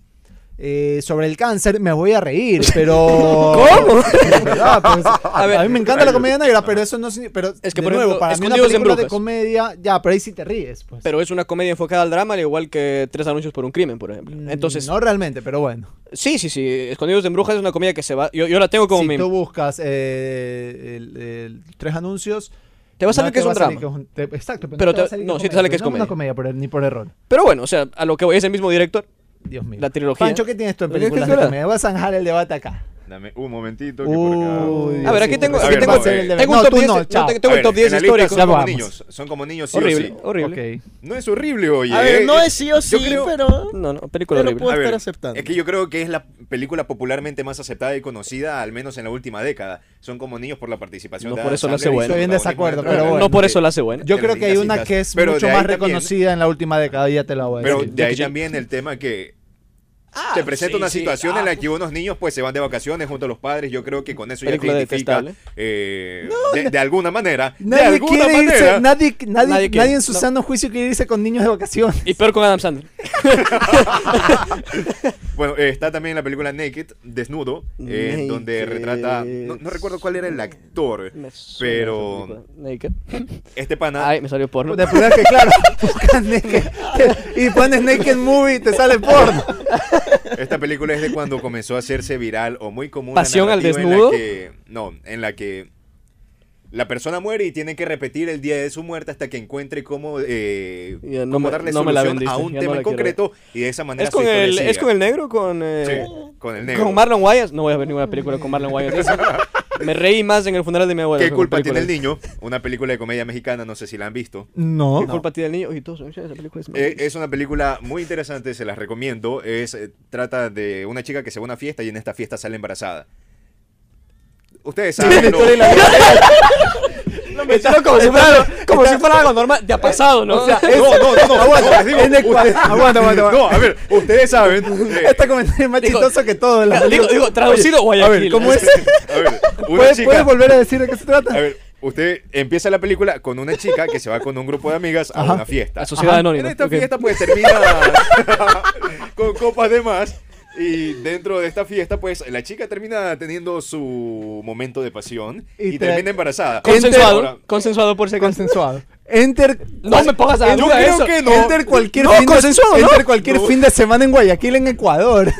S1: eh, sobre el cáncer, me voy a reír, pero...
S2: ¿Cómo?
S1: Es verdad, pues, a,
S2: A ver.
S1: mí me encanta la comedia negra, pero eso no significa... Pero
S2: Es que,
S1: de
S2: por
S1: nuevo,
S2: ejemplo,
S1: para mí una
S2: Escondidos en
S1: película de
S2: Brujas.
S1: comedia, ya, pero ahí sí te ríes, pues.
S2: Pero es una comedia enfocada al drama, al igual que tres anuncios por un crimen, por
S1: Mm,
S2: ejemplo. Entonces,
S1: No realmente, pero bueno.
S2: sí, sí, sí. Escondidos en Brujas es una comedia que se va. Yo, yo la tengo como
S1: si
S2: mi.
S1: tú buscas eh, el- el- tres anuncios...
S2: Te va a
S1: no
S2: salir que es un
S1: va
S2: drama.
S1: salir que es un- te- exacto, pero,
S2: Pero
S1: no te, va a
S2: te-
S1: salir
S2: no, sí te sale que es
S1: No una
S2: comedia.
S1: comedia, por- ni por error.
S2: Pero bueno, o sea, a lo que voy es el mismo director.
S1: Dios mío.
S2: La trilogía.
S1: Pancho, ¿qué tienes tú en
S2: Oye, ¿qué
S1: películas de
S2: será?
S1: comedia? Voy a zanjar el debate acá.
S3: Dame un momentito. Que por acá-
S1: Uy,
S2: A ver,
S1: Dios
S2: aquí
S1: mío.
S2: tengo-
S1: A
S2: aquí
S1: ver,
S2: tengo-
S1: va a ser el de-
S2: tengo un
S1: no,
S2: top
S1: tú
S2: 10,
S1: no,
S2: yo
S1: chao.
S2: te- tengo
S3: A
S2: el
S3: ver,
S2: top
S3: en
S2: 10
S3: la lista
S2: histórico.
S1: Ya
S3: Son como
S1: vamos.
S3: niños. Son como niños sí o
S2: Horrible,
S3: sí.
S2: horrible.
S1: Ok.
S3: No es horrible, oye.
S4: A ver, no es sí o
S3: Yo
S4: sí,
S3: creo-
S4: pero.
S2: No, no, película
S4: Pero
S2: horrible.
S3: A
S4: puedo estar aceptando.
S3: Es que yo creo que es la película popularmente más aceptada y conocida, al menos en la última década. Son como niños por la participación
S2: No
S3: de
S2: por
S3: Adam
S2: eso la hace
S3: Sandler y
S2: buena.
S3: su
S1: Estoy en
S3: protagonismo
S1: desacuerdo,
S3: dentro de la-
S1: pero bueno.
S2: no por eso la hace buena.
S1: Yo creo que hay una
S3: Casitas.
S1: que es
S3: Pero
S1: mucho
S3: de ahí
S1: más
S3: también-
S1: reconocida en la última década, ya te la voy a
S3: Pero
S1: decir.
S3: de ahí
S2: Jackie Chan.
S3: también el tema que te presenta
S2: sí,
S3: una
S2: sí,
S3: situación
S2: ah,
S3: en la que unos niños pues se van de vacaciones junto a los padres. Yo creo que con eso ya te
S2: Película
S3: identifica
S2: detestable.
S3: eh, de, de alguna manera. de
S1: Nadie
S3: alguna
S1: quiere
S3: manera.
S1: irse, nadie, nadie,
S2: Nadie
S1: nadie,
S2: quiere.
S1: en su
S2: No.
S1: sano juicio quiere irse con niños de vacaciones.
S2: Y peor con Adam Sandler.
S3: Bueno, eh, está también la película Naked, Desnudo, eh,
S2: Naked.
S3: donde retrata. No, no recuerdo cuál era el actor,
S2: Me suena esa
S3: pero.
S2: película. Naked.
S3: Este pana.
S2: Ay, me salió porno.
S1: De primera que, claro, buscas naked y pones naked movie y te sale porno.
S3: Esta película es de cuando comenzó a hacerse viral o muy común. la
S2: ¿Pasión al
S3: narrativa en la
S2: desnudo?
S3: que- no, en la que la persona muere y tiene que repetir el día de su muerte hasta que encuentre cómo, eh,
S2: Ya, no
S3: cómo
S2: me-
S3: darle
S2: no me la
S3: solución
S2: vendiste,
S3: a un
S2: ya no
S3: tema
S2: la
S3: en
S2: quiero ver.
S3: concreto y de esa manera
S2: ¿Es
S3: su
S2: con,
S3: historia
S2: el,
S3: siga.
S2: ¿Es con el negro? ¿Con, eh,
S3: Sí, con el negro.
S2: ¿Con Marlon Wayans? No voy a ver ninguna película con Marlon Wayans. me reí más en el funeral de mi abuela. que
S3: ¿Qué
S2: con
S3: culpa tiene el
S2: películas.
S3: niño? Una película de comedia mexicana, no sé si la han visto.
S1: No.
S2: ¿Qué culpa tiene el niño? Oye, todos, esa película es
S3: Eh, es una película muy interesante, se las recomiendo. Es, eh, trata de una chica que se va a una fiesta y en esta fiesta sale embarazada. Ustedes saben. lo-
S2: Está como, si fuera, como si fuera algo normal. Ya ha pasado, ¿no?
S3: No, no, no, no, aguanta, les digo,
S1: en Ecuador.
S3: ustedes-
S1: Aguanta, aguanta, aguanta.
S3: No, a ver, ustedes saben. eh,
S1: Este comentario es más
S2: Digo-
S1: chistoso que todo. la
S2: digo,
S1: película.
S2: digo, traducido
S1: Oye,
S2: Guayaquil. Ah,
S1: A ver, ¿cómo es?
S3: a ver, una
S1: ¿Puedes,
S3: chica-
S1: puedes volver a decir de qué se
S3: A
S1: trata?
S3: ver, usted empieza la película con una chica que se va con un grupo de amigas a
S1: Ajá.
S3: una fiesta.
S2: La sociedad
S3: En
S2: anónima.
S3: esta
S2: ok.
S3: fiesta pues termina con copas de más. Y dentro de esta fiesta, pues, la chica termina teniendo su momento de pasión y,
S1: Y te-
S3: termina embarazada.
S2: Consensuado.
S3: Ahora,
S2: Consensuado por si acaso.
S1: Consensuado. Enter.
S2: No me pongas a
S3: Yo
S2: duda
S3: creo
S2: eso.
S3: que no.
S1: Enter cualquier,
S2: No,
S1: fin,
S2: consensuado,
S1: de,
S2: ¿no?
S1: enter cualquier
S3: No.
S1: fin de semana en Guayaquil, en Ecuador.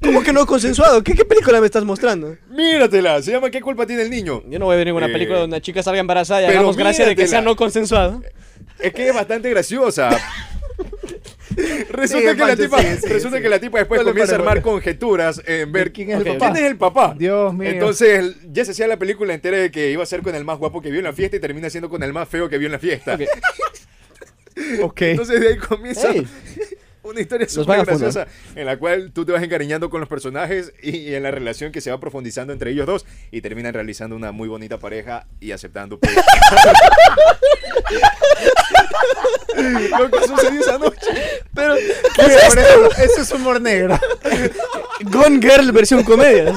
S2: ¿Cómo que no consensuado? ¿Qué, qué película me estás mostrando?
S3: Míratela, se llama ¿Qué culpa tiene el niño?
S2: Yo no voy a ver ninguna
S3: Eh,
S2: película donde una chica salga embarazada y
S3: pero
S2: hagamos gracia de que sea
S3: míratela.
S2: no consensuado.
S3: Es que es bastante graciosa. resulta
S1: Sí,
S3: que, la
S1: Pancho,
S3: tipa,
S1: sí, sí,
S3: resulta
S1: sí.
S3: que la tipa después
S1: Ponle
S3: comienza a
S1: para
S3: armar
S1: acá.
S3: conjeturas en ver
S1: quién es el
S2: Ok,
S1: papá?
S3: ¿Quién es el papá?
S1: Dios mío.
S3: Entonces ya se hacía la película entera de que iba a ser con el más guapo que vio en la fiesta y termina siendo con el más feo que vio en la fiesta.
S2: Ok.
S1: ok.
S3: Entonces de ahí comienza
S2: Ey.
S3: una historia
S2: van
S3: súper
S2: a funar.
S3: graciosa en la cual tú te vas encariñando con los personajes y, y en la relación que se va profundizando entre ellos dos y terminan realizando una muy bonita pareja y aceptando pues, lo que sucedió esa noche.
S1: pero, por ejemplo, eso es humor negro.
S2: Gone Girl versión comedia. O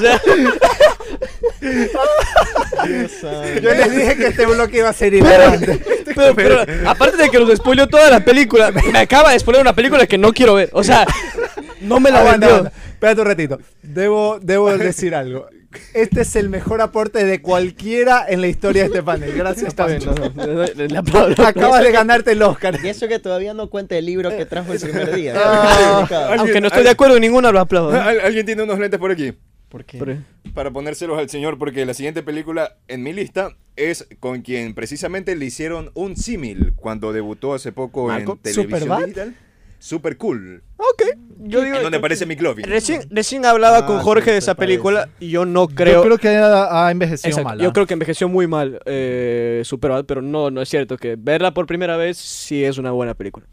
S2: sea,
S1: Yo les dije que este bloque iba a ser hilarante.
S2: pero, pero aparte de que los spoileo toda la película, me acaba de spoiler una película que no quiero ver. O sea, no me la
S1: Aguanta,
S2: vendió.
S1: aguanta. Espérate un ratito. Debo, debo decir algo. Este es el mejor aporte de cualquiera en la historia de este panel. Gracias,
S2: Está bien,
S1: Pancho.
S2: no, no, le doy- le aplaudo.
S1: Acabas de ganarte el Oscar.
S4: Y eso que todavía no cuenta el libro que trajo el primer día.
S1: Ah.
S4: Complicado.
S2: Aunque no estoy de acuerdo en ninguna, lo aplaudo.
S3: Al- alguien tiene unos lentes por aquí
S4: ¿Por qué?
S2: Pero-
S3: para ponérselos al señor porque la siguiente película en mi lista es con quien precisamente le hicieron un símil cuando debutó hace poco
S1: Marco,
S3: en televisión
S1: ¿Superbad?
S3: digital. Super cool.
S2: Ok, yo digo.
S3: En donde aparece McLovin.
S2: Recién, recién hablaba
S4: Ah,
S2: con
S4: sí,
S2: Jorge de
S4: me
S2: esa
S4: parece.
S2: película y yo no creo.
S1: que ha, envejecido ¿ah?
S2: Exacto, yo creo que envejeció muy mal eh, Superbad, pero no, no es cierto que verla por primera vez sí es una buena película.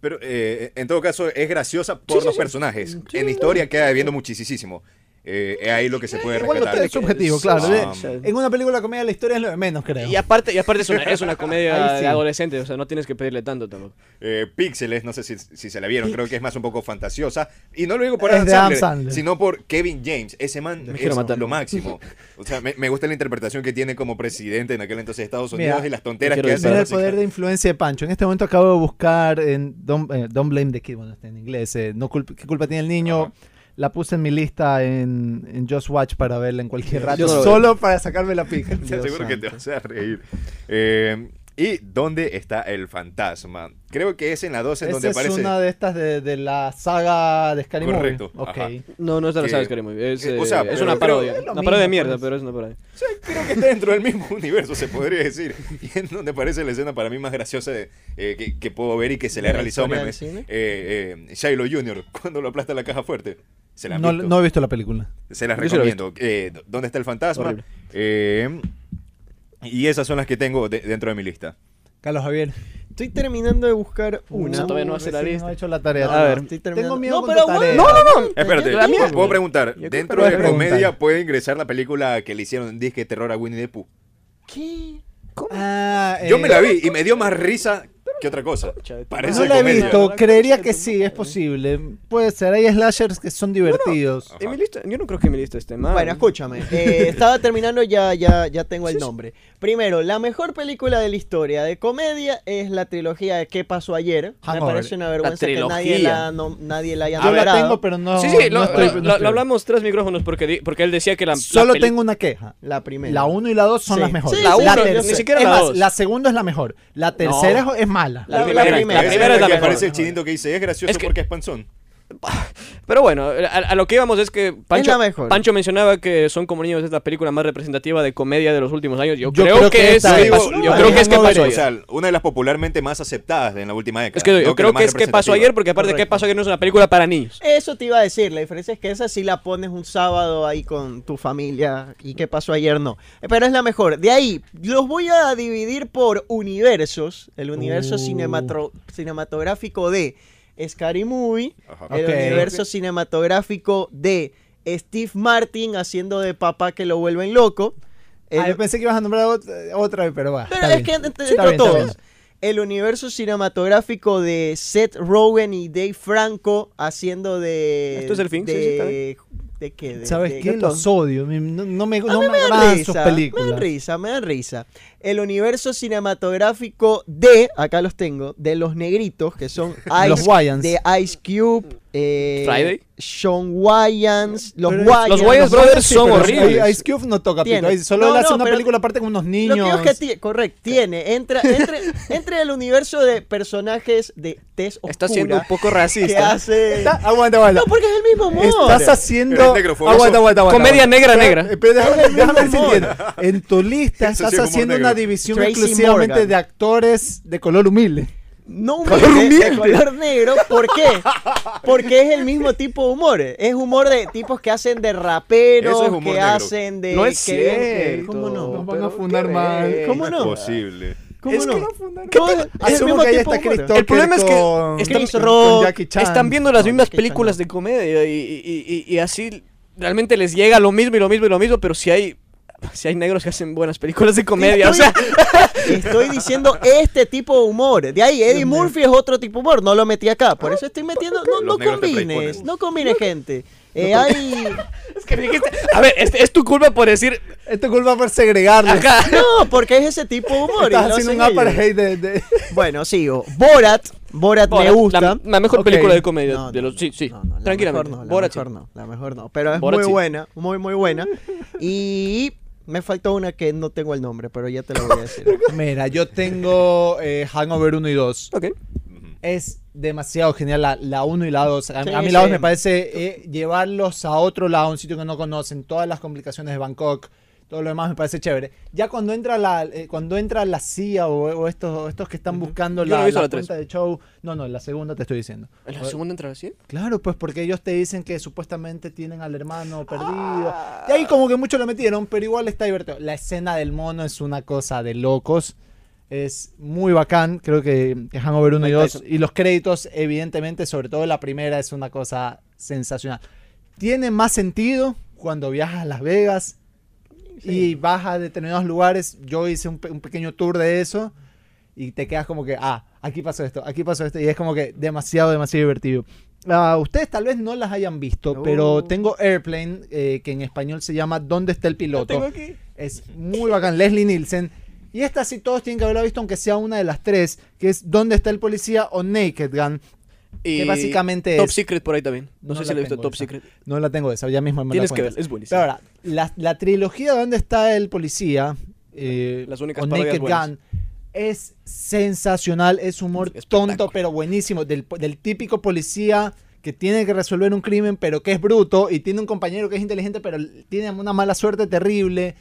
S3: Pero eh, en todo caso es graciosa por los personajes. En historia queda debiendo muchísimo. Eh, es ahí lo que se puede
S1: Igual lo tiene
S3: rescatar.
S1: subjetivo, claro.
S3: sí,
S1: De-
S3: sí.
S1: En una película de comedia la historia es lo de menos, creo.
S2: Y aparte, y aparte es, una, es una comedia
S1: Ahí sí.
S2: de adolescente, o sea, no tienes que pedirle tanto tampoco.
S3: Eh, Píxeles, no sé si, si se la vieron, creo que es más un poco fantasiosa. Y no lo digo por
S1: Es
S3: Adam
S1: de Adam
S3: Sandler,
S1: Sandler.
S3: sino por Kevin James. Ese man
S2: Me quiero
S3: es
S2: matar.
S3: lo máximo. O sea, me, me gusta la interpretación que tiene como presidente en aquel entonces de Estados
S1: Mira,
S3: Unidos y las tonteras
S2: me
S3: que
S2: quiero
S3: hace.
S1: Mira el
S3: Así que-
S1: poder de influencia de Pancho. En este momento acabo de buscar en Don't, eh, Don't Blame the Kid, bueno, está en inglés. eh, no culp- ¿Qué culpa tiene el niño?
S3: Ajá.
S1: La puse en mi lista en, en Just Watch para verla en cualquier rato.
S2: Yo no lo
S1: Solo para sacarme la pica.
S3: Te aseguro que te vas a reír. Eh, ¿Y dónde está el fantasma? Creo que es en la 12 en
S1: Esa
S3: donde
S1: es
S3: aparece.
S1: una de estas de, de la saga de Scary Movie.
S3: Correcto,
S1: Ok.
S3: ajá.
S2: No, no te lo
S3: Que-
S2: sabes, Karim. Es,
S3: eh, o
S2: eh,
S3: sea,
S2: es
S3: pero-
S2: una parodia.
S1: pero es lo
S2: una parodia de
S1: mismo,
S2: mierda,
S1: pues.
S2: pero es una parodia.
S3: O sea, creo que está dentro del mismo universo, se podría decir. Y en donde aparece la escena para mí más graciosa de- eh, que, que puedo ver y que se le ha
S4: ¿La
S3: realizado
S4: historia del
S3: memes.
S4: cine?
S3: Eh, eh, Shiloh Jr., cuando lo aplasta la caja fuerte. Se la, han
S1: No,
S3: visto.
S1: no he visto la película.
S3: se las
S2: Yo sí la he
S3: recomiendo. Eh, ¿Dónde está el fantasma?
S2: Horrible.
S3: Eh, y esas son las que tengo de- dentro de mi lista.
S1: Carlos Javier.
S4: Estoy terminando de buscar una.
S2: No, todavía no hace la
S1: recién
S2: lista.
S1: No he hecho la tarea.
S2: No, a ver.
S4: Estoy terminando.
S1: Tengo miedo
S4: no,
S1: con
S4: pero
S1: tu
S4: bueno.
S1: tarea.
S2: no, no.
S3: Espérate,
S2: yo también.
S3: puedo preguntar.
S2: Yo
S3: Dentro
S2: creo
S3: de
S2: que-
S3: comedia puede ingresar la película que le hicieron disque terror a Winnie the Pooh.
S4: ¿Qué?
S1: Ah,
S3: Yo
S1: eh,
S3: me la vi y me dio más risa que otra cosa.
S2: Chao.
S3: Parece
S1: No la he
S3: comedia.
S1: visto,
S2: ¿no?
S1: creería que sí, es posible. Puede ser, hay slashers que son divertidos.
S3: Ajá.
S2: En mi lista, yo no creo que en mi lista esté mal.
S4: Bueno, escúchame. eh, estaba terminando, ya, ya, ya tengo el nombre. Primero, la mejor película de la historia de comedia es la trilogía de ¿Qué pasó ayer? Me
S1: Hangover.
S4: parece una vergüenza que nadie
S2: trilogía.
S4: la, no- nadie la haya
S1: Yo Ah, la
S4: nombrado.
S1: tengo, pero no.
S2: sí, sí, lo,
S1: no estoy-
S2: lo-
S1: no
S2: lo-
S1: estoy-
S2: lo hablamos tras micrófonos porque, di- porque él decía que la. la
S1: Solo
S2: peli-
S1: tengo una queja.
S4: La primera.
S1: La 1 y la 2 son
S4: Sí.
S1: las mejores.
S4: Sí, La sí,
S2: uno,
S1: tercera-
S2: ni siquiera
S1: es
S2: la
S1: más,
S2: dos.
S1: la segunda es la mejor. La tercera es- es mala.
S2: La
S4: La- la
S2: primera,
S4: primera.
S2: la
S3: Esa
S2: primera es la
S3: que
S2: mejor.
S3: aparece el chinito que dice, es gracioso
S2: Es que-
S3: porque es panzón.
S2: Pero bueno, a, a lo que íbamos es que Pancho,
S4: la mejor.
S2: Pancho mencionaba que Son como niños es la película más representativa de comedia de los últimos años. Yo,
S1: Yo
S2: creo,
S1: creo
S2: que,
S1: que
S2: es.
S1: esta
S2: ¿qué
S1: es.
S2: pasó?
S1: No,
S2: yo
S1: no,
S2: creo
S1: no,
S2: que es que
S1: no,
S2: pasó
S1: no,
S3: O
S2: ayer.
S3: sea, una de las popularmente más aceptadas en la última década.
S2: Es que yo
S3: ¿no?
S2: creo
S3: la más
S2: que es que pasó ayer
S3: representativa.
S2: porque aparte que
S4: Correcto.
S2: pasó ayer no es una película para niños.
S4: Eso te iba a decir, la diferencia es que esa sí la pones un sábado ahí con tu familia y qué pasó ayer no. Eh, Pero es la mejor. De ahí, los voy a dividir por universos. El universo
S1: Uh.
S4: cinematro- cinematográfico de Scary Movie,
S3: Ajá.
S4: el
S1: Ok.
S4: universo cinematográfico de Steve Martin haciendo de papá que lo vuelven loco. El-
S1: Ah, yo pensé que ibas a nombrar ot- otra, pero va.
S4: pero
S1: está
S4: es que
S1: bien.
S4: ent-
S1: Está
S4: dentro
S1: bien, está
S4: todos,
S1: bien.
S4: el universo cinematográfico de Seth Rogen y Dave Franco haciendo de.
S2: Esto es el fin, sí,
S4: de,
S2: sí, está
S4: de qué? De-
S1: ¿Sabes
S4: de-
S1: qué?
S4: de
S1: Los
S4: todo.
S1: odio. mi- No, no me,
S4: A
S1: no
S4: mí
S1: me
S4: me dan
S1: agradan sus
S4: risa, Me dan
S1: películas.
S4: risa, me dan risa. El universo cinematográfico de, acá los tengo, de los negritos, que son Ice,
S1: Los Wayans.
S4: de Ice Cube, eh,
S2: Friday.
S4: Sean Wayans, los
S1: Pero-
S4: Wayans.
S2: Los Wayans
S1: Pero
S2: Brothers
S1: sí,
S2: son
S1: pero
S2: horribles.
S1: Ice Cube no toca
S4: Tiene.
S1: pico. Ice- Solo
S4: No,
S1: él hace
S4: no,
S1: una
S4: pero-
S1: película aparte con unos niños.
S4: Lo que digo es que ti- correcto, tiene, entra, entre, entre el universo de personajes de tez oscura.
S2: Está siendo un poco
S4: que
S2: racista.
S4: hace...
S1: Está- aguanta, aguanta.
S4: No, porque es el mismo humor.
S1: Estás haciendo.
S3: Eres negrofoboso.
S1: Aguanta, aguanta, aguanta.
S2: Comedia
S1: aguanta.
S2: negra,
S1: Espera,
S2: negra.
S1: espera, déjame, déjame
S4: mismo
S1: decir bien. En tu lista
S3: Eso sí
S1: estás
S3: es humor
S1: haciendo
S3: negro.
S1: una división
S4: Tracy
S1: exclusivamente
S4: Morgan.
S1: de actores de color humilde.
S4: No
S1: Color
S4: humilde, de
S1: humilde.
S4: color negro. ¿Por qué? Porque es el mismo tipo de humor. Es humor de tipos que hacen de raperos,
S3: Eso es humor
S4: que
S3: negro.
S4: hacen de...
S2: No es
S4: que- que-
S2: cierto.
S4: ¿Cómo
S1: Nos
S4: no?
S1: van
S2: pero
S1: a funar
S2: qué
S1: mal.
S2: ver.
S4: ¿Cómo
S3: No es
S4: no?
S3: posible.
S4: ¿Cómo
S1: Es
S4: no?
S1: que no fundaron.
S4: ¿Cómo no? Es el
S1: Asumo
S4: mismo
S1: que ahí
S4: tipo
S1: está
S4: de humor.
S1: Chris Tucker
S2: El problema es que
S1: con-
S2: están-
S1: con
S4: Rock,
S1: Jackie Chan.
S2: Están viendo las
S4: No,
S2: mismas
S4: Jackie Chan
S2: películas
S4: no.
S2: de comedia y, y- y- y así realmente les llega lo mismo y lo mismo y lo mismo, pero si hay, si hay negros que hacen buenas películas de comedia, o sea,
S4: Estoy diciendo este tipo de humor. De ahí, Eddie Murphy es otro tipo de humor. No lo metí acá. Por
S2: Ah,
S4: eso estoy metiendo. No, no
S3: Los negros te
S4: combines.
S3: predisponen.
S4: No combines, gente. Eh, hay.
S2: es que dijiste, a ver, es, es tu culpa por decir,
S1: Es tu culpa por segregarlos.
S2: acá,
S4: No, porque es ese tipo de humor. y
S1: Estás
S4: lo
S1: haciendo un
S4: hacen ellos.
S1: apartheid de. de-
S4: Bueno, sigo. Borat. Borat me
S2: Borat,
S4: gusta.
S2: La, la mejor
S1: Ok.
S2: película de comedia
S4: No,
S2: de
S4: no,
S2: los, sí, sí,
S4: no, no, la
S2: tranquilamente,
S4: mejor no, la
S2: Borat, sí.
S4: mejor no, la mejor no. Pero es
S2: Borat
S4: muy
S2: sí.
S4: buena, muy, muy buena. Y me faltó una que no tengo el nombre, pero ya te la voy a decir.
S1: Mira, yo tengo eh, Hangover 1 y 2.
S2: Ok.
S3: Ujú.
S1: Es demasiado genial la, la 1 y la 2. A,
S4: Sí,
S1: a mí la 2
S4: sí.
S1: me parece eh, llevarlos a otro lado, a un sitio que no conocen, todas las complicaciones de Bangkok, todo lo demás me parece chévere. Ya cuando entra la, eh, cuando entra la CIA o, o estos, o estos que están buscando
S2: Yo no
S1: la,
S2: he visto
S1: la
S2: la tres.
S1: cuenta de show. No, no, la segunda te estoy diciendo.
S2: ¿La segunda entrada sí?
S1: Claro, pues porque ellos te dicen que supuestamente tienen al hermano perdido. Y ahí como que mucho lo metieron, pero igual está divertido. La escena del mono es una cosa de locos. Es muy bacán, creo que, que Hangover 1 y
S2: Mike
S1: 2.
S2: Tyson.
S1: Y los créditos, evidentemente, sobre todo la primera, es una cosa sensacional. Tiene más sentido cuando viajas a Las Vegas y vas a determinados lugares. Yo hice un, pe- un pequeño tour de eso y te quedas como que, ah, aquí pasó esto, aquí pasó esto. Y es como que demasiado, demasiado divertido. Ah, ustedes tal vez no las hayan visto, pero tengo Airplane, eh, que en español se llama ¿Dónde está el piloto? Es muy bacán, Leslie Nielsen. Y esta sí todos tienen que haberla visto, aunque sea una de las tres, que es ¿Dónde está el policía? o Naked Gun.
S2: Y
S1: Que básicamente
S2: Top
S1: es-
S2: Secret por ahí también.
S1: No
S2: No, sé si
S1: la
S2: lo he visto
S1: tengo
S2: Top
S1: esa.
S2: Secret.
S1: No la tengo esa, ya mismo me la
S2: Tienes que
S1: cuentas.
S2: ver, es buenísimo.
S1: Pero ahora, la, la trilogía ¿Dónde está el policía? Eh,
S2: Las únicas
S1: o
S2: parodias
S1: Naked
S2: buenas.
S1: Gun. Es sensacional, es humor
S2: Espectacular.
S1: tonto pero buenísimo. Del, del típico policía que tiene que resolver un crimen pero que es bruto y tiene un compañero que es inteligente pero tiene una mala suerte terrible.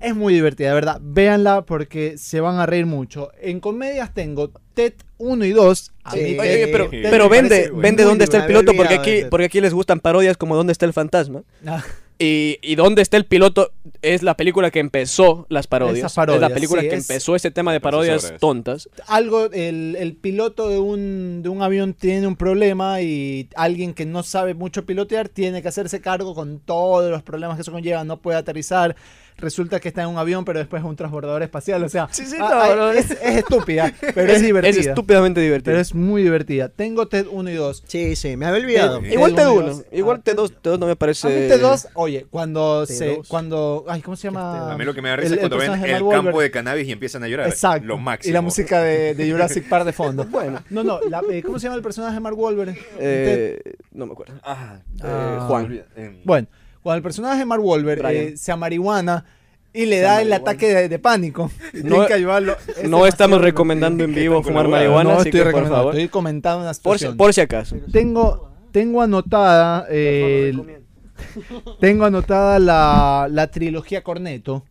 S1: Es muy divertida, de verdad. Véanla porque se van a reír mucho. En comedias tengo TED 1 y 2. A
S4: Sí.
S1: mí
S2: Oye,
S1: Ted-
S2: oye, pero,
S1: Ted
S2: pero
S1: me
S2: vende,
S1: parece
S2: vende
S1: muy
S2: dónde está el
S4: divertido.
S2: piloto porque
S4: Me había
S2: aquí,
S4: olvidado.
S2: porque aquí les gustan parodias como dónde está el fantasma.
S1: Ah,
S2: Y, y dónde está el piloto es la película que empezó las parodias.
S1: Esas parodias,
S2: es la película
S1: sí,
S2: que
S1: es-
S2: empezó ese tema de parodias
S3: Profesores.
S2: tontas.
S1: algo, el, el piloto de un, de un avión tiene un problema y alguien que no sabe mucho pilotear tiene que hacerse cargo con todos los problemas que eso conlleva, no puede aterrizar, resulta que está en un avión pero después es un transbordador espacial, o sea,
S2: Sí, sí,
S1: ah,
S2: no,
S1: ah,
S2: no,
S1: es, es estúpida, pero es
S2: Es
S1: divertida.
S2: estúpidamente divertido.
S1: pero es muy divertida. Tengo TED 1 y 2.
S4: Sí, sí, me había olvidado.
S3: Eh,
S2: Igual
S1: Ted
S2: te
S1: uno y
S2: uno.
S1: dos.
S2: Igual
S1: Ah,
S2: te dos, te dos no me parece.
S1: A mí Ted 2, oye, cuando
S4: Ted
S1: se,
S4: dos.
S1: cuando, ay, ¿cómo se llama?
S3: A mí lo que me da
S1: El- el
S3: risa es cuando ven
S1: personaje de
S3: el
S1: Mark Wahlberg.
S3: campo de cannabis y empiezan a llorar.
S1: Exacto.
S3: Lo máximo.
S1: Y la música de, de Jurassic Park de fondo. bueno. No, no. la- eh, ¿Cómo se llama el personaje de Mark Wahlberg?
S2: eh, no me acuerdo.
S3: Ah, eh,
S1: Ah.
S3: Juan. Eh,
S1: Bueno, cuando el personaje de Mark Wahlberg
S2: Brian.
S1: eh, se amarihuana y le da el
S2: amarihuana.
S1: ataque de, de pánico. y
S2: No-
S1: tienen que ayudarlo. Es
S2: No estamos
S1: demasiado
S2: recomendando en vivo
S3: Qué
S2: fumar
S3: tan
S2: marihuana,
S1: divertido. No
S2: así
S1: estoy
S2: que por
S1: recomendando,
S2: favor.
S1: estoy comentando una
S2: Por si,
S1: situación.
S2: por si acaso.
S1: Tengo, tengo anotada eh, tengo anotada la, la trilogía Corneto.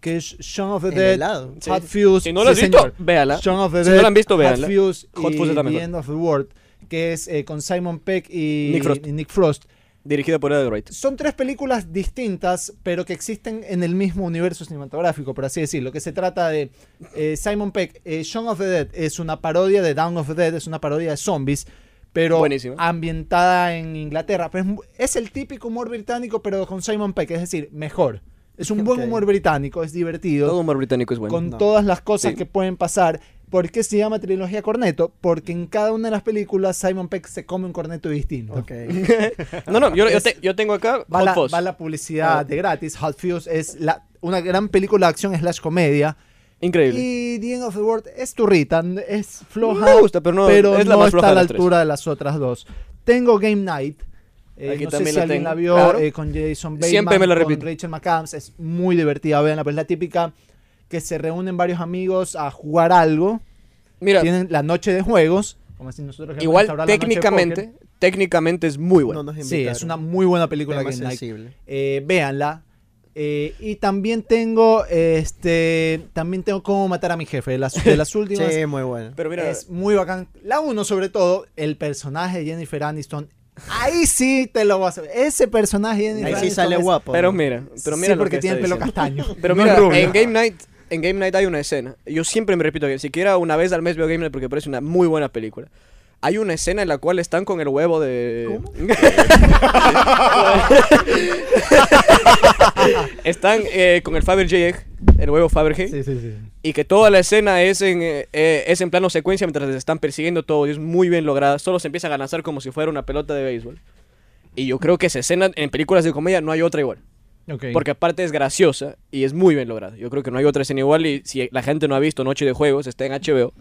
S1: Que es Shaun of the
S4: El
S1: Dead,
S4: helado.
S1: Hot
S2: Sí.
S1: Fuse.
S2: Si no la has
S1: sí,
S2: visto,
S1: señor.
S2: véala.
S1: Shaun of the
S2: Si no
S1: Dead,
S2: la han visto, véanla.
S1: Hot Fuse
S2: Hot
S1: y
S2: Fuse es la
S1: The
S2: mejor.
S1: End of the World, que es eh, con Simon Peck y
S2: Nick Frost.
S1: y Nick Frost.
S2: Dirigida por Edgar Wright.
S1: Son tres películas distintas, pero que existen en el mismo universo cinematográfico, por así decirlo. Que se trata de eh, Simon Peck, eh, Shaun of the Dead es una parodia de Dawn of the Dead, es una parodia de zombies, pero
S2: Buenísimo.
S1: ambientada en Inglaterra. Pero es, mu- es el típico humor británico, pero con Simon Peck, es decir, mejor. Es un buen
S4: Ok.
S1: humor británico, es divertido
S2: Todo humor británico es bueno.
S1: con todas las cosas
S2: Sí.
S1: que pueden pasar. ¿Por qué se llama trilogía corneto? Porque en cada una de las películas Simon Peck se come un corneto distinto.
S4: Ok.
S2: No, no, yo, yo te- yo tengo acá
S1: Va,
S2: Hot
S1: la,
S2: Fuzz.
S1: va la publicidad de gratis. Hot Fuse es la, una gran película de acción slash comedia.
S2: Increíble.
S1: Y The End of the World es turrita, n- es floja,
S2: Me gusta, pero no- es la
S1: no
S2: más
S1: está
S2: floja
S1: a
S2: de
S1: la
S2: las tres.
S1: altura de las otras dos. Tengo Game Night. eh,
S2: Aquí
S1: no sé
S2: también
S1: si
S2: la
S1: alguien
S2: tengo.
S1: la vio
S2: Claro.
S1: eh, con Jason Bateman,
S2: Siempre me la
S1: con
S2: repito.
S1: Rachel McAdams. Es muy divertida, vean, pues es la típica que se reúnen varios amigos a jugar algo.
S2: Mira,
S1: Tienen la noche de juegos, como si nosotros que
S2: igual
S1: restaurar la noche de
S2: técnicamente, técnicamente es muy
S4: No
S2: bueno.
S4: nos
S1: póker. Sí,
S4: invitaron.
S1: es una muy buena película
S4: Tema
S1: Game Night
S4: sensible.
S1: eh, véanla. Eh, y también tengo este también tengo cómo matar a mi jefe de las, de las últimas
S4: Sí, muy buena.
S2: Pero mira,
S1: es muy bacán la uno sobre todo el personaje de Jennifer Aniston ahí sí te lo vas a ese personaje de Jennifer
S4: Ahí sí
S1: Aniston
S4: sale
S1: es-
S4: guapo.
S2: pero
S4: ¿no?
S2: mira, pero
S1: sí,
S2: mira lo
S1: porque
S2: que
S1: tiene
S2: está
S1: pelo
S2: diciendo.
S1: castaño
S2: Pero
S1: No
S2: mira,
S1: rubio.
S2: en Game Night, en Game Night hay una escena. Yo siempre me repito que siquiera una vez al mes veo Game Night porque parece una muy buena película. Hay una escena en la cual están con el huevo de. están eh, con el Fabergé egg, el huevo Fabergé,
S1: sí, sí, sí.
S2: y que toda la escena es en eh, eh, es en plano secuencia mientras les están persiguiendo todo y es muy bien lograda. Solo se empiezan a lanzar como si fuera una pelota de béisbol. Y yo creo que esa escena en películas de comedia no hay otra igual.
S1: Ok.
S2: Porque aparte es graciosa y es muy bien lograda. Yo creo que no hay otra escena igual y si la gente no ha visto Noche de Juegos, está en HBO.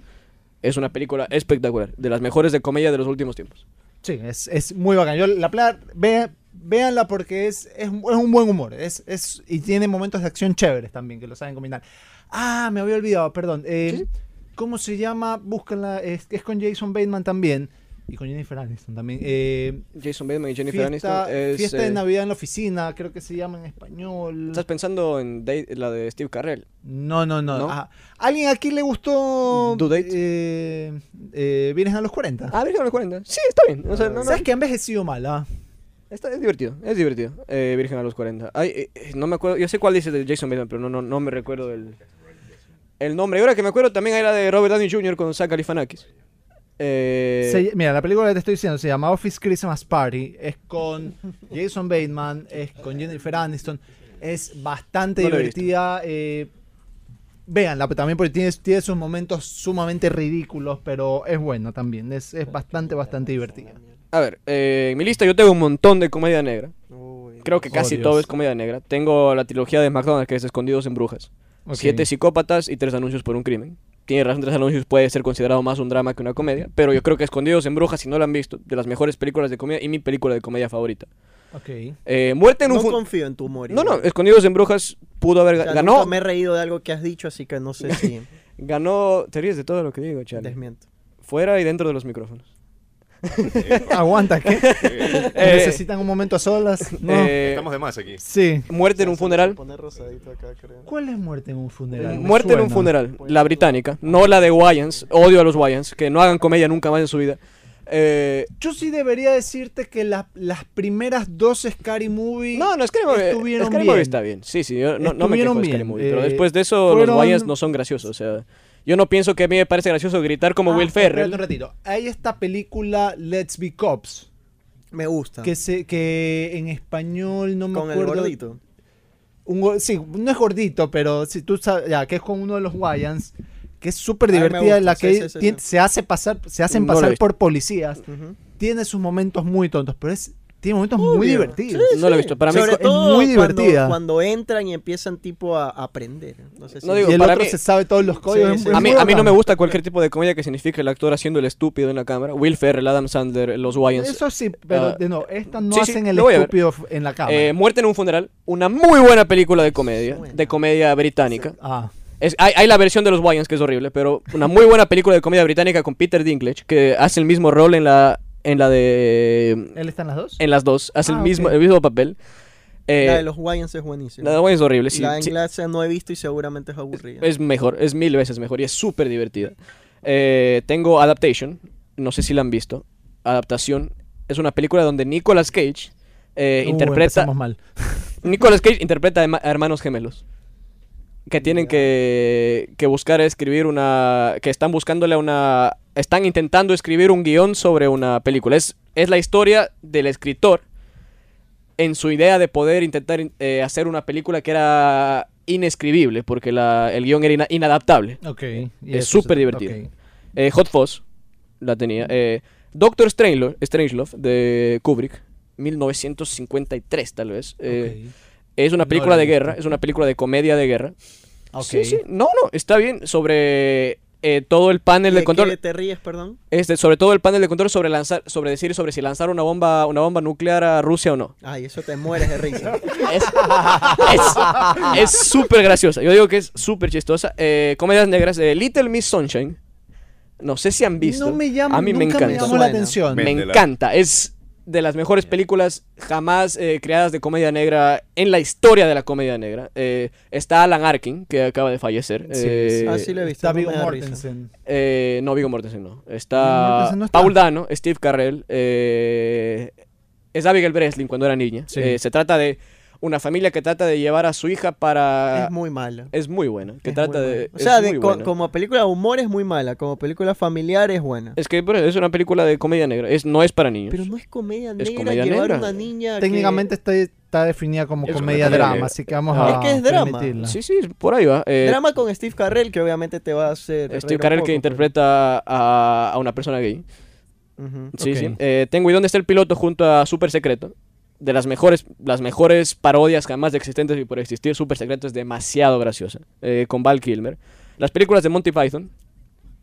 S2: Es una película espectacular, de las mejores de comedia de los últimos tiempos.
S1: Sí, es, es muy bacán. Yo la plan, ve, véanla porque es, es, un- es un buen humor. Es, es, y tiene momentos de acción chéveres también, que lo saben combinar. Ah, me había olvidado, perdón. Eh, ¿Cómo se llama? Búscala. Es, es con Jason Bateman también. Y con Jennifer Aniston también. Eh,
S2: Jason Bateman y Jennifer
S1: fiesta
S2: Aniston es,
S1: Fiesta de
S2: eh,
S1: Navidad en la oficina, creo que se llama en español.
S2: Estás pensando en Date- la de Steve Carrell.
S1: No, no, no.
S2: ¿No?
S1: Ajá. ¿Alguien aquí le gustó
S2: Due Date?
S1: eh, eh, Virgen a los 40?
S2: Ah, Virgen a los 40. Sí, está bien. O sea, no, no,
S1: ¿Sabes que ha envejecido mal? ah?
S2: está- es divertido, es divertido. Eh, Virgen a los 40. Ay, eh, eh, no me acuerdo, yo sé cuál dice de Jason Bateman, pero no, no, no me recuerdo el, el nombre. Y ahora que me acuerdo también era de Robert Downey Jr. con Zach Galifianakis. Eh,
S1: Se- mira, la película que te estoy diciendo se llama Office Christmas Party. Es con Jason Bateman, es con Jennifer Aniston. Es bastante
S2: No la he
S1: divertida. eh, véanla, pero también porque tiene, tiene sus momentos sumamente ridículos, pero es bueno también. Es, es bastante, bastante divertida.
S2: A ver, eh, en mi lista yo tengo un montón de comedia negra.
S4: Uy,
S2: Creo que
S1: Oh,
S2: casi
S1: Dios.
S2: todo es comedia negra. Tengo la trilogía de McDonald's que es Escondidos en Brujas.
S1: Ok.
S2: Siete psicópatas y tres anuncios por un crimen. Tiene razón, tres anuncios puede ser considerado más un drama que una comedia. Pero yo creo que Escondidos en Brujas, si no la han visto, de las mejores películas de comedia y mi película de comedia favorita.
S1: Ok.
S2: Eh, Muerte en un
S4: No
S2: fun-
S4: confío en tu humor.
S2: No, no,
S4: igual.
S2: Escondidos en Brujas pudo haber
S4: O
S2: ga-
S4: sea,
S2: ganó.
S4: nunca me he reído de algo que has dicho, así que no sé si
S2: Ganó. Te ríes de todo lo que digo, Charlie.
S4: desmiento.
S2: Fuera y dentro de los micrófonos.
S1: Aguanta, ¿qué? ¿Necesitan un momento a solas? No.
S2: Eh,
S3: Estamos de más aquí.
S1: sí.
S2: Muerte en un funeral.
S4: Poner rosadito acá, creo.
S1: ¿Cuál es muerte en un funeral? Me
S2: Muerte en un
S1: suena.
S2: funeral, la británica, no la de Wayans, odio a los Wayans, que no hagan comedia nunca más en su vida. eh,
S1: Yo sí debería decirte que la- las primeras dos Scary Movie.
S2: no, no, Scary Movie,
S1: Estuvieron
S2: Scary
S1: bien.
S2: Movie está bien. Sí, sí, yo no, no me quejo
S1: Estuvieron
S2: de Scary
S1: bien,
S2: Movie. pero
S1: eh,
S2: después de eso,
S1: fueron-
S2: los Wayans no son graciosos. O sea, yo no pienso que a mí me parece gracioso gritar como
S1: Ah,
S2: Will Ferrell.
S1: espérate un ratito. Hay esta película Let's Be Cops.
S4: Me gusta.
S1: Que, se, que en español no me
S4: Ah. con el
S1: acuerdo.
S4: gordito.
S1: un go- sí, no es gordito, pero si tú sabes, ya, que es con uno de los Wyans, que es súper
S4: Ay, me
S1: divertida,
S4: gusta,
S1: la
S4: sí,
S1: que
S4: sí, sí,
S1: tien-
S4: sí.
S1: se hace pasar, se hacen
S2: No lo he
S1: pasar
S2: visto.
S1: por policías,
S4: Ujú.
S1: tiene sus momentos muy tontos, pero es, tiene momentos muy
S4: Obvio.
S1: divertidos.
S2: No lo he visto. Para mí
S4: Sobre
S2: es
S4: todo
S1: muy
S4: cuando-
S1: divertida.
S4: Cuando, entran y empiezan tipo a a aprender. No sé si
S2: No digo-
S1: y el
S2: para
S1: otro
S2: mí-
S1: se sabe todos los
S4: Sí,
S1: códigos.
S4: sí,
S1: es
S4: sí.
S2: A mí,
S1: muy
S2: a mí no me
S1: bacán.
S2: gusta cualquier tipo de comedia que signifique el actor haciendo el estúpido en la cámara. Will Ferrell, Adam Sandler, los Wayans.
S1: Eso sí, pero
S2: Ah,
S1: de no, estas no
S2: sí, sí,
S1: hacen el
S2: lo voy a ver.
S1: estúpido f- en la cámara.
S2: Eh, Muerte en un funeral, una muy buena película de comedia,
S4: Buena.
S2: de comedia británica.
S1: ah,
S2: Es- hay, hay la versión de los Wayans que es horrible, pero una muy buena película de comedia británica con Peter Dinklage que hace el mismo rol en la en la de
S1: ¿él está en las dos?
S2: en las dos, hace
S1: Ah,
S2: el mismo
S1: ok.
S2: el mismo papel. Eh,
S4: La de los Wyans es buenísima.
S2: la de Wayans es horrible, sí,
S4: la de
S2: sí, Eh,
S4: Inglaterra no he visto y seguramente es aburrida.
S2: es mejor, es mil veces mejor y es súper divertida. Eh, tengo Adaptation, no sé si la han visto. Adaptación es una película donde Nicolas Cage eh,
S1: Uh,
S2: interpreta
S1: empezamos mal.
S2: Nicolas Cage interpreta a ma- a hermanos gemelos. Que tienen que, que buscar escribir una. Que están buscándole a una. Están intentando escribir un guión sobre una película. Es, es la historia del escritor en su idea de poder intentar eh, hacer una película que era inescribible, porque la- el guión era ina- inadaptable.
S1: Ok. y
S2: Eh, Es
S1: eso
S2: súper divertido.
S1: ok.
S2: Eh, Hot Fuzz la tenía. Eh, Doctor Strangelove, Strangelove de Kubrick, 1953 tal vez. Eh, es una
S1: No
S2: película
S1: la he
S2: de
S1: visto.
S2: guerra, es una película de comedia de guerra.
S1: Ok.
S2: Sí, sí, no, no, está bien. Sobre eh, todo el panel de
S4: ¿De qué
S2: control,
S4: te ríes, perdón?
S2: este, sobre todo el panel de control sobre lanzar, sobre decir sobre si lanzar una bomba, una bomba nuclear a Rusia o no.
S4: Ay, eso te mueres de risa.
S2: Es es- es súper graciosa. Yo digo que es súper chistosa. Eh, comedias negras, eh, Little Miss Sunshine. No sé si han visto.
S1: No me llama,
S2: a mí me
S1: nunca me
S2: encanta.
S1: llamó la
S4: Suena.
S1: atención.
S3: Me-
S2: Me
S3: Véndela.
S2: encanta. Es de las mejores películas jamás eh, creadas de comedia negra en la historia de la comedia negra. Eh, está Alan Arkin, que acaba de fallecer.
S1: Sí,
S2: Eh,
S1: sí.
S4: Ah, sí lo he visto.
S1: Está
S4: no me
S1: Viggo
S4: da risa.
S1: Mortensen.
S2: eh, no, Viggo Mortensen no.
S1: Viggo
S2: Está,
S4: pues,
S1: Mortensen no está.
S2: Paul Dano, Steve Carrell. eh, es Abigail Breslin cuando era niña.
S1: Sí.
S2: Eh, se trata de una familia que trata de llevar a su hija para...
S4: Es muy mala.
S2: Es muy buena. Que
S4: Es
S2: trata
S4: muy
S2: de...
S4: mala. O sea,
S2: es
S4: de
S2: muy
S4: co-
S2: buena.
S4: como película de humor es muy mala, como película familiar es buena.
S2: Es que por eso, es una película de comedia negra. Es, no es para niños.
S4: Pero no es comedia negra
S2: comedia
S4: llevar
S2: negra.
S4: una niña que-
S1: Técnicamente está, está definida como
S2: Es una
S1: comedia
S2: comedia
S1: drama,
S2: negra.
S1: así que vamos
S4: Es
S1: a.
S4: que es drama.
S1: permitirla.
S2: Sí, sí, por ahí va. Eh,
S4: Drama con Steve Carrell, que obviamente te va a hacer. reír
S2: Steve
S4: un
S2: Carell Este,
S1: pues.
S2: que
S4: poco, pero-
S2: interpreta a, a una persona gay.
S4: Ujú.
S2: Sí,
S1: Ok.
S2: sí. Eh, tengo ¿Y dónde está el piloto? junto a Super Secreto. De las mejores, las mejores parodias jamás existentes y por existir, Super Secreto es demasiado graciosa. eh, con Val Kilmer. Las películas de Monty Python.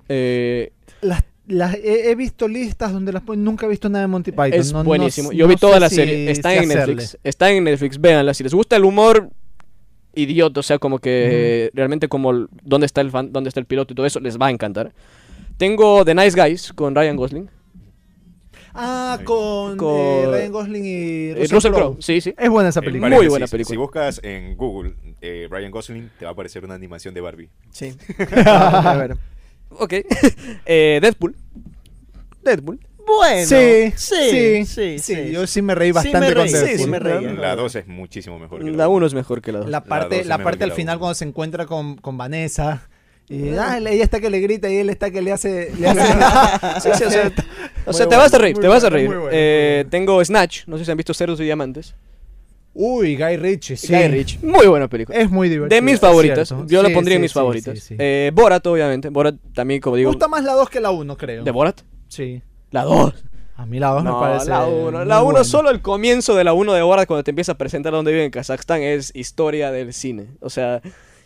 S2: eh,
S1: Las, las- he, he visto listas donde las ponen. Nunca he visto nada de Monty Python.
S2: es
S1: no- no-
S2: buenísimo.
S1: no
S2: Yo vi
S1: sé
S2: toda la
S1: si-
S2: serie. Está
S1: si
S2: en
S1: hacerle.
S2: Netflix. Está en Netflix. Véanla. Si les gusta el humor idiota, o sea, como que realmente como el- dónde está el fan, dónde está el piloto y todo eso, les va a encantar. Tengo The Nice Guys con Ryan Gosling.
S1: Ah, con,
S2: Con-
S1: eh, Ryan Gosling y
S2: Eh,
S1: Russell,
S2: Russell
S1: Crowe.
S2: Crowe, Eh, sí, sí.
S1: Es buena esa
S3: En
S1: película.
S2: Muy
S3: paréntesis,
S2: buena película.
S3: Si buscas en Google eh, Ryan Gosling, te va a aparecer una animación de Barbie.
S4: Sí. a ver.
S2: Ok. Eh, Deadpool. Deadpool.
S4: Bueno.
S1: sí,
S4: sí, sí. sí,
S1: Yo sí me reí
S4: Sí me
S1: bastante con
S4: reí, sí,
S1: Deadpool.
S4: sí me reí. Ryan
S3: La
S4: Gosling.
S3: 2 es muchísimo mejor que
S2: La 1 es mejor que la 2.
S1: La parte,
S3: dos es
S1: la
S3: mejor que
S1: parte al
S3: la
S1: final
S3: uno.
S1: cuando se encuentra con, con Vanessa. Y ah, ella está que le grita y él está que le hace. Le hace
S2: Sí, sí, o sea, o
S1: Muy
S2: sea, te
S1: buena,
S2: vas a reír,
S1: muy
S2: te vas a
S1: buena,
S2: reír.
S1: muy buena,
S2: Eh,
S1: muy buena.
S2: Tengo Snatch, no sé si han visto Cerdos y Diamantes.
S1: Uy, Guy Ritchie, sí.
S2: Guy Ritchie, muy buena película.
S1: Es muy divertido.
S2: de mis
S1: es
S2: favoritas,
S1: cierto.
S2: yo la
S1: Sí,
S2: pondría en
S1: sí,
S2: mis
S1: sí,
S2: favoritas.
S1: sí, sí.
S2: Eh, Borat, obviamente, Borat también, como
S1: Me
S2: digo.
S1: gusta más la 2 que la 1, creo.
S2: ¿De Borat?
S1: Sí.
S2: La 2.
S1: A mí la 2 me parece.
S2: la 1,
S1: muy
S2: la 1
S1: buena.
S2: solo el comienzo de la 1 de Borat cuando te empieza a presentar dónde vive en Kazajstán es historia del cine. O sea,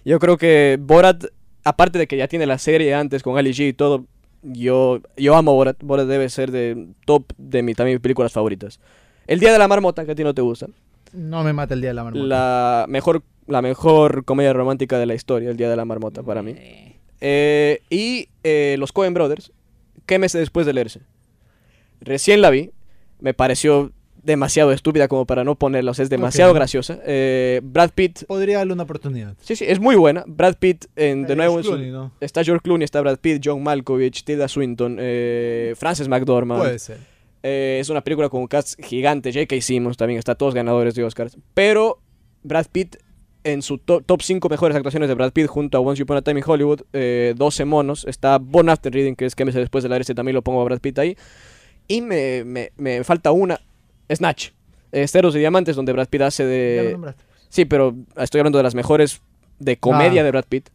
S2: yo creo que Borat, aparte de que ya tiene la serie antes con Ali G y todo, yo, yo amo Borat. Borat debe ser de top de mi, también mis películas favoritas. El Día de la Marmota, que a ti no te gusta.
S1: No me mata el día de la marmota.
S2: La mejor, la mejor comedia romántica de la historia, El Día de la Marmota, para mí. Eh, y eh, los Coen Brothers, ¿qué meses después de leerse? Recién la vi, me pareció demasiado estúpida como para no ponerla, o sea, es demasiado
S1: Ok.
S2: graciosa. Eh, Brad Pitt,
S1: Podría darle una oportunidad.
S2: sí, sí, es muy buena. Brad Pitt, en, de
S1: Eh,
S2: nuevo,
S1: es
S2: en su-
S1: Clooney, ¿no?
S2: está George Clooney, está Brad Pitt, John Malkovich, Tilda Swinton, eh, Frances McDormand.
S1: Puede ser.
S2: Eh, es una película con un cast gigante. J.K. Simmons también está, todos ganadores de Oscars. Pero Brad Pitt, en su to- top 5 mejores actuaciones de Brad Pitt, junto a Once Upon a Time in Hollywood, eh, 12 monos, está Bon After Reading, que es que meses después de la este también lo pongo a Brad Pitt ahí. Y me, me- me falta una, Snatch, eh, Ceros y Diamantes, donde Brad Pitt hace
S1: Ya lo
S2: de.
S1: nombraste. pues.
S2: Sí, pero estoy hablando de las mejores de comedia
S1: Ah.
S2: de Brad Pitt.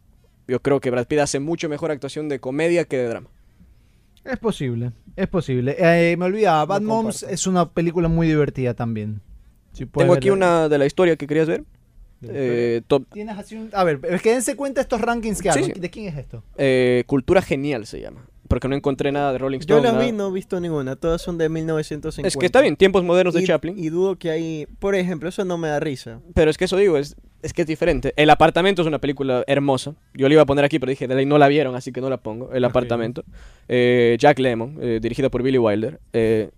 S2: Yo creo que Brad Pitt hace mucho mejor actuación de comedia que de drama.
S1: Es posible, es posible. Eh, me olvidaba, Bad
S2: No
S1: Moms
S2: comparto.
S1: es una película muy divertida también. Si puedes
S2: Tengo aquí
S1: verla.
S2: una de la historia que querías ver.
S1: De la historia.
S2: Eh, top
S1: Tienes así un... A ver, pero que dense cuenta estos rankings que
S2: Sí,
S1: hago.
S2: sí.
S1: ¿De quién es esto?
S2: Eh, Cultura Genial se llama. Porque no encontré nada de Rolling Stone.
S4: Yo las
S2: nada.
S4: vi, no he visto ninguna. Todas son de 1950.
S2: Es que está bien, tiempos modernos de
S4: y,
S2: Chaplin.
S4: Y dudo que hay. Por ejemplo, eso no me da risa.
S2: Pero es que eso digo, es, es que es diferente. El apartamento es una película hermosa. Yo la iba a poner aquí, pero dije, de ley no la vieron, así que no la pongo.
S4: Ah,
S2: El apartamento. Eh, Jack Lemon, eh, dirigida por Billy Wilder. Eh,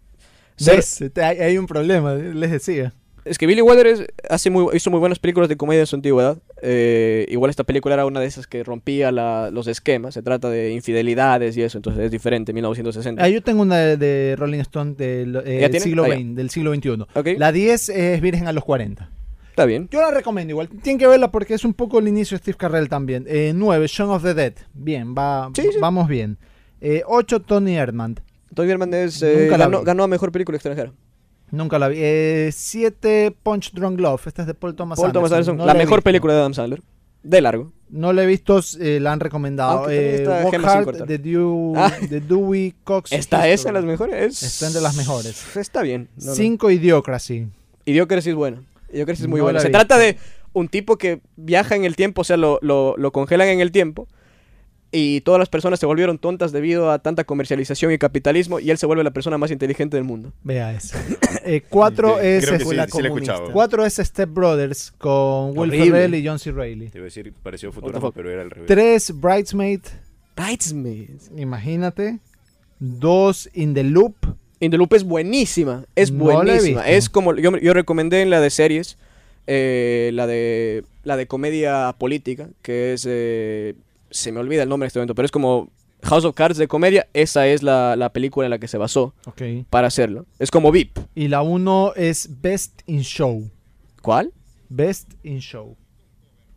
S2: ser-
S1: ¿Ves? Te- Hay, hay un problema, les decía.
S2: es que Billy Wilder es- hace muy, hizo muy buenas películas de comedia en su antigüedad. Eh, igual esta película era una de esas que rompía la- los esquemas. Se trata de infidelidades y eso, entonces es diferente, 1960.
S1: Ah, yo tengo una de, de Rolling Stone del eh,
S2: ¿Ya tiene?
S1: siglo
S2: Ah, ya.
S1: XX, del siglo XXI.
S2: Ok.
S1: La 10 es Virgen a los 40.
S2: Está bien.
S1: Yo la recomiendo igual. Tienen que verla porque es un poco el inicio de Steve Carrell también. 9, Shaun of the Dead. Bien, va,
S2: Sí, sí.
S1: vamos bien. 8, Tony Erdmann.
S2: Tony Hernández eh,
S1: Nunca la
S2: ganó,
S1: vi.
S2: ganó a mejor película extranjera.
S1: Nunca la vi. 7, Punch Drunk Love. Esta es de Paul Thomas
S2: Paul Thomas Anderson,
S1: No
S2: la
S1: he
S2: mejor
S1: visto.
S2: película de Adam Sandler. De largo.
S1: No la he visto, eh, la han recomendado.
S2: Aunque Ah, también
S1: Eh,
S2: está
S1: Walk
S2: Gema sin
S1: Hard,
S2: cortar.
S1: de, Dew-
S2: Ah.
S1: de Dewey Cox.
S2: Está
S1: History.
S2: esa de las mejores.
S1: Está entre las mejores.
S2: Está bien. No, no.
S1: 5, Idiocracy.
S2: Idiocracy es buena. Idiocracy es muy
S1: No
S2: buena.
S1: la
S2: Se
S1: vi.
S2: trata de un tipo que viaja en el tiempo, o sea, lo, lo- lo congelan en el tiempo. Y todas las personas se volvieron tontas debido a tanta comercialización y capitalismo. Y él se vuelve la persona más inteligente del mundo.
S1: Vea eso. 4
S3: Sí,
S1: es,
S3: creo que
S1: este-
S3: sí, sí la he escuchado.
S1: cuatro es Step Brothers con Will
S2: Horrible.
S1: Ferrell y John C. Reilly.
S3: Te iba a decir, pareció
S2: What the
S3: futuro,
S2: fuck.
S3: pero era al revés.
S1: 3, Bridesmaid.
S2: Bridesmaids.
S1: Imagínate. 2, In the Loop.
S2: In the Loop es buenísima. Es
S1: No la he
S2: buenísima.
S1: visto.
S2: Es como. Yo, yo recomendé en la de series. eh, la de. La de comedia política. Que es. eh, se me olvida el nombre en este momento. Pero es como. House of Cards de comedia. Esa es la, la película en la que se basó
S1: Ok.
S2: para hacerlo. Es como VIP.
S1: Y la 1 es Best in Show.
S2: ¿Cuál?
S1: Best in Show.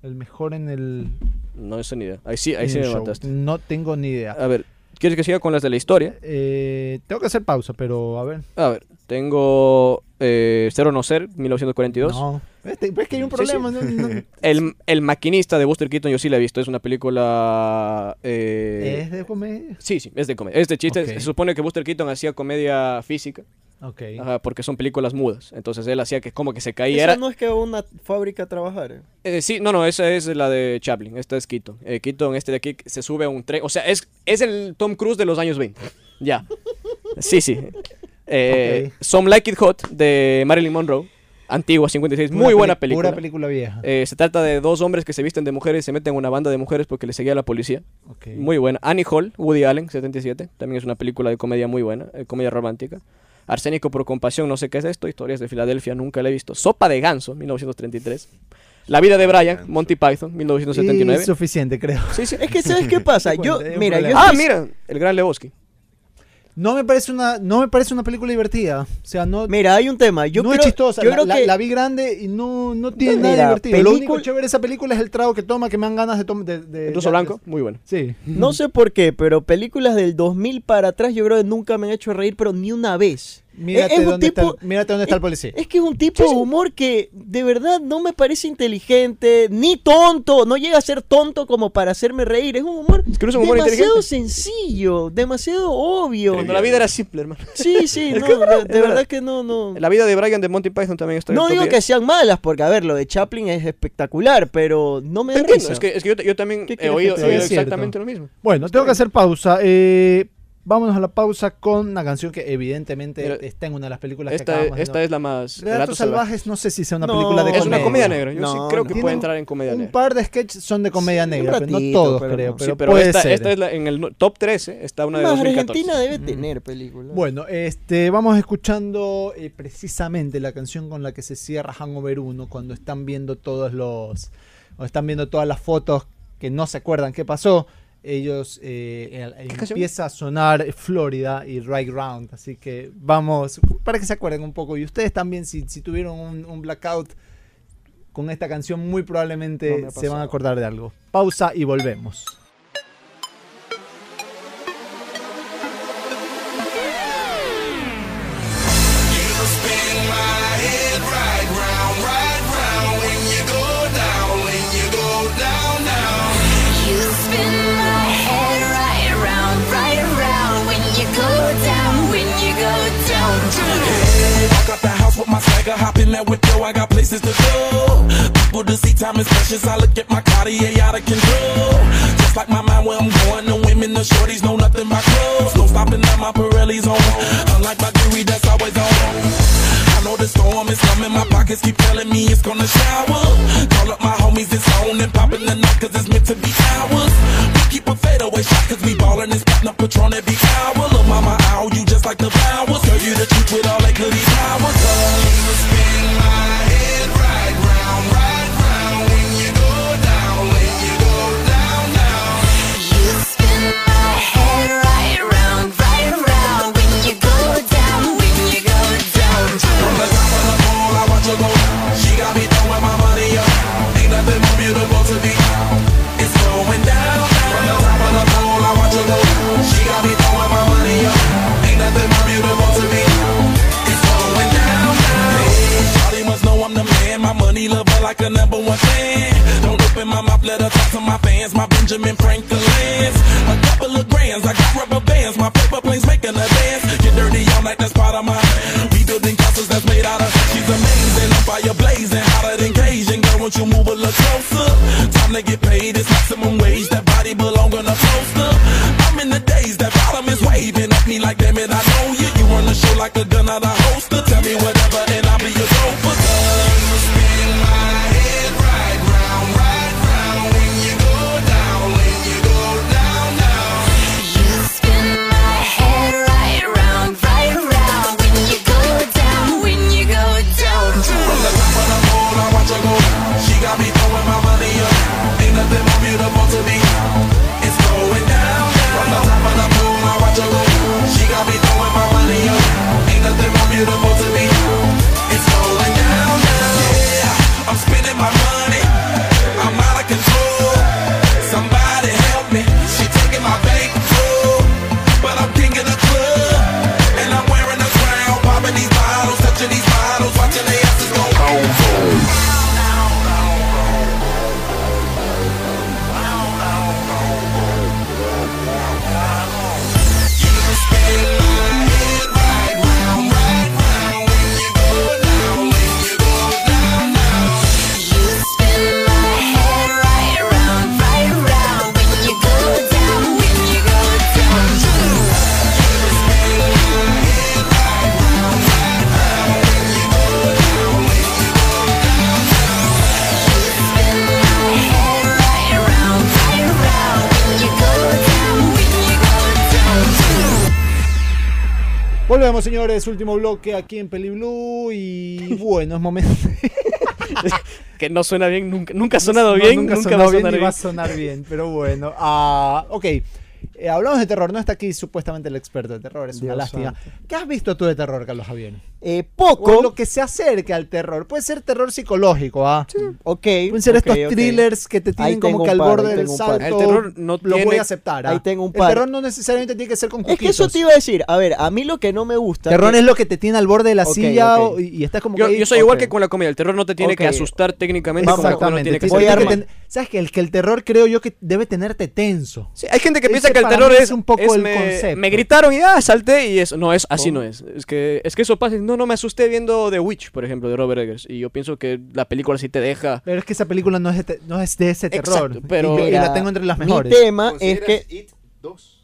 S1: El mejor en el.
S2: No, esa ni idea. Ahí sí,
S1: en
S2: ahí sí
S1: el
S2: me
S1: show.
S2: mataste. Ah.
S1: No tengo ni idea.
S2: A ver. ¿Quieres que siga con las de la historia?
S1: Eh, tengo que hacer pausa, pero a ver.
S2: A ver. Tengo. eh, Ser o No Ser, 1942.
S1: No. Este, pero es que hay un
S2: Sí, sí.
S1: problema. no- no-
S2: El, el maquinista de Buster Keaton, yo sí la he visto. Es una película. eh,
S1: es de comedia.
S2: Sí, sí, es de comedia. Es de chistes.
S1: Ok.
S2: Se supone que Buster Keaton hacía comedia física,
S1: Ok.
S2: ajá, porque son películas mudas. Entonces él hacía que como que se
S4: Y
S2: caía. Era...
S4: no es que una fábrica trabajara.
S2: Eh, sí, no, no, esa es la de Chaplin. Esta es Keaton. Eh, Keaton, este de aquí, se sube a un tren. O sea, es, es el Tom Cruise de los años 20. Ya. Sí, sí. Eh,
S1: Ok.
S2: Some Like It Hot de Marilyn Monroe. Antigua, 56.
S1: Una
S2: Muy buena
S1: peli-
S2: película.
S1: Pura película vieja.
S2: Eh, se trata de dos hombres que se visten de mujeres y se meten en una banda de mujeres porque les seguía la policía.
S1: Ok.
S2: Muy buena. Annie Hall, Woody Allen, 77. También es una película de comedia muy buena, eh, comedia romántica. Arsénico por compasión, no sé qué es esto. Historias de Filadelfia, nunca la he visto. Sopa de ganso, 1933. La vida de Brian, Monty Python,
S1: Y
S2: 1979.
S1: suficiente, creo.
S2: Sí, sí.
S4: Es que, ¿sabes qué pasa? Yo,
S1: Cuenta, hay un
S4: mira, yo.
S1: problema.
S2: Ah,
S4: estoy-
S2: mira, el gran Lebowski.
S1: No me parece una, no me parece una película divertida. O sea, no,
S4: Mira, hay un tema. Yo
S1: no
S4: creo,
S1: es chistosa.
S4: Yo
S1: la,
S4: creo
S1: la-
S4: que.
S1: la vi grande y no, no tiene nada
S4: Mira,
S1: divertido. Lo único
S4: película-
S1: chévere de esa película es el trago que toma, que me dan ganas de tomar. De, de-
S2: Ruso
S1: de-
S2: Blanco, muy bueno.
S1: Sí.
S4: No sé por qué, pero películas del 2000 para atrás yo creo que nunca me han hecho reír, pero ni una vez.
S1: Mírate,
S4: Es- es un
S1: dónde,
S4: tipo-
S1: está, el- mírate dónde está el policía.
S4: Es que es un tipo de humor que de verdad no me parece inteligente, ni tonto, no llega a ser tonto como para hacerme reír. Es un humor,
S2: que no es un humor
S4: demasiado
S2: inteligente.
S4: sencillo, demasiado obvio.
S2: Cuando la vida era simple, hermano.
S4: Sí, sí, no, de, de verdad que no, no.
S2: La vida de Brian de Monty Python también está en
S4: No
S2: el top
S4: digo
S2: 10.
S4: que sean malas, porque a ver, lo de Chaplin es espectacular, pero no me
S2: Te
S4: da
S2: entiendo,
S4: risa.
S2: es que, es que yo, yo también
S4: ¿Qué
S2: he
S4: quieres que
S2: oído,
S4: te
S2: he oído
S1: diga?
S2: exactamente lo mismo.
S1: Bueno, tengo que hacer pausa. Eh, Vámonos a la pausa con una canción que evidentemente
S2: Mira,
S1: está en una de las películas que
S2: Esta,
S1: acabamos de
S2: esta es la más.
S1: Relatos, salvajes, no sé si sea una película de
S2: Es una
S1: comedia.
S2: comedia negra. Yo sí
S4: No,
S2: creo
S4: no.
S2: que
S1: Tiene
S2: puede entrar en comedia
S1: un
S2: negra.
S1: par de sketches son de comedia
S4: Sí, un
S1: negra, pero no
S4: ratito,
S1: todos,
S4: pero
S1: creo.
S4: no.
S1: Pero,
S2: sí, pero
S1: puede
S2: esta,
S1: ser.
S2: esta es la, en el no- top 13, está una de
S4: Más
S2: 2014.
S4: Argentina debe tener películas.
S1: Mm. Bueno, este, vamos escuchando eh, precisamente la canción con la que se cierra Hangover 1 cuando están viendo todos los, o están viendo todas las fotos que no se acuerdan qué pasó. Ellos eh, el-
S2: canción?
S1: empieza a sonar Florida y Right Round, así que vamos para que se acuerden un poco y ustedes también si, si tuvieron un, un blackout con esta canción muy
S2: No
S1: probablemente
S2: me ha
S1: se van a
S2: pasado.
S1: acordar de algo. Pausa y volvemos.
S6: You spin my head right around, right around when you go down, when you go down, down.
S7: I got the house with my swagger, hop in that window. I got places to go. People to see, time is precious. I look at my Cartier out of control. Just like my mind, where I'm going. No women, no shorties, no nothing but clothes. No stopping at my Pirelli's on. Unlike my jewelry, that's always on. I know the storm is coming. My pockets keep telling me it's gonna shower. Call up my homies, it's on and popping the night 'cause it's meant to be ours. We keep a fadeaway shot 'cause we ballin' and spotting up Patron every hour. Lil' mama, ow, you just like the flowers. Girl, you the truth with all that goody powers. Uh.
S6: You spin my head right around, right around when you go down, when you go down, down.
S7: From the top of the pole, I watch her go down. She got me throwing my money up. Ain't nothing more beautiful to be down. It's going down. From the top of the pole, I watch her go down. She got me throwing my money up. Ain't nothing more beautiful to be down. It's going down. down. Charlie must know I'm the man. My money lover like a number one fan. Don't open my mouth, let her talk to my fans. My Benjamin Franklin's. A couple of grands, I got rubber bands. My paper planes making a dance. Get dirty all night, that's part of my. We building castles that's made out of. She's amazing, I'm fire blazing, hotter than Cajun. Girl, won't you move a little closer? Time to get paid, it's maximum wage. That body belong on a poster. I'm in the days, that bottom is waving at me like, damn it, I know you. You run the show like a gun out of holster. Tell me whatever, and I'll be your gopher.
S6: You spin my head right around, right around when you go down, when you go down, down.
S7: From the top of the pole, I watch her go down. She got me throwing my money up. Ain't nothing more beautiful to be down. It's going down. From the top of the pole, I watch her go down. She got me throwing my money up. Ain't nothing more beautiful to be down. It's going down. down. Yeah, I'm spending my money. I'm out of control. Somebody help me. She taking my bank full. But I'm king of the club. And I'm wearing a crown. Popping these bottles, touching these bottles, watching they asses go.
S6: You spin my head right around, right around when you go down, when you go down, down. Right around, right around when you go down, when you go down, down.
S1: Volvemos, señores. Último bloque aquí en Peliblue. Y bueno, es momento.
S2: Que no suena bien, nunca, nunca ha sonado
S1: No,
S2: bien,
S1: nunca,
S2: nunca,
S1: sonó
S2: va a
S1: bien,
S2: sonar
S1: ni
S2: bien.
S1: va a sonar bien. Pero bueno. Ah, ok. Eh, hablamos de terror. No está aquí supuestamente el experto de terror. Es una
S4: Dios
S1: lástima. ¿Qué has visto tú de terror, Carlos Javier?
S4: Eh,
S1: Con
S4: poco.
S1: lo que se acerca al terror. Puede ser terror psicológico, ¿ah?
S4: Ok.
S1: Pueden ser
S4: ok,
S1: estos
S4: ok.
S1: thrillers que te tienen
S4: Ahí
S1: como
S4: tengo
S1: que al
S4: un par, ahí
S1: borde del
S4: tengo un par.
S1: salto.
S2: El terror no
S1: lo voy
S2: tiene-
S1: a aceptar. ¿ah?
S4: ahí tengo un
S1: El
S4: par.
S1: terror no necesariamente tiene que ser con
S4: Es que eso
S1: cuquitos.
S4: te iba a decir. A ver, a mí lo que no me gusta.
S1: Terror
S4: que-
S1: es lo que te tiene al borde de la
S4: Ok,
S1: silla
S4: ok.
S1: o- y, y estás como
S2: Yo,
S1: que ahí-
S2: yo soy igual
S4: ok.
S2: que con la comedia, el terror no te tiene que
S4: Ok.
S2: asustar técnicamente como la comedia no tiene que
S1: Voy
S2: hacer.
S1: a
S4: ser.
S1: armar- ¿Sabes que el, que el terror creo yo que debe tenerte tenso?
S2: Sí, hay gente que
S1: Ese
S2: piensa que el
S1: para
S2: terror
S1: mí
S2: es,
S1: es un poco
S2: es
S1: el
S2: me,
S1: concepto.
S2: Me gritaron y ah, salté y eso. No, es así no es. Es que, es que eso pasa. No, no me asusté viendo The Witch, por ejemplo, de Robert Eggers. Y yo pienso que la película sí te deja.
S1: Pero es que esa película no es de, te- no es de ese terror.
S2: Exacto, pero-
S1: y, yo- y
S4: Mira,
S1: la tengo entre las
S4: Mi
S1: mejores.
S4: tema es que.
S3: It 2?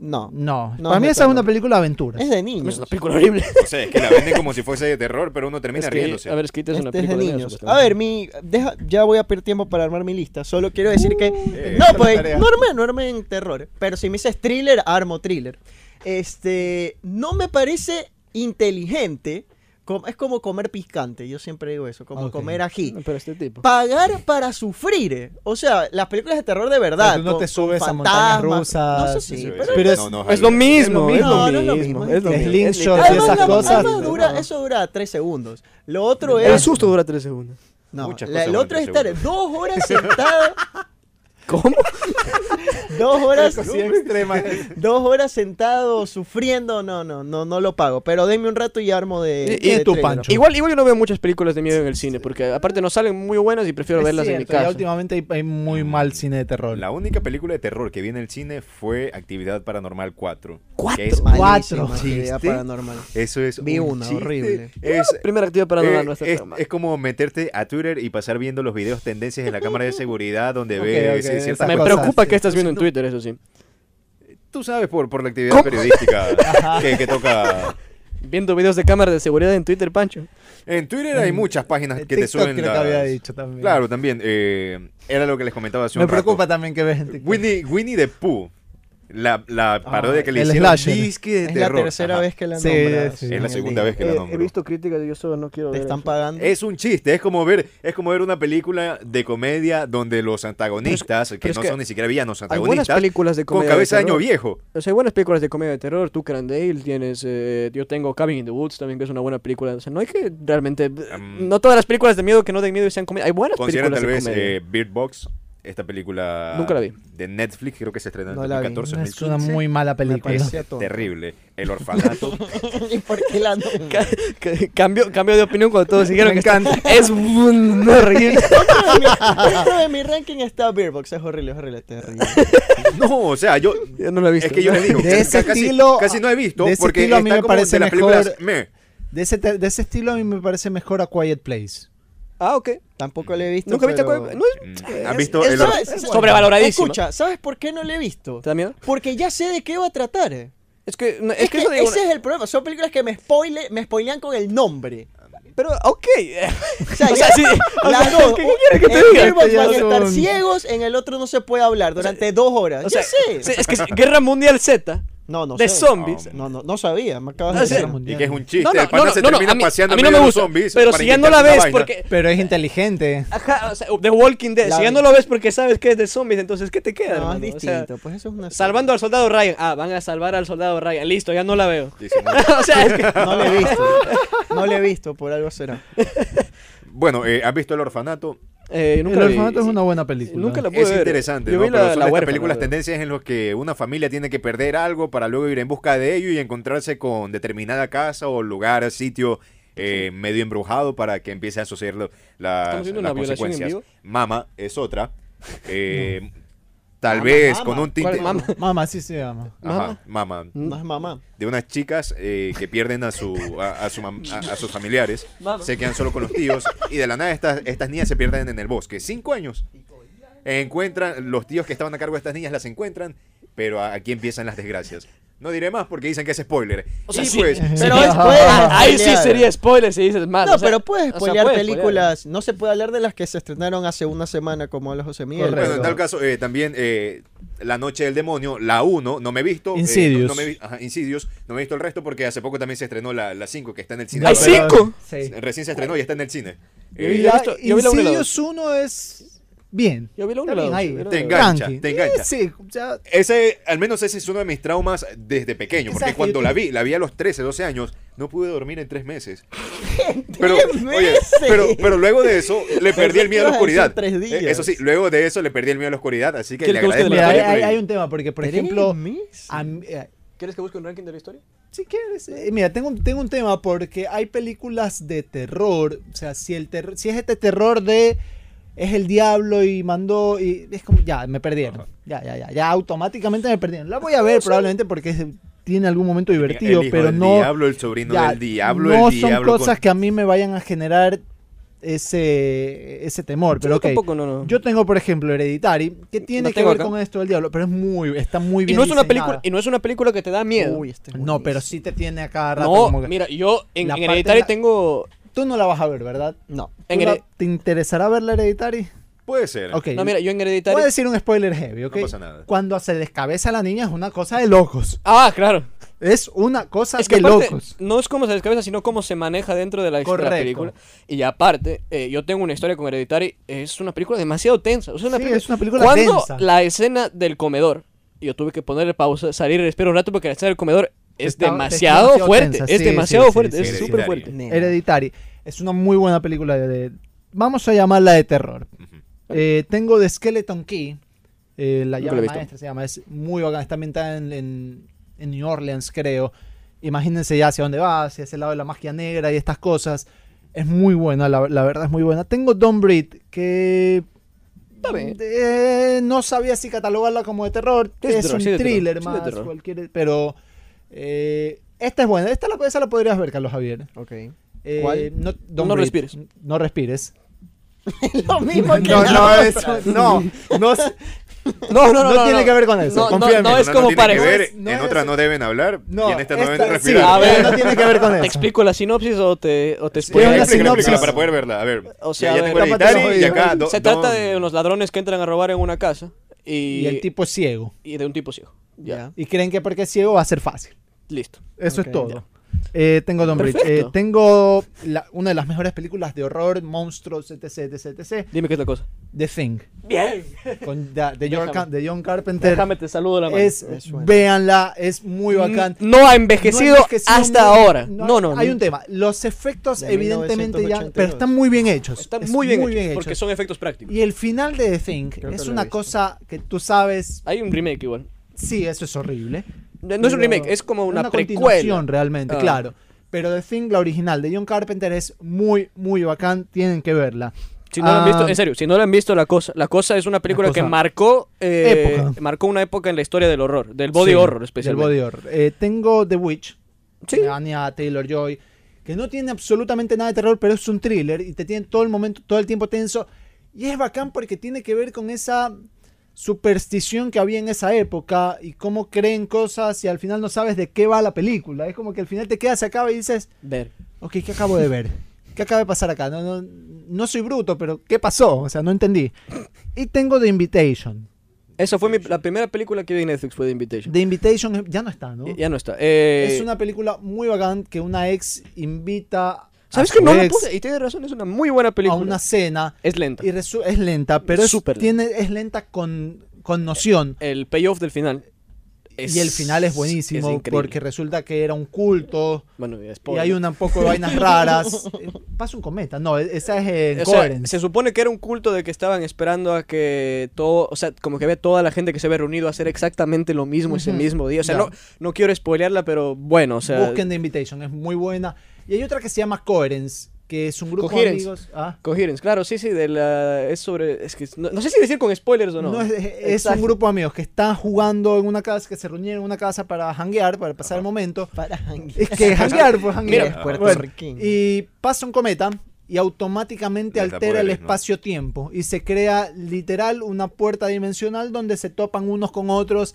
S4: No.
S1: No,
S4: No,
S1: para
S4: es
S1: mí
S4: de
S1: esa es una
S4: terror.
S1: película de aventuras.
S4: Es de niños.
S2: Es una película horrible.
S3: O sea, es que la venden como si fuese de terror, pero uno termina
S2: Es que-
S3: riéndose.
S2: a ver, es que esta es una
S4: Este es de
S2: película miedo,
S4: niños. A
S2: supuestamente.
S4: ver, mi, deja, ya voy a perder tiempo para armar mi lista. Solo quiero decir que.
S3: Eh,
S4: no,
S3: esa
S4: pues,
S3: tarea.
S4: no armé, no armé en terror. Pero si me dices thriller, armo thriller. Este. No me parece inteligente. com- es como comer picante. Yo siempre digo eso. Como
S1: Ok.
S4: comer ají.
S2: No, pero este tipo.
S4: Pagar para sufrir. eh. O sea, las películas de terror de verdad.
S1: Pero tú no
S4: con-
S1: te
S4: con
S1: subes a montañas
S4: fantasmas.
S1: rusas.
S4: No sé si.
S3: Sí,
S4: pero
S3: sí,
S1: pero es-
S3: no, no,
S2: Es lo
S3: Javier.
S2: mismo, es lo
S4: No, no es
S2: mismo.
S4: lo
S2: este,
S4: mismo,
S2: es lo
S1: es
S2: mismo.
S1: slingshot y
S2: literal.
S1: esas
S4: la-
S1: cosas,
S4: además
S1: ¿no?
S4: dura- eso dura tres segundos. Lo otro
S2: El
S4: es.
S2: susto dura tres segundos.
S4: No,
S3: Muchas
S4: la- el
S3: cosas
S4: otro es
S3: durante
S4: estar dos horas sentado,
S2: ¿Cómo?
S4: dos horas,
S1: Sí, extrema.
S4: dos horas sentado sufriendo. No, no, no, no lo pago. Pero denme un rato y armo de.
S2: Y- y
S4: de
S1: tu
S4: thriller.
S1: Pancho.
S2: Igual, igual yo no veo muchas películas de miedo en el cine, porque aparte no salen muy buenas y prefiero
S1: Es
S2: verlas en mi
S1: cierto, ya
S2: casa.
S1: últimamente hay, hay muy mal cine de terror.
S3: La única película de terror que vi en el cine fue Actividad Paranormal 4. Que es-
S1: Cuatro.
S4: Malísima
S1: Cuatro.
S4: actividad
S3: ¿Chiste?
S4: paranormal.
S3: eso es
S4: Vi
S3: un
S4: una,
S3: chiste.
S4: horrible.
S3: Es,
S2: Primera actividad paranormal
S3: eh,
S2: no está
S3: es,
S2: tan mal.
S3: es como meterte a Twitter y pasar viendo los videos tendencias en la cámara de seguridad donde
S1: Ok,
S3: ves
S1: ok,
S3: eh, ciertas
S1: esa
S2: Me
S1: cosa.
S3: cosas.
S2: preocupa
S1: sí.
S2: que estás viendo en Twitter, eso sí.
S3: Tú sabes por, por la actividad periodística que, que toca.
S2: Viendo videos de cámara de seguridad en Twitter, Pancho.
S3: En Twitter hay muchas páginas que te
S1: TikTok
S3: suben
S1: creo que
S3: las-
S1: había dicho también.
S3: Claro, también. eh, era lo que les comentaba hace
S1: Me
S3: un rato.
S1: preocupa también que ves en TikTok.
S3: Winnie, Winnie the Pooh. La, la parodia que le
S1: el
S3: hicieron
S1: slasher.
S3: disque de
S4: Es la
S3: terror.
S4: tercera
S3: Ajá.
S4: vez que la
S1: Sí,
S4: nombras.
S1: sí.
S3: Es la
S1: Sí,
S3: segunda vez que la nombro.
S2: Eh, críticas de yo solo no quiero
S4: Te están pagando.
S3: Es un chiste, es como ver, es como ver una película de comedia donde los antagonistas, que
S2: pero es
S3: no
S2: que
S3: son ni siquiera villanos,
S2: Hay buenas
S3: antagonistas,
S2: películas de
S3: con
S2: comedia
S3: cabeza de
S2: terror.
S3: año viejo.
S2: O sea, hay buenas películas de comedia de terror. Tú, Crandale, tienes... eh, yo tengo Cabin in the Woods también, que es una buena película. O sea, no hay que realmente...
S3: Mm.
S2: no todas las películas de miedo que no den miedo y sean comedia. Hay buenas
S3: Consideran
S2: películas
S3: tal
S2: de
S3: vez
S2: comedia.
S3: eh, Bird Box, esta película
S2: Nunca la vi.
S3: de Netflix, creo que se estrenó en
S4: No la vi.
S3: 2014.
S1: Es una
S3: 2015.
S1: muy mala película.
S4: parecía tonto.
S3: Terrible. El orfanato.
S4: ¿Y por qué la nombras?
S2: Ca- ca- cambio, cambio de opinión cuando todos dijeron que está- es un- no, horrible.
S4: Dentro de mi ranking está Beerbox. Es horrible, es horrible, es terrible.
S3: no, o sea, yo...
S2: Yo no lo he visto.
S3: Es que yo les digo,
S1: De
S3: ca-
S1: ese
S3: casi,
S1: estilo-
S3: casi no he visto,
S1: de ese
S3: porque
S1: estilo a
S3: está
S1: mí me
S3: como
S1: parece
S3: de las
S1: mejor-
S3: películas... meh.
S1: De ese, te- de ese estilo a mí me parece mejor a Quiet Place.
S2: Ah, ok.
S4: Tampoco la he visto.
S2: Nunca viste
S4: pero-
S2: Cueva- no es-
S3: Mm, ¿Han visto
S2: es-
S3: el
S4: ¿Sabes?
S2: es sobrevaloradísima.
S4: Escucha, ¿sabes por qué no la he visto?
S2: ¿Te da miedo?
S4: Porque ya sé de qué va a tratar. eh.
S2: Es que, no, es
S4: Es
S2: que
S4: que
S2: eso digo,
S4: ese es el problema. Son películas que me, spoile, me spoilean con el nombre.
S2: Pero, ok.
S4: O sea,
S2: sea,
S4: ya-
S2: sí, o
S4: las
S2: sea,
S4: dos.
S2: ¿qué- qué quieres que te
S4: en
S2: diga?
S4: Gearbox
S1: Este ya
S4: van a estar
S1: son-
S4: ciegos, en el otro no se puede hablar durante dos horas.
S2: O sea,
S4: ya sé.
S2: sí, es que es Guerra Mundial Z
S4: no, no
S2: de
S4: sé.
S2: zombies.
S3: Ah,
S4: No, no, no sabía. Me acabas
S2: O
S4: de
S2: sea,
S4: decir.
S3: Y que es un chiste,
S2: No, no,
S3: el este pana
S2: no,
S3: se
S2: no, no,
S3: termina
S2: a mí,
S3: paseando
S2: a mí
S3: en
S2: no me
S3: medio de los
S2: gusta.
S3: zombies
S2: pero
S3: para
S2: si ya no la
S3: intentar una
S2: ves
S3: vaina.
S2: porque.
S1: Pero es inteligente.
S2: Ajá, o sea, The Walking Dead.
S4: La
S2: si ya
S4: vi.
S2: no lo ves porque sabes que es de zombies, entonces ¿qué te queda?
S4: No, es
S2: hermano? O sea,
S4: distinto. Pues eso es una.
S2: salvando al soldado Ryan. Ah, van a salvar al soldado Ryan. Listo, ya no la veo.
S3: Sí, sí, no.
S2: o sea, es que.
S4: No la he visto. No la he visto, por algo será.
S3: Bueno, eh, ¿has visto El Orfanato?
S2: Eh, nunca
S1: el
S2: la vi.
S1: orfanato es una buena película.
S2: Nunca la pude
S3: Es
S2: ver.
S3: interesante,
S2: Yo
S3: ¿no?
S2: vi
S3: Pero
S2: la,
S3: son
S2: la
S3: estas
S2: huérfana,
S3: películas
S2: la verdad.
S3: tendencias en las que una familia tiene que perder algo para luego ir en busca de ello y encontrarse con determinada casa o lugar, sitio eh, medio embrujado para que empiece a suceder lo- las,
S2: ¿Estamos viendo
S3: las
S2: una violación en
S3: consecuencias.
S2: vivo?
S3: Mama es otra. Eh, Tal vez
S4: mama.
S3: con un tinte.
S2: ¿Cuál mama?
S1: Mamá, sí se llama.
S3: Ajá, mama.
S4: No es mamá.
S3: De unas chicas eh, que pierden a, su, a, a su mam- a- a sus familiares,
S2: Mama.
S3: se quedan solo con los tíos y de la nada estas, estas niñas se pierden en el bosque. Cinco años. Encuentran, los tíos que estaban a cargo de estas niñas las encuentran, pero a- aquí empiezan las desgracias. No diré más porque dicen que es spoiler.
S2: O sea,
S3: y
S2: sí.
S3: pues,
S4: Pero
S1: Ajá.
S4: es- puedes
S2: Ah, ahí sí
S4: spoilear.
S2: sería spoiler si dices más.
S4: No,
S2: Ah, o sea,
S4: pero puedes
S2: o sea,
S4: spoilear
S2: puedes
S4: películas. No se puede hablar de las que se estrenaron hace una semana, como habla José Miguel.
S1: Correcto.
S3: bueno, en tal caso, eh, también eh, La Noche del Demonio, la 1, no me he visto. eh,
S1: Insidious.
S3: no, no me, he vi- ajá, Insidious, no me he visto el resto porque hace poco también se estrenó la 5 que está en el cine.
S2: ¿Hay
S1: Pero-
S2: cinco?
S1: Sí.
S3: Recién se estrenó y está en el cine.
S2: Yo
S3: Eh,
S2: vi la- yo vi la uno y la dos.
S1: Insidious 1 es bien.
S2: Yo vi la una
S1: Está
S2: y
S1: bien
S2: la dos,
S1: ahí.
S2: yo vi la una y
S3: Te
S2: la
S3: engaña.
S2: dos.
S3: engancha, te engancha.
S1: Eh, Sí, ya-
S3: Ese, al menos ese es uno de mis traumas desde pequeño, porque
S1: Exacto,
S3: cuando
S1: yo-
S3: la vi, la vi a los 13, 12 años, no pude dormir en tres meses. Pero,
S4: tres
S3: oye,
S4: meses?
S3: pero, pero luego de eso le perdí el miedo a la
S4: Pensé que ibas a
S3: oscuridad.
S4: decir tres días.
S3: Eh, Eso sí, luego de eso le perdí el miedo a la oscuridad, así que
S2: ¿Quieres
S3: le
S2: que busque
S3: agradezco
S2: de
S3: la
S1: Mira, hay,
S3: película
S1: hay-
S3: y-
S1: hay un tema, porque por ejemplo,
S4: ¿Tres
S1: a mí- eh,
S2: ¿Quieres que busque un ranking de la historia?
S1: si quieres, eh, mira, tengo, un- tengo un tema porque hay películas de terror, o sea, si, el terror si es este terror de es el diablo y mandó y es como, ya, me perdieron, ya, ya, ya, ya, automáticamente me perdieron. La voy a ver probablemente porque es- tiene algún momento divertido,
S3: el hijo
S1: pero
S3: del
S1: no...
S3: diablo, el sobrino
S1: ya,
S3: del diablo,
S1: no
S3: el diablo.
S1: son cosas
S3: con-
S1: que a mí me vayan a generar ese, ese temor. Pero
S2: Yo
S1: ok.
S2: tampoco, no, no.
S1: Yo tengo, por ejemplo, Hereditary, que tiene que
S2: tengo
S1: ver
S2: acá.
S1: con esto del diablo, pero es muy, está muy
S2: y
S1: bien.
S2: no es una película
S1: diseñada.
S2: y no es una película que te da miedo.
S4: Uy, este es
S1: No,
S4: buenísimo.
S1: pero sí te tiene a cada rato.
S2: no,
S1: como que-
S2: mira, yo en,
S1: La
S2: en
S1: parte
S2: Hereditary
S1: la-
S2: tengo
S1: Tú no la vas a ver, ¿verdad?
S4: No.
S1: ¿Tú
S2: En
S1: la-
S2: Hered-
S1: ¿Te interesará ver la Hereditary?
S3: Puede ser.
S1: Ok.
S2: No, mira, yo en
S1: Voy
S2: Hereditary
S1: a decir un spoiler heavy, ¿ok?
S3: pasa nada.
S1: Cuando se descabeza la niña es una cosa de locos.
S2: Ah, claro.
S1: Es una cosa
S2: Es que
S1: de
S2: aparte,
S1: locos.
S2: no es cómo se descabeza, sino cómo se maneja dentro de la, de la
S1: Correcto.
S2: película. Y aparte, eh, yo tengo una historia con Hereditary. Es una película demasiado tensa. O sea, una
S1: Sí,
S2: película-
S1: es una película
S2: Cuando
S1: densa.
S2: la escena del comedor, yo tuve que ponerle pausa, salir, espero un rato porque la escena del comedor es
S1: Está- es
S2: demasiado
S1: demasiado
S2: fuerte.
S1: tensa,
S2: Es
S1: sí,
S2: demasiado
S1: sí, sí,
S2: fuerte.
S1: sí,
S2: es
S3: sí,
S2: súper
S3: Hereditary.
S2: fuerte.
S1: Hereditary es una muy buena película de, de- vamos a llamarla de terror. Eh, tengo The Skeleton Key, eh, la
S2: Nunca
S1: llave
S2: la he visto.
S1: maestra se llama, es muy bacana, está ambientada en, en- en New Orleans, creo. Imagínense ya hacia dónde va, hacia ese lado de la magia negra y estas cosas. Es muy buena, la, la verdad es muy buena. Tengo Don Breed, que
S2: Está bien.
S1: eh, no sabía si catalogarla como de terror.
S2: Es
S1: Es,
S2: terror,
S1: un
S2: sí, de terror,
S1: thriller
S2: sí, de
S1: más,
S2: terror.
S1: cualquier- pero eh, esta es buena. Esta la, esa la podrías ver, Carlos Javier.
S4: Ok.
S1: Eh,
S4: ¿Cuál?
S1: No, don't
S2: No
S1: breathe.
S2: respires.
S1: No respires.
S4: Lo mismo que
S1: No,
S4: la
S1: no,
S4: otra.
S1: eso, no, no, s-
S2: No, no, no.
S1: No tiene que ver con eso,
S2: No,
S1: confía
S2: no,
S1: en
S2: no
S1: mí.
S2: es
S3: Una
S2: como
S3: no tiene que
S2: parece.
S3: ver,
S1: No es- no
S3: en
S1: es-
S3: otra no deben hablar
S1: no,
S3: y en esta no
S1: esta-
S3: deben
S1: sí,
S3: respirar.
S2: A ver.
S1: no tiene que ver con eso.
S2: ¿Te explico la sinopsis o te, o te
S1: Tiene
S3: Voy
S1: una
S2: spoileo?
S3: a explicar la película
S1: sinopsis.
S3: para poder verla. A ver,
S2: O sea,
S3: ya,
S2: a
S3: ya
S2: ver,
S3: tengo
S1: tápate los
S3: Hereditary y
S1: oídos.
S3: acá. do-
S2: Se trata
S3: don-
S2: de unos ladrones que entran a robar en una casa y, Ah.
S1: Y el tipo es ciego.
S2: y de un tipo ciego. Ya,
S4: Ya.
S1: Y creen que porque es ciego va a ser fácil.
S2: listo.
S1: Eso
S4: Ok,
S1: es todo. Eh, tengo Don Breed.
S2: Perfecto.
S1: Eh, tengo la- una de las mejores películas de horror, monstruos, etc, etc, etc.
S2: Dime qué es la cosa.
S1: The Thing.
S2: Bien.
S1: Con da- de, John
S2: Déjame.
S1: Car- de John Carpenter.
S2: Déjame te saludo la mano. Mm,
S1: Es,
S4: Me suena.
S1: véanla, es muy bacán.
S2: No ha
S1: No ha
S2: envejecido,
S1: envejecido
S2: hasta
S1: muy-
S2: ahora. No, no.
S1: Hay
S2: no.
S1: un tema. Los efectos,
S4: De
S1: evidentemente, ya.
S4: 1982.
S1: Pero están muy bien hechos.
S2: Están
S1: Es
S2: Pues muy bien, hechos,
S1: hechos.
S2: porque son efectos prácticos.
S1: Y el final de The Thing
S4: Creo que
S1: es
S4: lo he
S1: una
S4: visto.
S1: cosa que tú sabes.
S2: Hay un remake igual.
S1: Sí, eso es horrible.
S2: No es un
S1: pero
S2: remake, es como una,
S1: continuación
S2: precuela.
S1: realmente,
S2: Ah.
S1: claro. Pero The Thing, la original de John Carpenter, es muy, muy bacán. Tienen que verla.
S2: Si no la han visto,
S1: Ah,
S2: en serio, si no la han visto, La Cosa. La Cosa es una película que
S1: Cosa.
S2: marcó eh,
S1: Época.
S2: marcó una época en la historia del horror, del body
S1: sí,
S2: horror
S1: del
S2: especialmente.
S1: body horror. Eh, tengo The Witch,
S2: Sí.
S1: de Anya Taylor Joy, que no tiene absolutamente nada de terror, pero es un thriller y te tiene todo el momento, todo el tiempo tenso. Y es bacán porque tiene que ver con esa superstición que había en esa época y cómo creen cosas y al final no sabes de qué va la película. Es como que al final te quedas, se acaba y dices,
S2: Ver.
S1: ok, ¿qué acabo de ver? ¿Qué acaba de pasar acá? No, no, no soy bruto, pero ¿qué pasó? O sea, no entendí. Y tengo The Invitation.
S2: Esa fue mi- la primera película que vi en Netflix fue The Invitation.
S1: The Invitation ya no está, ¿no?
S2: Y- Ya no está. Eh,
S1: Es una película muy bacán que una ex invita
S2: ¿Sabes
S1: a
S2: que
S1: su
S2: no la
S1: ex
S2: puse? Y tienes razón, es una muy buena
S1: a
S2: película.
S1: una cena
S2: Es lenta.
S1: y resu- es lenta, pero es,
S2: Súper
S1: tiene, es lenta con, con noción.
S2: El payoff del final. es-
S1: y el final es buenísimo
S2: es increíble.
S1: porque resulta que era un culto
S2: Bueno, ya
S1: y
S2: spoiler.
S1: hay un poco de vainas raras. Eh, Pasa un cometa, no, e- esa es en
S2: O sea,
S1: Coherence.
S2: se supone que era un culto de que estaban esperando a que todo, o sea, como que había toda la gente que se había reunido a hacer exactamente lo mismo ese
S1: Ujú.
S2: mismo día. O sea,
S1: Ya.
S2: no, no quiero spoilearla, pero bueno, o sea,
S1: Busquen The Invitation, es muy buena. Y hay otra que se llama Coherence, que es un grupo
S2: Coherence.
S1: de amigos. ah,
S2: Coherence, claro, sí, sí, de la, es sobre, es que no, no sé si decir con spoilers o no.
S1: No, es, es
S2: Exacto.
S1: un grupo de amigos que están jugando en una casa, que se reunieron en una casa para hanguear, para pasar el momento.
S4: Para
S1: Es que hanguear, pues hanguear.
S4: Ah, Mira, Puerto Riquín.
S1: Y pasa un cometa y automáticamente
S3: Les da
S1: altera el
S3: poderes, ¿no?
S1: espacio-tiempo y se crea literal una puerta dimensional donde se topan unos con otros.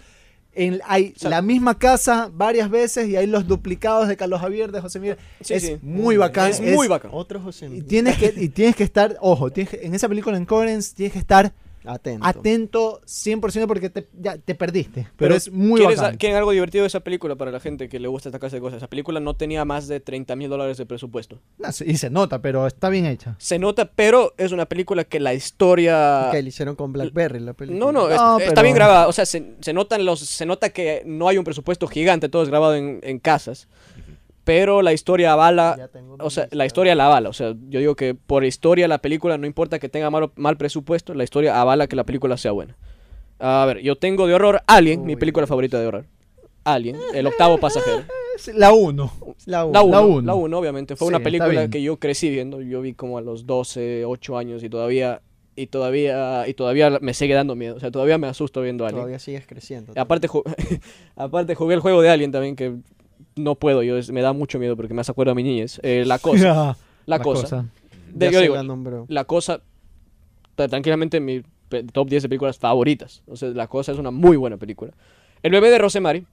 S1: En, hay
S2: sea-
S1: la misma casa varias veces y hay los duplicados de Carlos Javier, de José Miguel.
S2: Sí,
S1: es
S2: sí.
S1: muy bacán.
S2: Es muy bacán.
S4: Otro José
S1: Y
S4: Miguel.
S1: tienes, que, y tienes que estar, ojo, tienes que- en esa película en Coherence tienes que estar
S4: Atento.
S1: atento 100% porque te, ya, te perdiste. Pero,
S2: Pero
S1: es muy
S2: ¿Quieres-
S1: bacán.
S2: ¿Quieren algo divertido de esa película para la gente que le gusta esta clase de cosas? Esa película no tenía más de 30 mil dólares de presupuesto.
S1: No, se- y se nota, pero está bien hecha.
S2: Se nota, pero es una película que la historia...
S4: Que le hicieron con Blackberry la película.
S2: Ah, No, no, es-
S1: No,
S2: está
S1: pero-
S2: bien grabada. O sea, se, se notan los, se nota que no hay un presupuesto gigante, todo es grabado en, en casas. Pero la historia
S4: Ya
S2: avala.
S4: tengo mi
S2: O sea,
S4: lista.
S2: la historia la avala. O sea, yo digo que por historia la película, no importa que tenga mal, mal presupuesto, la historia avala que la película sea buena. A ver, yo tengo de horror Alien, mi
S4: Uy,
S2: película favorita de horror. Alien, el octavo pasajero.
S1: Es La 1.
S4: La
S2: La
S4: uno.
S2: 1,
S1: La
S2: la
S1: uno.
S2: 1, obviamente. Fue
S1: Sí,
S2: una
S1: está
S2: película
S1: bien.
S2: que yo crecí viendo. Yo vi como a los 12, 8 años y todavía y todavía y todavía me sigue dando miedo. O sea, todavía me asusto viendo Alien.
S4: Todavía sigues creciendo.
S2: Aparte, ju- aparte jugué el juego de Alien también que no puedo, yo es- me da mucho miedo porque me hace acuerdo a mi niñez. Eh, la cosa.
S1: Ya,
S2: La, cosa. de-
S4: Ya
S2: yo
S4: se
S2: digo,
S4: la nombró.
S2: La Cosa, tra- tranquilamente, mi pe- top 10 de películas favoritas. O sea, La Cosa es una muy buena película. El bebé de Rosemary,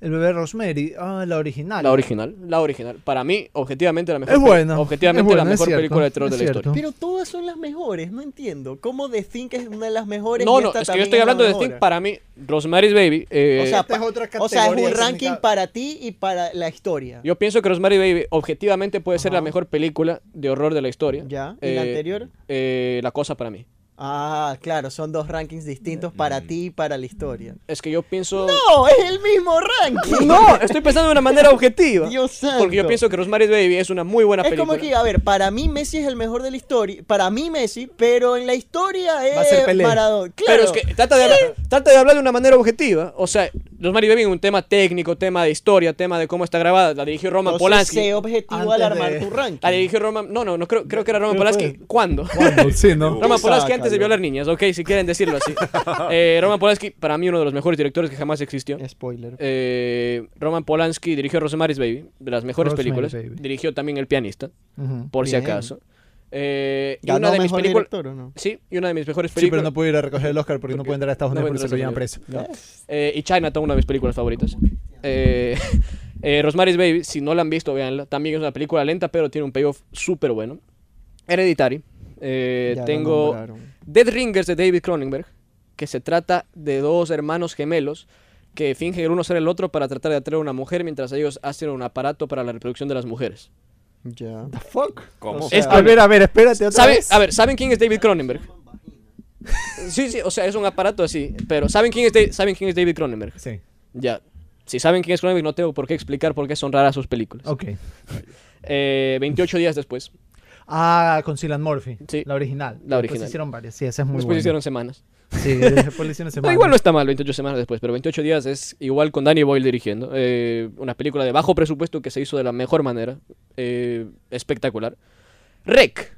S1: El bebé Rosemary, ah, la original.
S2: la original, la original. Para mí, objetivamente, la mejor,
S1: Es
S2: peli-
S1: buena,
S2: objetivamente,
S1: es buena,
S2: la
S1: es
S2: mejor
S1: cierto,
S2: película de terror
S1: es
S2: de la
S1: cierto.
S2: historia.
S4: Pero todas son las mejores, no entiendo. ¿Cómo The Think es una de las mejores?
S2: No,
S4: y
S2: no,
S4: esta
S2: es que yo
S4: también
S2: estoy
S4: la
S2: hablando de
S4: mejor?
S2: Think. Para mí, Rosemary's Baby. eh,
S4: O sea,
S1: Esta es
S4: pa-
S1: otra
S4: o sea, es
S1: categoría
S4: un
S1: de
S4: ranking
S1: significado.
S4: para ti y para la historia.
S2: yo pienso que Rosemary Baby, objetivamente, puede ser la mejor película de horror de la historia.
S4: Ya, ¿y la
S2: Eh,
S4: anterior?
S2: eh, la Cosa para mí.
S4: Ah, claro, son dos rankings distintos
S2: Mm.
S4: para ti y para la historia.
S2: Es que yo pienso.
S4: No, es el mismo ranking.
S2: No, estoy pensando de una manera objetiva.
S4: Dios santo.
S2: Porque yo pienso que Rosemary's Baby es una muy buena
S4: es
S2: película.
S4: como que, a ver, para mí Messi es el mejor de la historia. Para mí Messi, pero en la historia es
S1: a ser Pelé.
S4: Maradona.
S2: Pero
S4: Claro.
S2: es que trata de, hablar, trata de hablar de una manera objetiva. O sea, Rosemary's Baby es un tema técnico, tema de historia, tema de cómo está grabada. La dirigió Roman
S4: Entonces,
S2: Polanski.
S4: sé objetivo
S1: Antes
S4: al armar
S1: de-
S4: tu ranking.
S2: La dirigió Ah, Roman. No, no, no creo, creo que era Roman
S1: Creo que
S2: Polanski. ¿Cuándo?
S1: ¿Cuándo? Sí, ¿no?
S2: Roman Polanski
S4: Sácalo.
S2: antes de violar niñas, ok, si quieren decirlo así. Eh, Roman Polanski, para mí, uno de los mejores directores que jamás existió.
S4: Spoiler.
S2: Eh, Roman Polanski dirigió Rosemary's Baby, de las mejores
S1: Rosemary's
S2: películas.
S1: Baby.
S2: Dirigió también El Pianista,
S1: Ujú.
S2: por
S4: Bien.
S2: si acaso. Eh, y
S4: ¿Ganó
S2: una de mis
S4: mejor
S2: películas.
S4: director o no?
S2: Sí, y una de mis mejores
S1: Sí, pero
S2: películas.
S1: no pudo ir a recoger el Oscar porque no
S2: Porque
S1: puede entrar a Estados
S2: no
S1: Unidos porque
S2: puede
S1: se lo llevan
S2: entrar a
S1: preso.
S2: Estados Eh, y Chinatown, una de mis películas favoritas. Eh, eh, Rosemary's Baby, si no la han visto, véanla. También es una película lenta, pero tiene un payoff súper bueno. Hereditary. Eh,
S4: Ya lo
S2: tengo
S4: nombraron.
S2: Dead Ringers de David Cronenberg, que se trata de dos hermanos gemelos que fingen el uno ser el otro para tratar de atraer a una mujer mientras ellos hacen un aparato para la reproducción de las mujeres.
S4: Ya.
S1: Fuck.
S3: ¿Cómo?
S4: O sea,
S2: Es-
S1: A ver, a ver, espérate otra
S2: ¿Sabe-
S1: vez.
S2: a ver, ¿saben quién es David Cronenberg? Sí, sí, o sea, es un aparato así, pero ¿saben quién es, Da- ¿saben quién es David Cronenberg?
S1: Sí.
S2: Ya. Si saben quién es Cronenberg, no tengo por qué explicar por qué son raras sus películas.
S1: Ok.
S2: Eh, 28 días después.
S1: Ah, con Cillian Murphy.
S2: Sí.
S1: La original.
S2: La
S1: Después
S2: original.
S1: hicieron varias. Sí, esa es muy
S2: después
S1: buena.
S2: hicieron semanas.
S1: Sí, después le hicieron
S2: Pero
S1: semana.
S2: igual no está mal, 28 semanas después, pero 28 días es igual con Danny Boyle dirigiendo. eh, una película de bajo presupuesto que se hizo de la mejor manera. eh, espectacular. Rec.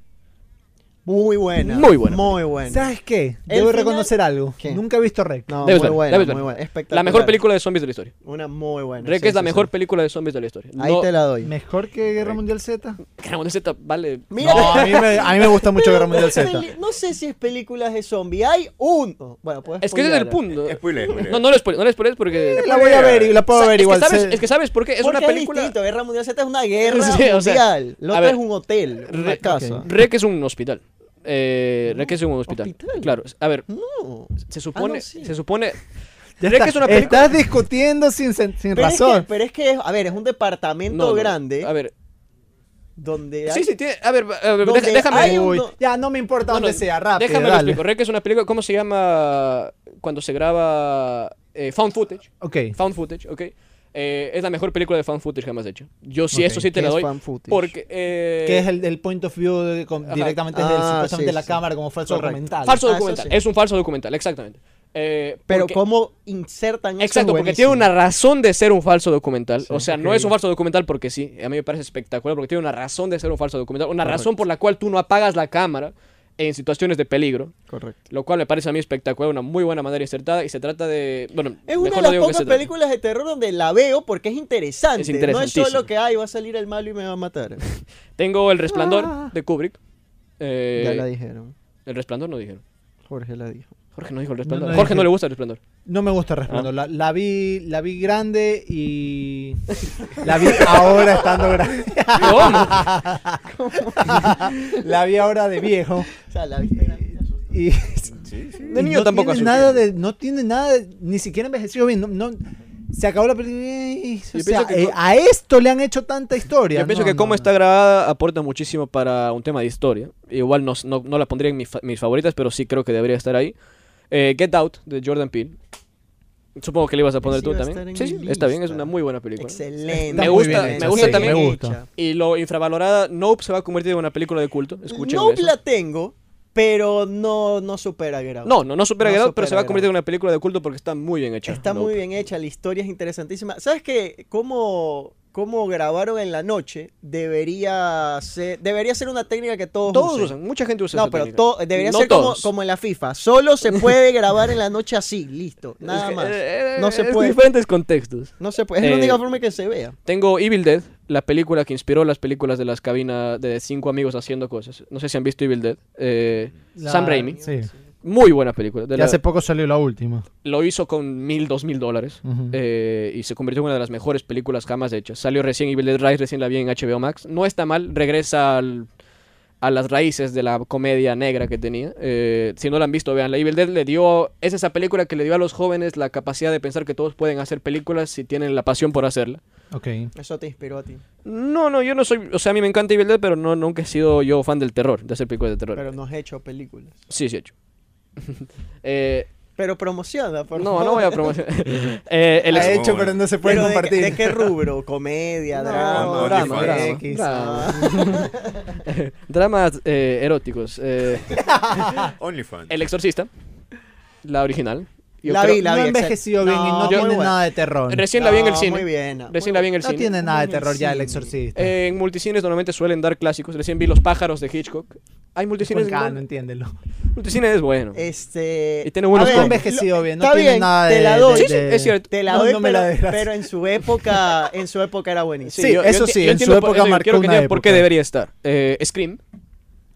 S4: Muy buena.
S2: Muy buena.
S4: Muy buena.
S1: ¿Sabes qué?
S4: El
S1: Debo
S4: final-
S1: reconocer algo.
S4: ¿Qué?
S1: Nunca he visto Rec.
S4: No,
S2: Debes
S4: muy
S2: verla,
S4: buena,
S2: debes
S4: muy
S2: verla.
S4: buena. Espectacular.
S2: La mejor película de zombies de la historia.
S4: Una muy buena.
S2: Rec
S4: sí,
S2: es la
S4: sí,
S2: mejor
S4: sí.
S2: película de zombies de la historia.
S4: Ahí
S2: No-
S4: te la doy.
S1: ¿Mejor que Guerra Mundial Z?
S2: Guerra Mundial Z vale.
S4: Mira,
S1: No, a mí, me, a mí me gusta mucho Guerra Mundial Z.
S4: peli- no sé si es películas de zombie. Hay uno. Bueno, puedes
S2: Es que ese es el
S4: spoilearla.
S2: punto.
S3: Spoiler, spoiler.
S2: No, no lo spoile- no lo spoiles porque.
S1: La voy a ver y la puedo
S2: Sa-
S1: ver
S2: es
S1: igual.
S2: Que sabes,
S1: sé-
S2: es que sabes por qué. Es
S4: Porque
S2: una película.
S4: distinto. Guerra Mundial Z es una guerra
S2: Sí, o sea,
S4: mundial. Lo
S2: a
S4: otro
S2: ver,
S4: es un hotel, una
S2: re-
S4: casa.
S1: ok.
S2: Rec es un hospital. Eh, Rec es un hospital.
S4: hospital.
S2: Claro. A ver,
S4: No.
S2: se supone.
S4: Ah, no, sí.
S2: Se supone.
S1: Ya
S2: Rec
S1: está.
S2: es una película.
S1: Estás discutiendo sin, sen- sin
S4: Pero es, que,
S1: razón.
S4: pero es que es- a ver, es un departamento
S2: No, no,
S4: grande
S2: A ver.
S4: donde hay...
S2: Sí, sí, tiene. A ver, a ver,
S4: Donde
S2: deja- déjame.
S4: hay un-
S1: Uy,
S4: no-
S1: ya, no me importa
S2: no, no,
S1: dónde sea, rápido.
S2: déjame lo
S1: dale.
S2: explico. Rec es una película. ¿Cómo se llama cuando se graba eh, found footage?
S1: Ok.
S2: Found footage, ok. Eh, es la mejor película de found footage jamás hecha. Yo sí,
S1: Ok.
S2: eso sí te
S4: ¿Qué
S2: la
S4: es
S2: doy.
S4: found footage?
S2: Porque. eh,
S1: Que es el, el point of view de- con-
S2: Ajá.
S1: directamente desde el-
S4: Ah,
S1: supuestamente
S4: sí,
S1: la
S4: sí.
S1: cámara como falso
S4: Correcto.
S1: documental.
S2: Falso
S4: Ah, eso
S2: documental.
S4: sí.
S2: Es un falso documental, exactamente. Eh,
S4: Pero
S2: porque-
S4: cómo insertan eso
S2: Exacto,
S4: es
S2: porque tiene una
S4: buenísimo.
S2: razón de ser un falso documental. o sea, no
S1: ok.
S2: es un falso documental porque sí. A mí me parece espectacular porque tiene una razón de ser un falso documental. Una razón por la cual tú no apagas la cámara en situaciones de peligro.
S4: Correcto.
S2: Lo cual me parece a mí espectacular, una muy buena manera insertada. Y se trata de. Bueno,
S4: Es una
S2: mejor
S4: de
S2: no
S4: las
S2: digo que se
S4: pocas
S2: trata.
S4: películas de terror donde la veo porque es interesante.
S2: Es
S4: no es solo
S2: interesantísimo.
S4: que, ay, va a salir el malo y me va a matar.
S2: Tengo El Resplandor
S1: Ah.
S2: de Kubrick. Eh,
S4: ya la dijeron.
S2: el Resplandor no dijeron.
S4: Jorge la dijo.
S2: Jorge no dijo El Resplandor.
S1: no
S2: Jorge
S1: dije.
S2: no le gusta El Resplandor.
S1: No me gusta Resplandor. La,
S2: Ah.
S1: la vi, la vi grande y. La vi ahora estando grande.
S2: ¿Cómo?
S1: la vi ahora de viejo.
S4: O sea, la viste grande y te asustó.
S1: Y.
S2: De
S1: y
S2: niño
S1: no
S2: tampoco
S1: Tiene
S2: asusté.
S1: nada de, no tiene nada, de- ni siquiera envejecido bien. No, no- se acabó la película. eh, o sea,
S2: Yo pienso que
S1: eh,
S2: co-
S1: a esto le han hecho tanta historia.
S2: Yo pienso
S1: No,
S2: que
S1: no,
S2: cómo
S1: no.
S2: está grabada aporta muchísimo para un tema de historia. Igual no, no, no la pondría en mis, fa- mis favoritas, pero sí creo que debería estar ahí. Eh, Get Out de Jordan Peele. Supongo que le ibas a poner
S4: Esa
S2: tú
S4: iba a estar
S2: también.
S4: en
S2: Sí, sí,
S4: mi
S2: está bien, es
S4: lista.
S2: una muy buena película.
S4: Excelente.
S2: Me gusta- me
S4: hecha,
S2: gusta
S4: sí,
S2: también-
S1: me gusta.
S4: hecha.
S2: Y lo infravalorada Nope se va a convertir en una película de culto. Escuchen
S4: Nope
S2: eso.
S4: la tengo, pero no, no supera a Get Out.
S2: No, no, no supera
S4: No
S2: Get Out, pero
S4: supera
S2: se va a
S4: Get
S2: convertir
S4: Out.
S2: en una película de culto porque está muy bien hecha.
S4: Está
S2: Nope.
S4: muy bien hecha, la historia es interesantísima. ¿Sabes qué? Como cómo grabaron en la noche debería ser, debería ser una técnica que todos,
S2: Todos
S4: usen.
S2: usan, mucha gente usa
S4: No,
S2: esa
S4: pero
S2: técnica.
S4: to- debería
S2: No
S4: ser como,
S2: todos.
S4: como en la FIFA. Solo se puede grabar en la noche así, listo. Nada
S2: Es que,
S4: más.
S2: eh,
S4: No se
S2: es
S4: puede.
S2: diferentes contextos.
S4: No se puede. Es la
S2: Eh,
S4: única forma que se vea.
S2: Tengo Evil Dead, la película que inspiró las películas de las cabinas de cinco amigos haciendo cosas. No sé si han visto Evil Dead. Eh, Sam Raimi.
S8: Sí.
S2: Muy buena película. de
S8: Y
S2: la-
S8: hace poco salió la última.
S2: Lo hizo con mil, dos mil dólares.
S8: Ujú.
S2: eh, y se convirtió en una de las mejores películas jamás hechas. Salió recién Evil Dead Rise, recién la vi en HBO Max. No está mal, regresa al- a las raíces de la comedia negra que tenía. Eh, si no la han visto, vean. La Evil Dead le dio. Es esa película que le dio a los jóvenes la capacidad de pensar que todos pueden hacer películas si tienen la pasión por hacerla.
S8: Ok.
S4: Eso te inspiró a ti.
S2: No, no, yo no soy. O sea, a mí me encanta Evil Dead, pero no, nunca he sido yo fan del terror, de hacer películas de terror.
S4: Pero no has hecho películas.
S2: Sí, sí, he hecho. Eh,
S4: Pero promociona, por
S2: no,
S4: favor.
S2: no voy a promocionar. Eh, el
S1: La
S2: ex-
S1: he hecho, pero no se puede
S4: Pero de-
S1: compartir.
S4: ¿de, qué rubro? ¿Comedia?
S2: No,
S4: drama,
S3: drama,
S4: drama,
S3: drama,
S4: X,
S2: drama.
S4: ah.
S2: Dramas eh, eróticos. eh,
S3: OnlyFans.
S2: el Exorcista, la original. Yo
S4: La
S2: creo-
S4: vi, la
S8: no ha
S4: vi. excelente.
S8: envejecido bien y
S4: No,
S8: no
S4: muy
S8: tiene
S4: buena.
S8: nada de terror.
S2: Recién la vi en el
S4: No,
S2: cine.
S4: Muy bien. no.
S2: Recién la vi en el
S8: no
S2: cine.
S8: tiene nada de
S4: Muy bien,
S8: terror ya el
S4: sí.
S8: exorcista.
S2: Eh, en multicines normalmente suelen dar clásicos. Recién vi Los pájaros de Hitchcock. Hay multicines.
S8: Con Eh, K, no
S2: no-
S8: entiéndelo.
S2: multicines es bueno.
S4: Este.
S2: Y tiene buenos
S4: a
S8: No ha envejecido
S4: lo-
S8: bien, no
S4: está
S8: tiene
S4: bien,
S8: nada
S4: te
S8: de-
S4: la doy.
S8: de-
S2: Sí, sí,
S8: de-
S2: es cierto.
S4: Te la
S8: No,
S4: doy,
S8: no me
S4: pero,
S8: la des, gracias.
S4: pero en su época, en su época era buenísimo.
S8: Sí, eso
S2: enti-
S8: sí, en
S2: entiendo
S8: su
S2: por-
S8: época
S2: eso yo
S8: marcó
S2: quiero que
S8: una
S2: entiendan por qué
S8: época.
S2: debería estar. Eh, Scream.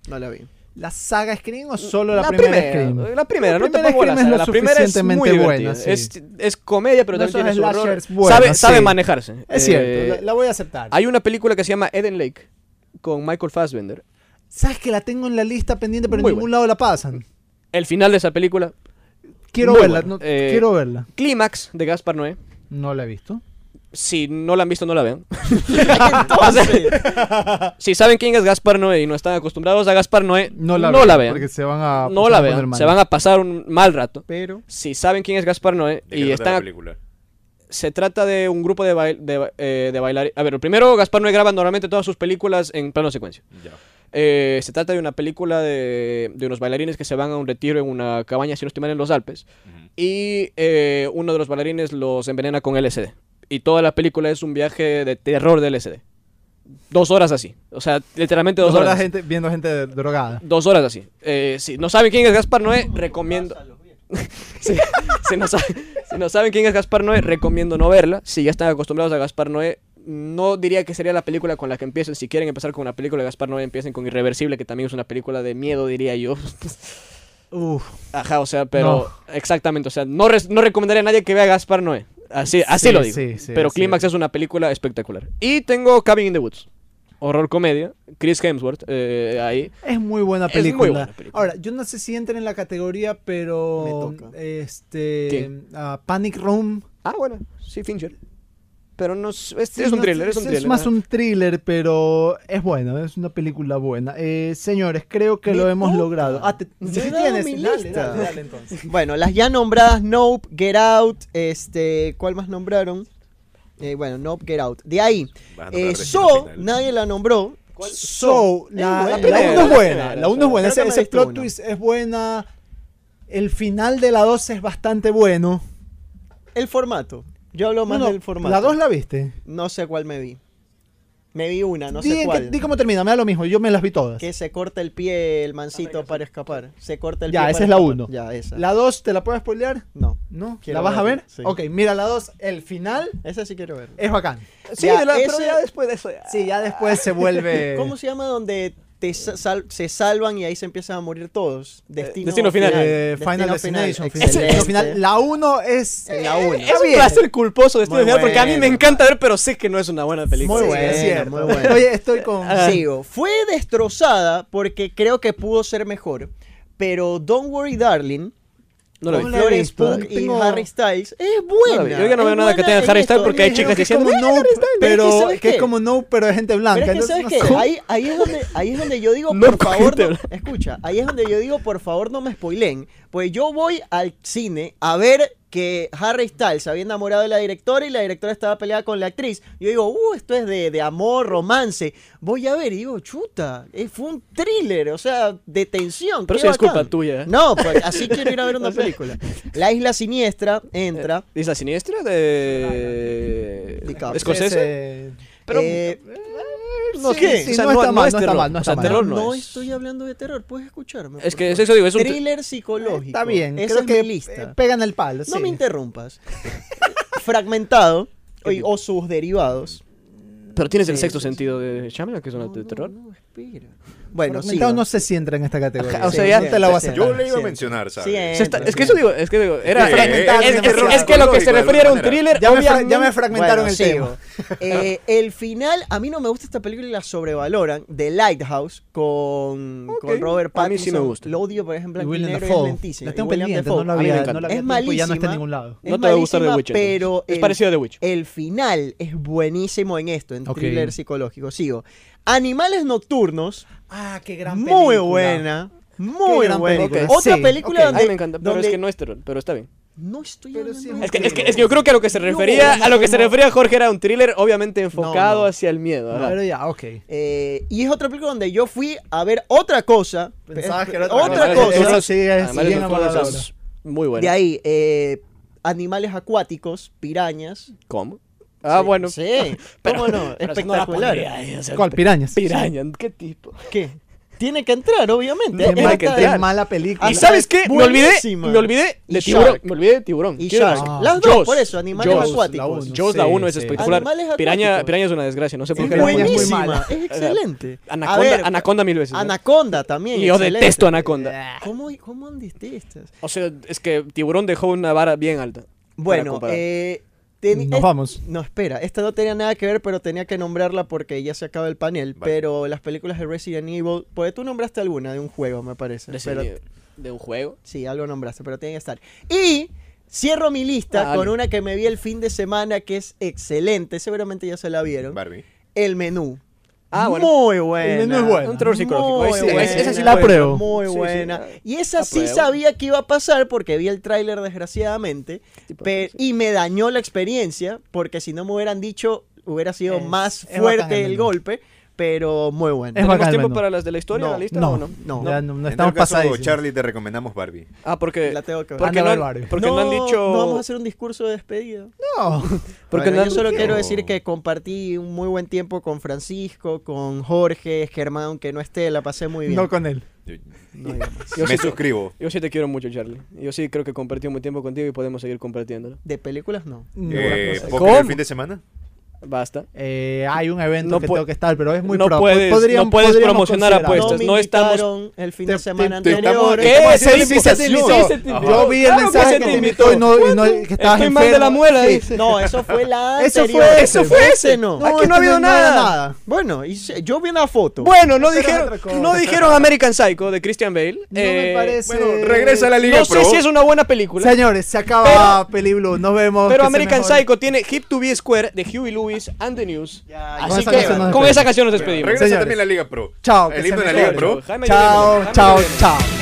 S4: No la vi.
S8: ¿La saga Scream o solo la, primera, Scream?
S2: La primera,
S8: La
S2: no te
S8: primera
S2: pongo la
S8: Scream es
S2: saga,
S8: lo
S2: La primera es muy
S8: suficientemente
S2: divertida.
S8: buena,
S2: Es,
S8: sí.
S2: es comedia, pero
S8: No
S2: también tiene
S8: son
S2: su horror.
S8: slashers buenos,
S2: sabe, sabe
S8: sí.
S2: manejarse.
S8: Es
S2: Eh,
S8: cierto, la, la voy a aceptar.
S2: Hay una película que se llama Eden Lake con Michael Fassbender.
S8: ¿Sabes que la tengo en la lista pendiente, pero
S2: Muy
S8: en ningún
S2: buena.
S8: lado la pasan?
S2: El final de esa película,
S8: Quiero
S2: Muy
S8: verla,
S2: buena.
S8: no-
S2: Eh,
S8: quiero verla.
S2: Clímax de Gaspar Noé.
S8: No la he visto.
S2: Si no la han visto, no la vean.
S4: Entonces,
S2: si saben quién es Gaspar Noé y no están acostumbrados a Gaspar Noé,
S8: No la,
S2: vean.
S8: Porque se van a.
S2: No la vean. Se van a pasar un mal rato.
S4: pero
S2: Si saben quién es Gaspar Noé
S3: ¿De qué
S2: y
S3: trata la
S2: están
S3: película?
S2: se trata de un grupo de, bail- de, ba- eh, de bailar. A ver, lo primero, Gaspar Noé graba normalmente todas sus películas en plano secuencia.
S3: Ya.
S2: Eh, se trata de una película de, de unos bailarines que se van a un retiro en una cabaña, si no estoy mal, en los Alpes.
S3: Ujú.
S2: Y eh, uno de los bailarines los envenena con LSD. Y toda la película es un viaje de terror de LSD. Dos horas así. O sea, literalmente dos,
S8: Dos horas
S2: horas.
S8: gente, viendo gente de- drogada.
S2: Dos horas así. Eh, si no saben quién es Gaspar Noé, recomiendo. si, si no sa- si no saben quién es Gaspar Noé, recomiendo no verla. Si ya están acostumbrados a Gaspar Noé, no diría que sería la película con la que empiecen. Si quieren empezar con una película de Gaspar Noé, empiecen con Irreversible, que también es una película de miedo, diría yo.
S8: Uf,
S2: Ajá, o sea, pero exactamente. O sea, no, res- no recomendaría a nadie que vea a Gaspar Noé. Así, así
S8: Sí,
S2: lo digo.
S8: sí, sí,
S2: pero
S8: sí.
S2: Clímax es una película espectacular. Y tengo Cabin in the Woods. Horror comedia. Chris Hemsworth, eh, ahí.
S8: es muy buena
S2: Es muy
S8: película.
S2: buena película.
S8: Ahora, yo no sé si entra en la categoría, pero.
S4: Me toca.
S8: Este.
S2: ¿Quién?
S8: ah, Panic Room.
S2: Ah, bueno, sí, Fincher. Pero no es, es,
S8: Sí,
S2: es un
S8: no,
S2: thriller, es un thriller.
S8: más
S2: ajá.
S8: un thriller, pero es bueno, es una película buena. Eh, señores, creo que
S4: Me
S8: lo hemos
S4: toca.
S8: logrado. Ah, te,
S4: No
S8: sí
S4: he dado
S8: tienes.
S4: mi
S8: Dale,
S4: lista.
S8: dale, dale, entonces.
S4: bueno, las ya nombradas Nope, Get Out, este, ¿cuál más nombraron? Eh, bueno, Nope, Get Out. De ahí,
S2: Ah,
S3: Vas a nombrar
S4: eh,
S3: Destino
S4: So,
S3: Final.
S4: nadie la nombró.
S8: So, la,
S4: buena.
S8: la uno
S4: La
S8: es
S4: primera,
S8: buena, la uno es
S4: o sea,
S8: buena,
S4: creo que
S8: ese,
S4: me
S8: ese
S4: diste
S8: plot
S4: una.
S8: twist es buena. El final de la 2 es bastante bueno.
S4: El formato. Yo hablo más
S8: No, no,
S4: del formato.
S8: la 2 la viste.
S4: No sé cuál me vi. Me vi una, no
S8: di, en
S4: sé
S8: qué-
S4: cuál.
S8: di cómo termina, me da lo mismo, yo me las vi todas.
S4: Que se corta el pie el mancito para escapar. Se corta el
S8: Ya,
S4: pie.
S8: esa
S4: para
S8: es la
S4: escapar.
S8: uno.
S4: Ya, esa.
S8: La 2, ¿te la puedo spoilear?
S4: No.
S8: ¿No?
S4: Quiero
S8: ¿La vas a
S4: verla,
S8: ver?
S4: sí.
S8: Ok, mira la 2, el final
S4: Esa sí quiero ver.
S8: es bacán.
S2: Sí,
S4: Ya,
S2: de la, pero
S4: ese-
S2: ya después de eso. ya.
S8: Sí, ya después se
S2: Ah,
S8: vuelve...
S2: eh.
S4: ¿Cómo se llama donde te sa- sal- se salvan y ahí se empiezan a morir todos? Destino,
S2: Destino Final.
S8: Eh, Final
S4: Destino
S8: Destination.
S4: Final.
S8: Final, Destino
S4: Excelente.
S8: final. La 1 es...
S4: En la una.
S2: Es un placer culposo de este
S4: Muy
S2: final porque a mí me
S4: bueno.
S2: encanta ver, pero sé que no es una buena película.
S8: Muy
S4: Sí,
S8: buena,
S4: es
S8: es cierto.
S4: muy buena.
S8: Oye, estoy con...
S2: Ah.
S4: Sigo. Fue destrozada porque creo que pudo ser mejor. Pero Don't Worry Darling.
S2: No la
S4: con
S8: vi.
S4: Florence
S8: No la he
S4: Pugh y
S8: visto. Tengo-
S4: Harry Styles. Es
S2: No
S4: buena.
S2: la vi. Yo ya no
S4: es
S2: veo nada que
S4: buena
S2: tenga
S4: en
S2: Harry
S4: esto.
S2: Styles porque hay
S4: Es-
S2: chicas
S8: que es
S2: diciendo,
S8: como
S2: "Mira,
S8: Nope,
S4: Pero es que,
S8: pero
S4: ¿sabes
S8: que es
S4: qué?
S8: como Nope, pero es gente blanca.
S4: Pero es que,
S8: entonces,
S4: ¿sabes
S8: no
S4: qué?
S8: sé.
S4: Ahí, ahí es donde, ahí es donde yo digo,
S2: No,
S4: por favor,
S2: gente,
S4: no- escucha, ahí es donde yo digo, por favor, no me spoilen. Pues yo voy al cine a ver que Harry Styles se había enamorado de la directora y la directora estaba peleada con la actriz. Yo digo, uh, esto es de, de amor, romance. Voy a ver y digo, chuta, eh, fue un thriller, o sea, de tensión.
S2: Pero
S4: qué
S2: eso es culpa
S4: bacán.
S2: tuya, ¿eh?
S4: No, pues así quiero ir a ver una película. La Isla
S2: Eh,
S4: Siniestra entra.
S2: ¿Isla Siniestra de
S4: DiCaprio.
S2: Scorsese?
S8: Ese-
S2: Pero
S4: Eh,
S8: No,
S4: sí,
S8: sí,
S4: sí,
S8: o sea, no, está mal, no está
S2: terror.
S8: mal, no
S2: O sea,
S8: está mal.
S2: terror no,
S4: no
S2: es.
S4: estoy hablando de terror, puedes escucharme.
S2: Es
S4: por
S2: que
S4: favor.
S2: es eso digo, es un thr-
S4: thriller psicológico.
S8: Está bien,
S4: Esa
S8: creo
S4: es
S8: que
S4: mi lista.
S8: eh, pegan el palo.
S4: No
S8: sí.
S4: me interrumpas. Fragmentado o, o sus derivados.
S2: Pero tienes el
S4: Sí,
S2: sexto
S4: sí, sí.
S2: sentido de Shyamalan, que es una de terror.
S4: No, no, espera.
S8: Bueno,
S4: Bueno, sí.
S8: Fragmentado no sé si entra en esta categoría.
S2: Ajá, o sea, ya
S8: no te la voy a
S4: sí,
S8: aceptar.
S3: Yo le iba a
S4: siento.
S3: mencionar, ¿sabes?
S4: Sí,
S2: Se está-
S4: Entra,
S2: es que
S4: sí.
S2: eso digo, es que digo, era
S3: Sí,
S2: fragmentado.
S3: eh,
S2: Es,
S3: eh,
S2: que,
S3: terror
S2: es que lo que se
S3: psicológico, de
S2: refería era un
S3: alguna
S2: thriller.
S3: manera.
S8: Ya me fra-
S2: obviamente-
S8: ya me fragmentaron el tema.
S4: sigo. Eh, el final, a mí no me gusta esta película, la sobrevaloran. The Lighthouse con, con Robert
S2: A
S4: Pattinson.
S2: mí sí me gusta.
S4: Lo odio, pero es en
S8: Y
S4: blanco y
S8: Willem
S4: negro y es
S8: Dafoe.
S4: lentísimo.
S8: La tengo
S4: Y Willem
S8: pendiente,
S4: Dafoe.
S8: no la
S4: A mí
S8: había,
S4: me
S8: no
S4: encanta.
S8: la
S4: Es
S8: había tiempo y ya no está en
S4: malísima.
S8: ningún lado.
S4: Es
S2: No te va a gustar The
S4: malísima,
S2: Witch. entonces.
S4: Pero
S2: es
S4: el-
S2: parecido a The Witch.
S4: El final es buenísimo en esto, en
S8: Ok.
S4: thriller psicológico. Sigo. Animales nocturnos,
S8: Ah, qué
S4: muy buena. Muy
S8: Qué gran
S4: buena.
S8: película,
S4: Otra
S8: sí,
S4: película
S2: A
S8: ok.
S2: mí
S4: donde.
S2: me encanta, pero
S4: donde-
S2: es que no es terror, pero está bien.
S4: No estoy
S8: Pero
S4: hablando
S8: sí
S4: de
S8: es un
S2: Es que,
S8: thriller.
S2: es que- es que yo creo que a lo que se refería,
S4: no
S2: a lo que se
S4: podemos-
S2: refería Jorge era un thriller obviamente enfocado
S4: no.
S2: hacia el miedo. ajá.
S8: Pero ya, ok.
S4: Eh, y es otra película donde yo fui a ver otra cosa.
S8: Pensabas
S4: pe-
S8: que era otra
S4: otra
S2: cosa.
S4: cosa.
S8: Eso sí, es
S2: Animales
S8: bien
S2: nocturnos
S8: amargador.
S2: es muy bueno.
S4: De ahí, eh, animales acuáticos, pirañas.
S2: ¿Cómo? Ah,
S4: Sí,
S2: bueno.
S4: Sí,
S2: Pero-
S4: cómo
S2: pero
S4: no,
S2: eso la
S4: espectacular.
S2: pondría ahí, o sea,
S8: ¿Cuál? ¿Pirañas?
S2: Piraña, ¿qué tipo?
S4: ¿Qué? Tiene que entrar, obviamente.
S8: Qué
S4: Es
S8: mal-
S2: hay que
S4: otra-
S8: qué
S2: entrar.
S8: mala película.
S2: ¿Y sabes qué? Me olvidé,
S4: Ah, Buenísima.
S2: me olvidé
S4: Y
S2: de tiburón.
S4: Shark.
S2: Me olvidé de tiburón.
S4: Y
S2: Tienes
S4: Shark.
S2: razón.
S4: Las dos,
S2: Jaws.
S4: por eso, animales
S2: Jaws,
S4: acuáticos.
S8: la uno.
S2: Jaws la
S8: Sí,
S2: 1 es
S8: sí.
S2: espectacular.
S4: Animales
S2: Piraña,
S4: acuáticos.
S2: Piraña es una desgracia, no sé por
S4: Es
S2: qué. la
S8: Piraña
S2: ponen.
S8: muy
S4: buenísima,
S8: mala.
S4: es excelente. A
S2: Anaconda,
S4: ver,
S2: Anaconda mil veces. ¿no?
S4: Anaconda también.
S2: Y yo
S4: excelente. Ah,
S2: detesto Anaconda.
S4: ¿Cómo, cómo detestas?
S2: O sea, es que Tiburón dejó una vara bien alta. para
S4: Bueno,
S2: comparar.
S4: eh, ten-
S8: Nos
S4: es-
S8: vamos.
S4: No, espera, esta no tenía nada que ver, pero tenía que nombrarla porque ya se acaba el panel.
S3: Vale.
S4: Pero las películas de Resident Evil, porque tú nombraste alguna de un juego, me parece.
S2: de,
S4: pero-
S2: serie- de un juego.
S4: Sí, algo nombraste, pero tiene que estar. Y cierro mi lista
S2: Dale.
S4: con una que me vi el fin de semana que es excelente, seguramente ya se la vieron.
S3: Barbie.
S4: El menú.
S2: Ah, bueno.
S4: Muy buena.
S8: El menú es bueno.
S2: Un terror psicológico.
S4: Muy
S2: Ahí sí, ahí sí, esa sí
S4: buena,
S8: la apruebo.
S4: Muy
S2: Sí, sí,
S4: buena.
S2: la-
S4: Y esa sí
S2: apruebo.
S4: sabía que iba a pasar porque vi el tráiler desgraciadamente.
S2: Tipo,
S4: Pe- y me dañó la experiencia, porque si no me hubieran dicho, hubiera sido
S8: Es-
S4: más
S8: es
S4: fuerte
S8: bacán el
S4: el
S8: menú.
S4: golpe, pero muy bueno.
S8: Es
S2: ¿Tenemos
S8: bacán,
S2: tiempo
S8: bueno.
S2: para las de la historia,
S4: No,
S2: la lista o
S8: No,
S2: no?
S8: no,
S4: No.
S8: ya no, no
S3: En
S8: estamos
S3: todo caso,
S8: pasadísimos.
S3: Charlie, te recomendamos Barbie.
S2: Ah, porque,
S4: La tengo que ver. Ah,
S2: porque,
S8: Anda
S2: no,
S8: a
S2: han-
S8: ver varios.
S2: porque no han dicho...
S4: no vamos a hacer un discurso de despedida.
S8: No.
S2: porque
S4: Bueno,
S2: no
S4: yo
S2: han-
S4: solo quiero
S3: no.
S4: decir que compartí un muy buen tiempo con Francisco, con Jorge, Germán, aunque no esté, la pasé muy bien.
S8: No con él.
S3: Yo-
S4: No hay más.
S2: Yo
S3: me
S2: sí, te-
S3: suscribo.
S2: yo sí te quiero mucho, Charlie. Yo sí creo que compartí muy tiempo contigo y podemos seguir compartiéndolo.
S4: De películas no.
S8: No.
S3: Eh,
S2: cosa.
S3: ¿Puedo creer el
S2: ¿Cómo?
S3: fin de semana?
S2: Basta.
S8: Eh, hay un evento
S2: No
S8: que
S2: pue-
S8: tengo que estar, pero es muy
S2: no
S8: pro-
S2: puedes- no puedes
S8: podríamos
S2: promocionar
S8: considerar.
S2: apuestas.
S4: no me
S2: no estamos-
S4: invitaron el fin de
S8: Te-
S4: semana
S3: te- te estamos-
S4: anterior.
S2: ¿Qué?
S8: ¿Cómo
S2: Se
S8: así?
S2: invitó,
S8: Sí, se te
S2: sí,
S8: invitó.
S2: se te invitó.
S8: Yo vi el
S2: Claro que
S8: mensaje
S2: se
S8: que
S2: te
S8: te
S2: invitó.
S8: invitó y no, y no- que estabas
S2: Estoy mal de la
S8: enfermo.
S2: muela,
S8: Sí,
S2: dice.
S8: sí.
S4: No, eso fue la
S8: Eso
S4: anterior.
S8: fue- eso fue
S4: Ese no.
S2: Aquí no ha habido nada.
S4: Bueno, y se- yo vi una foto.
S2: Bueno, no
S8: Pero es
S2: dijeron,
S8: otra cosa.
S2: no dijeron American Psycho de Christian Bale.
S8: No
S2: Eh,
S8: me parece.
S3: Bueno, regresa a la Liga
S2: No sé
S3: Pro.
S2: si es una buena película.
S8: Señores, se acaba Peli Blue. Nos vemos.
S2: Pero
S8: que se
S2: American
S8: mejoren.
S2: Psycho tiene Hip to Be Square de Huey Lewis and the News.
S8: con
S2: Así
S8: esa
S2: que
S8: canción nos
S2: con
S8: despedimos.
S2: esa canción nos despedimos.
S3: Regresa
S8: Señores.
S3: también la Liga Pro.
S8: Chao, que
S3: El
S8: se
S3: himno de la
S8: mejore.
S3: Liga Pro.
S2: Jaime
S8: Chao,
S2: Guillermo, Jaime
S8: chao,
S2: Guillermo.
S8: chao.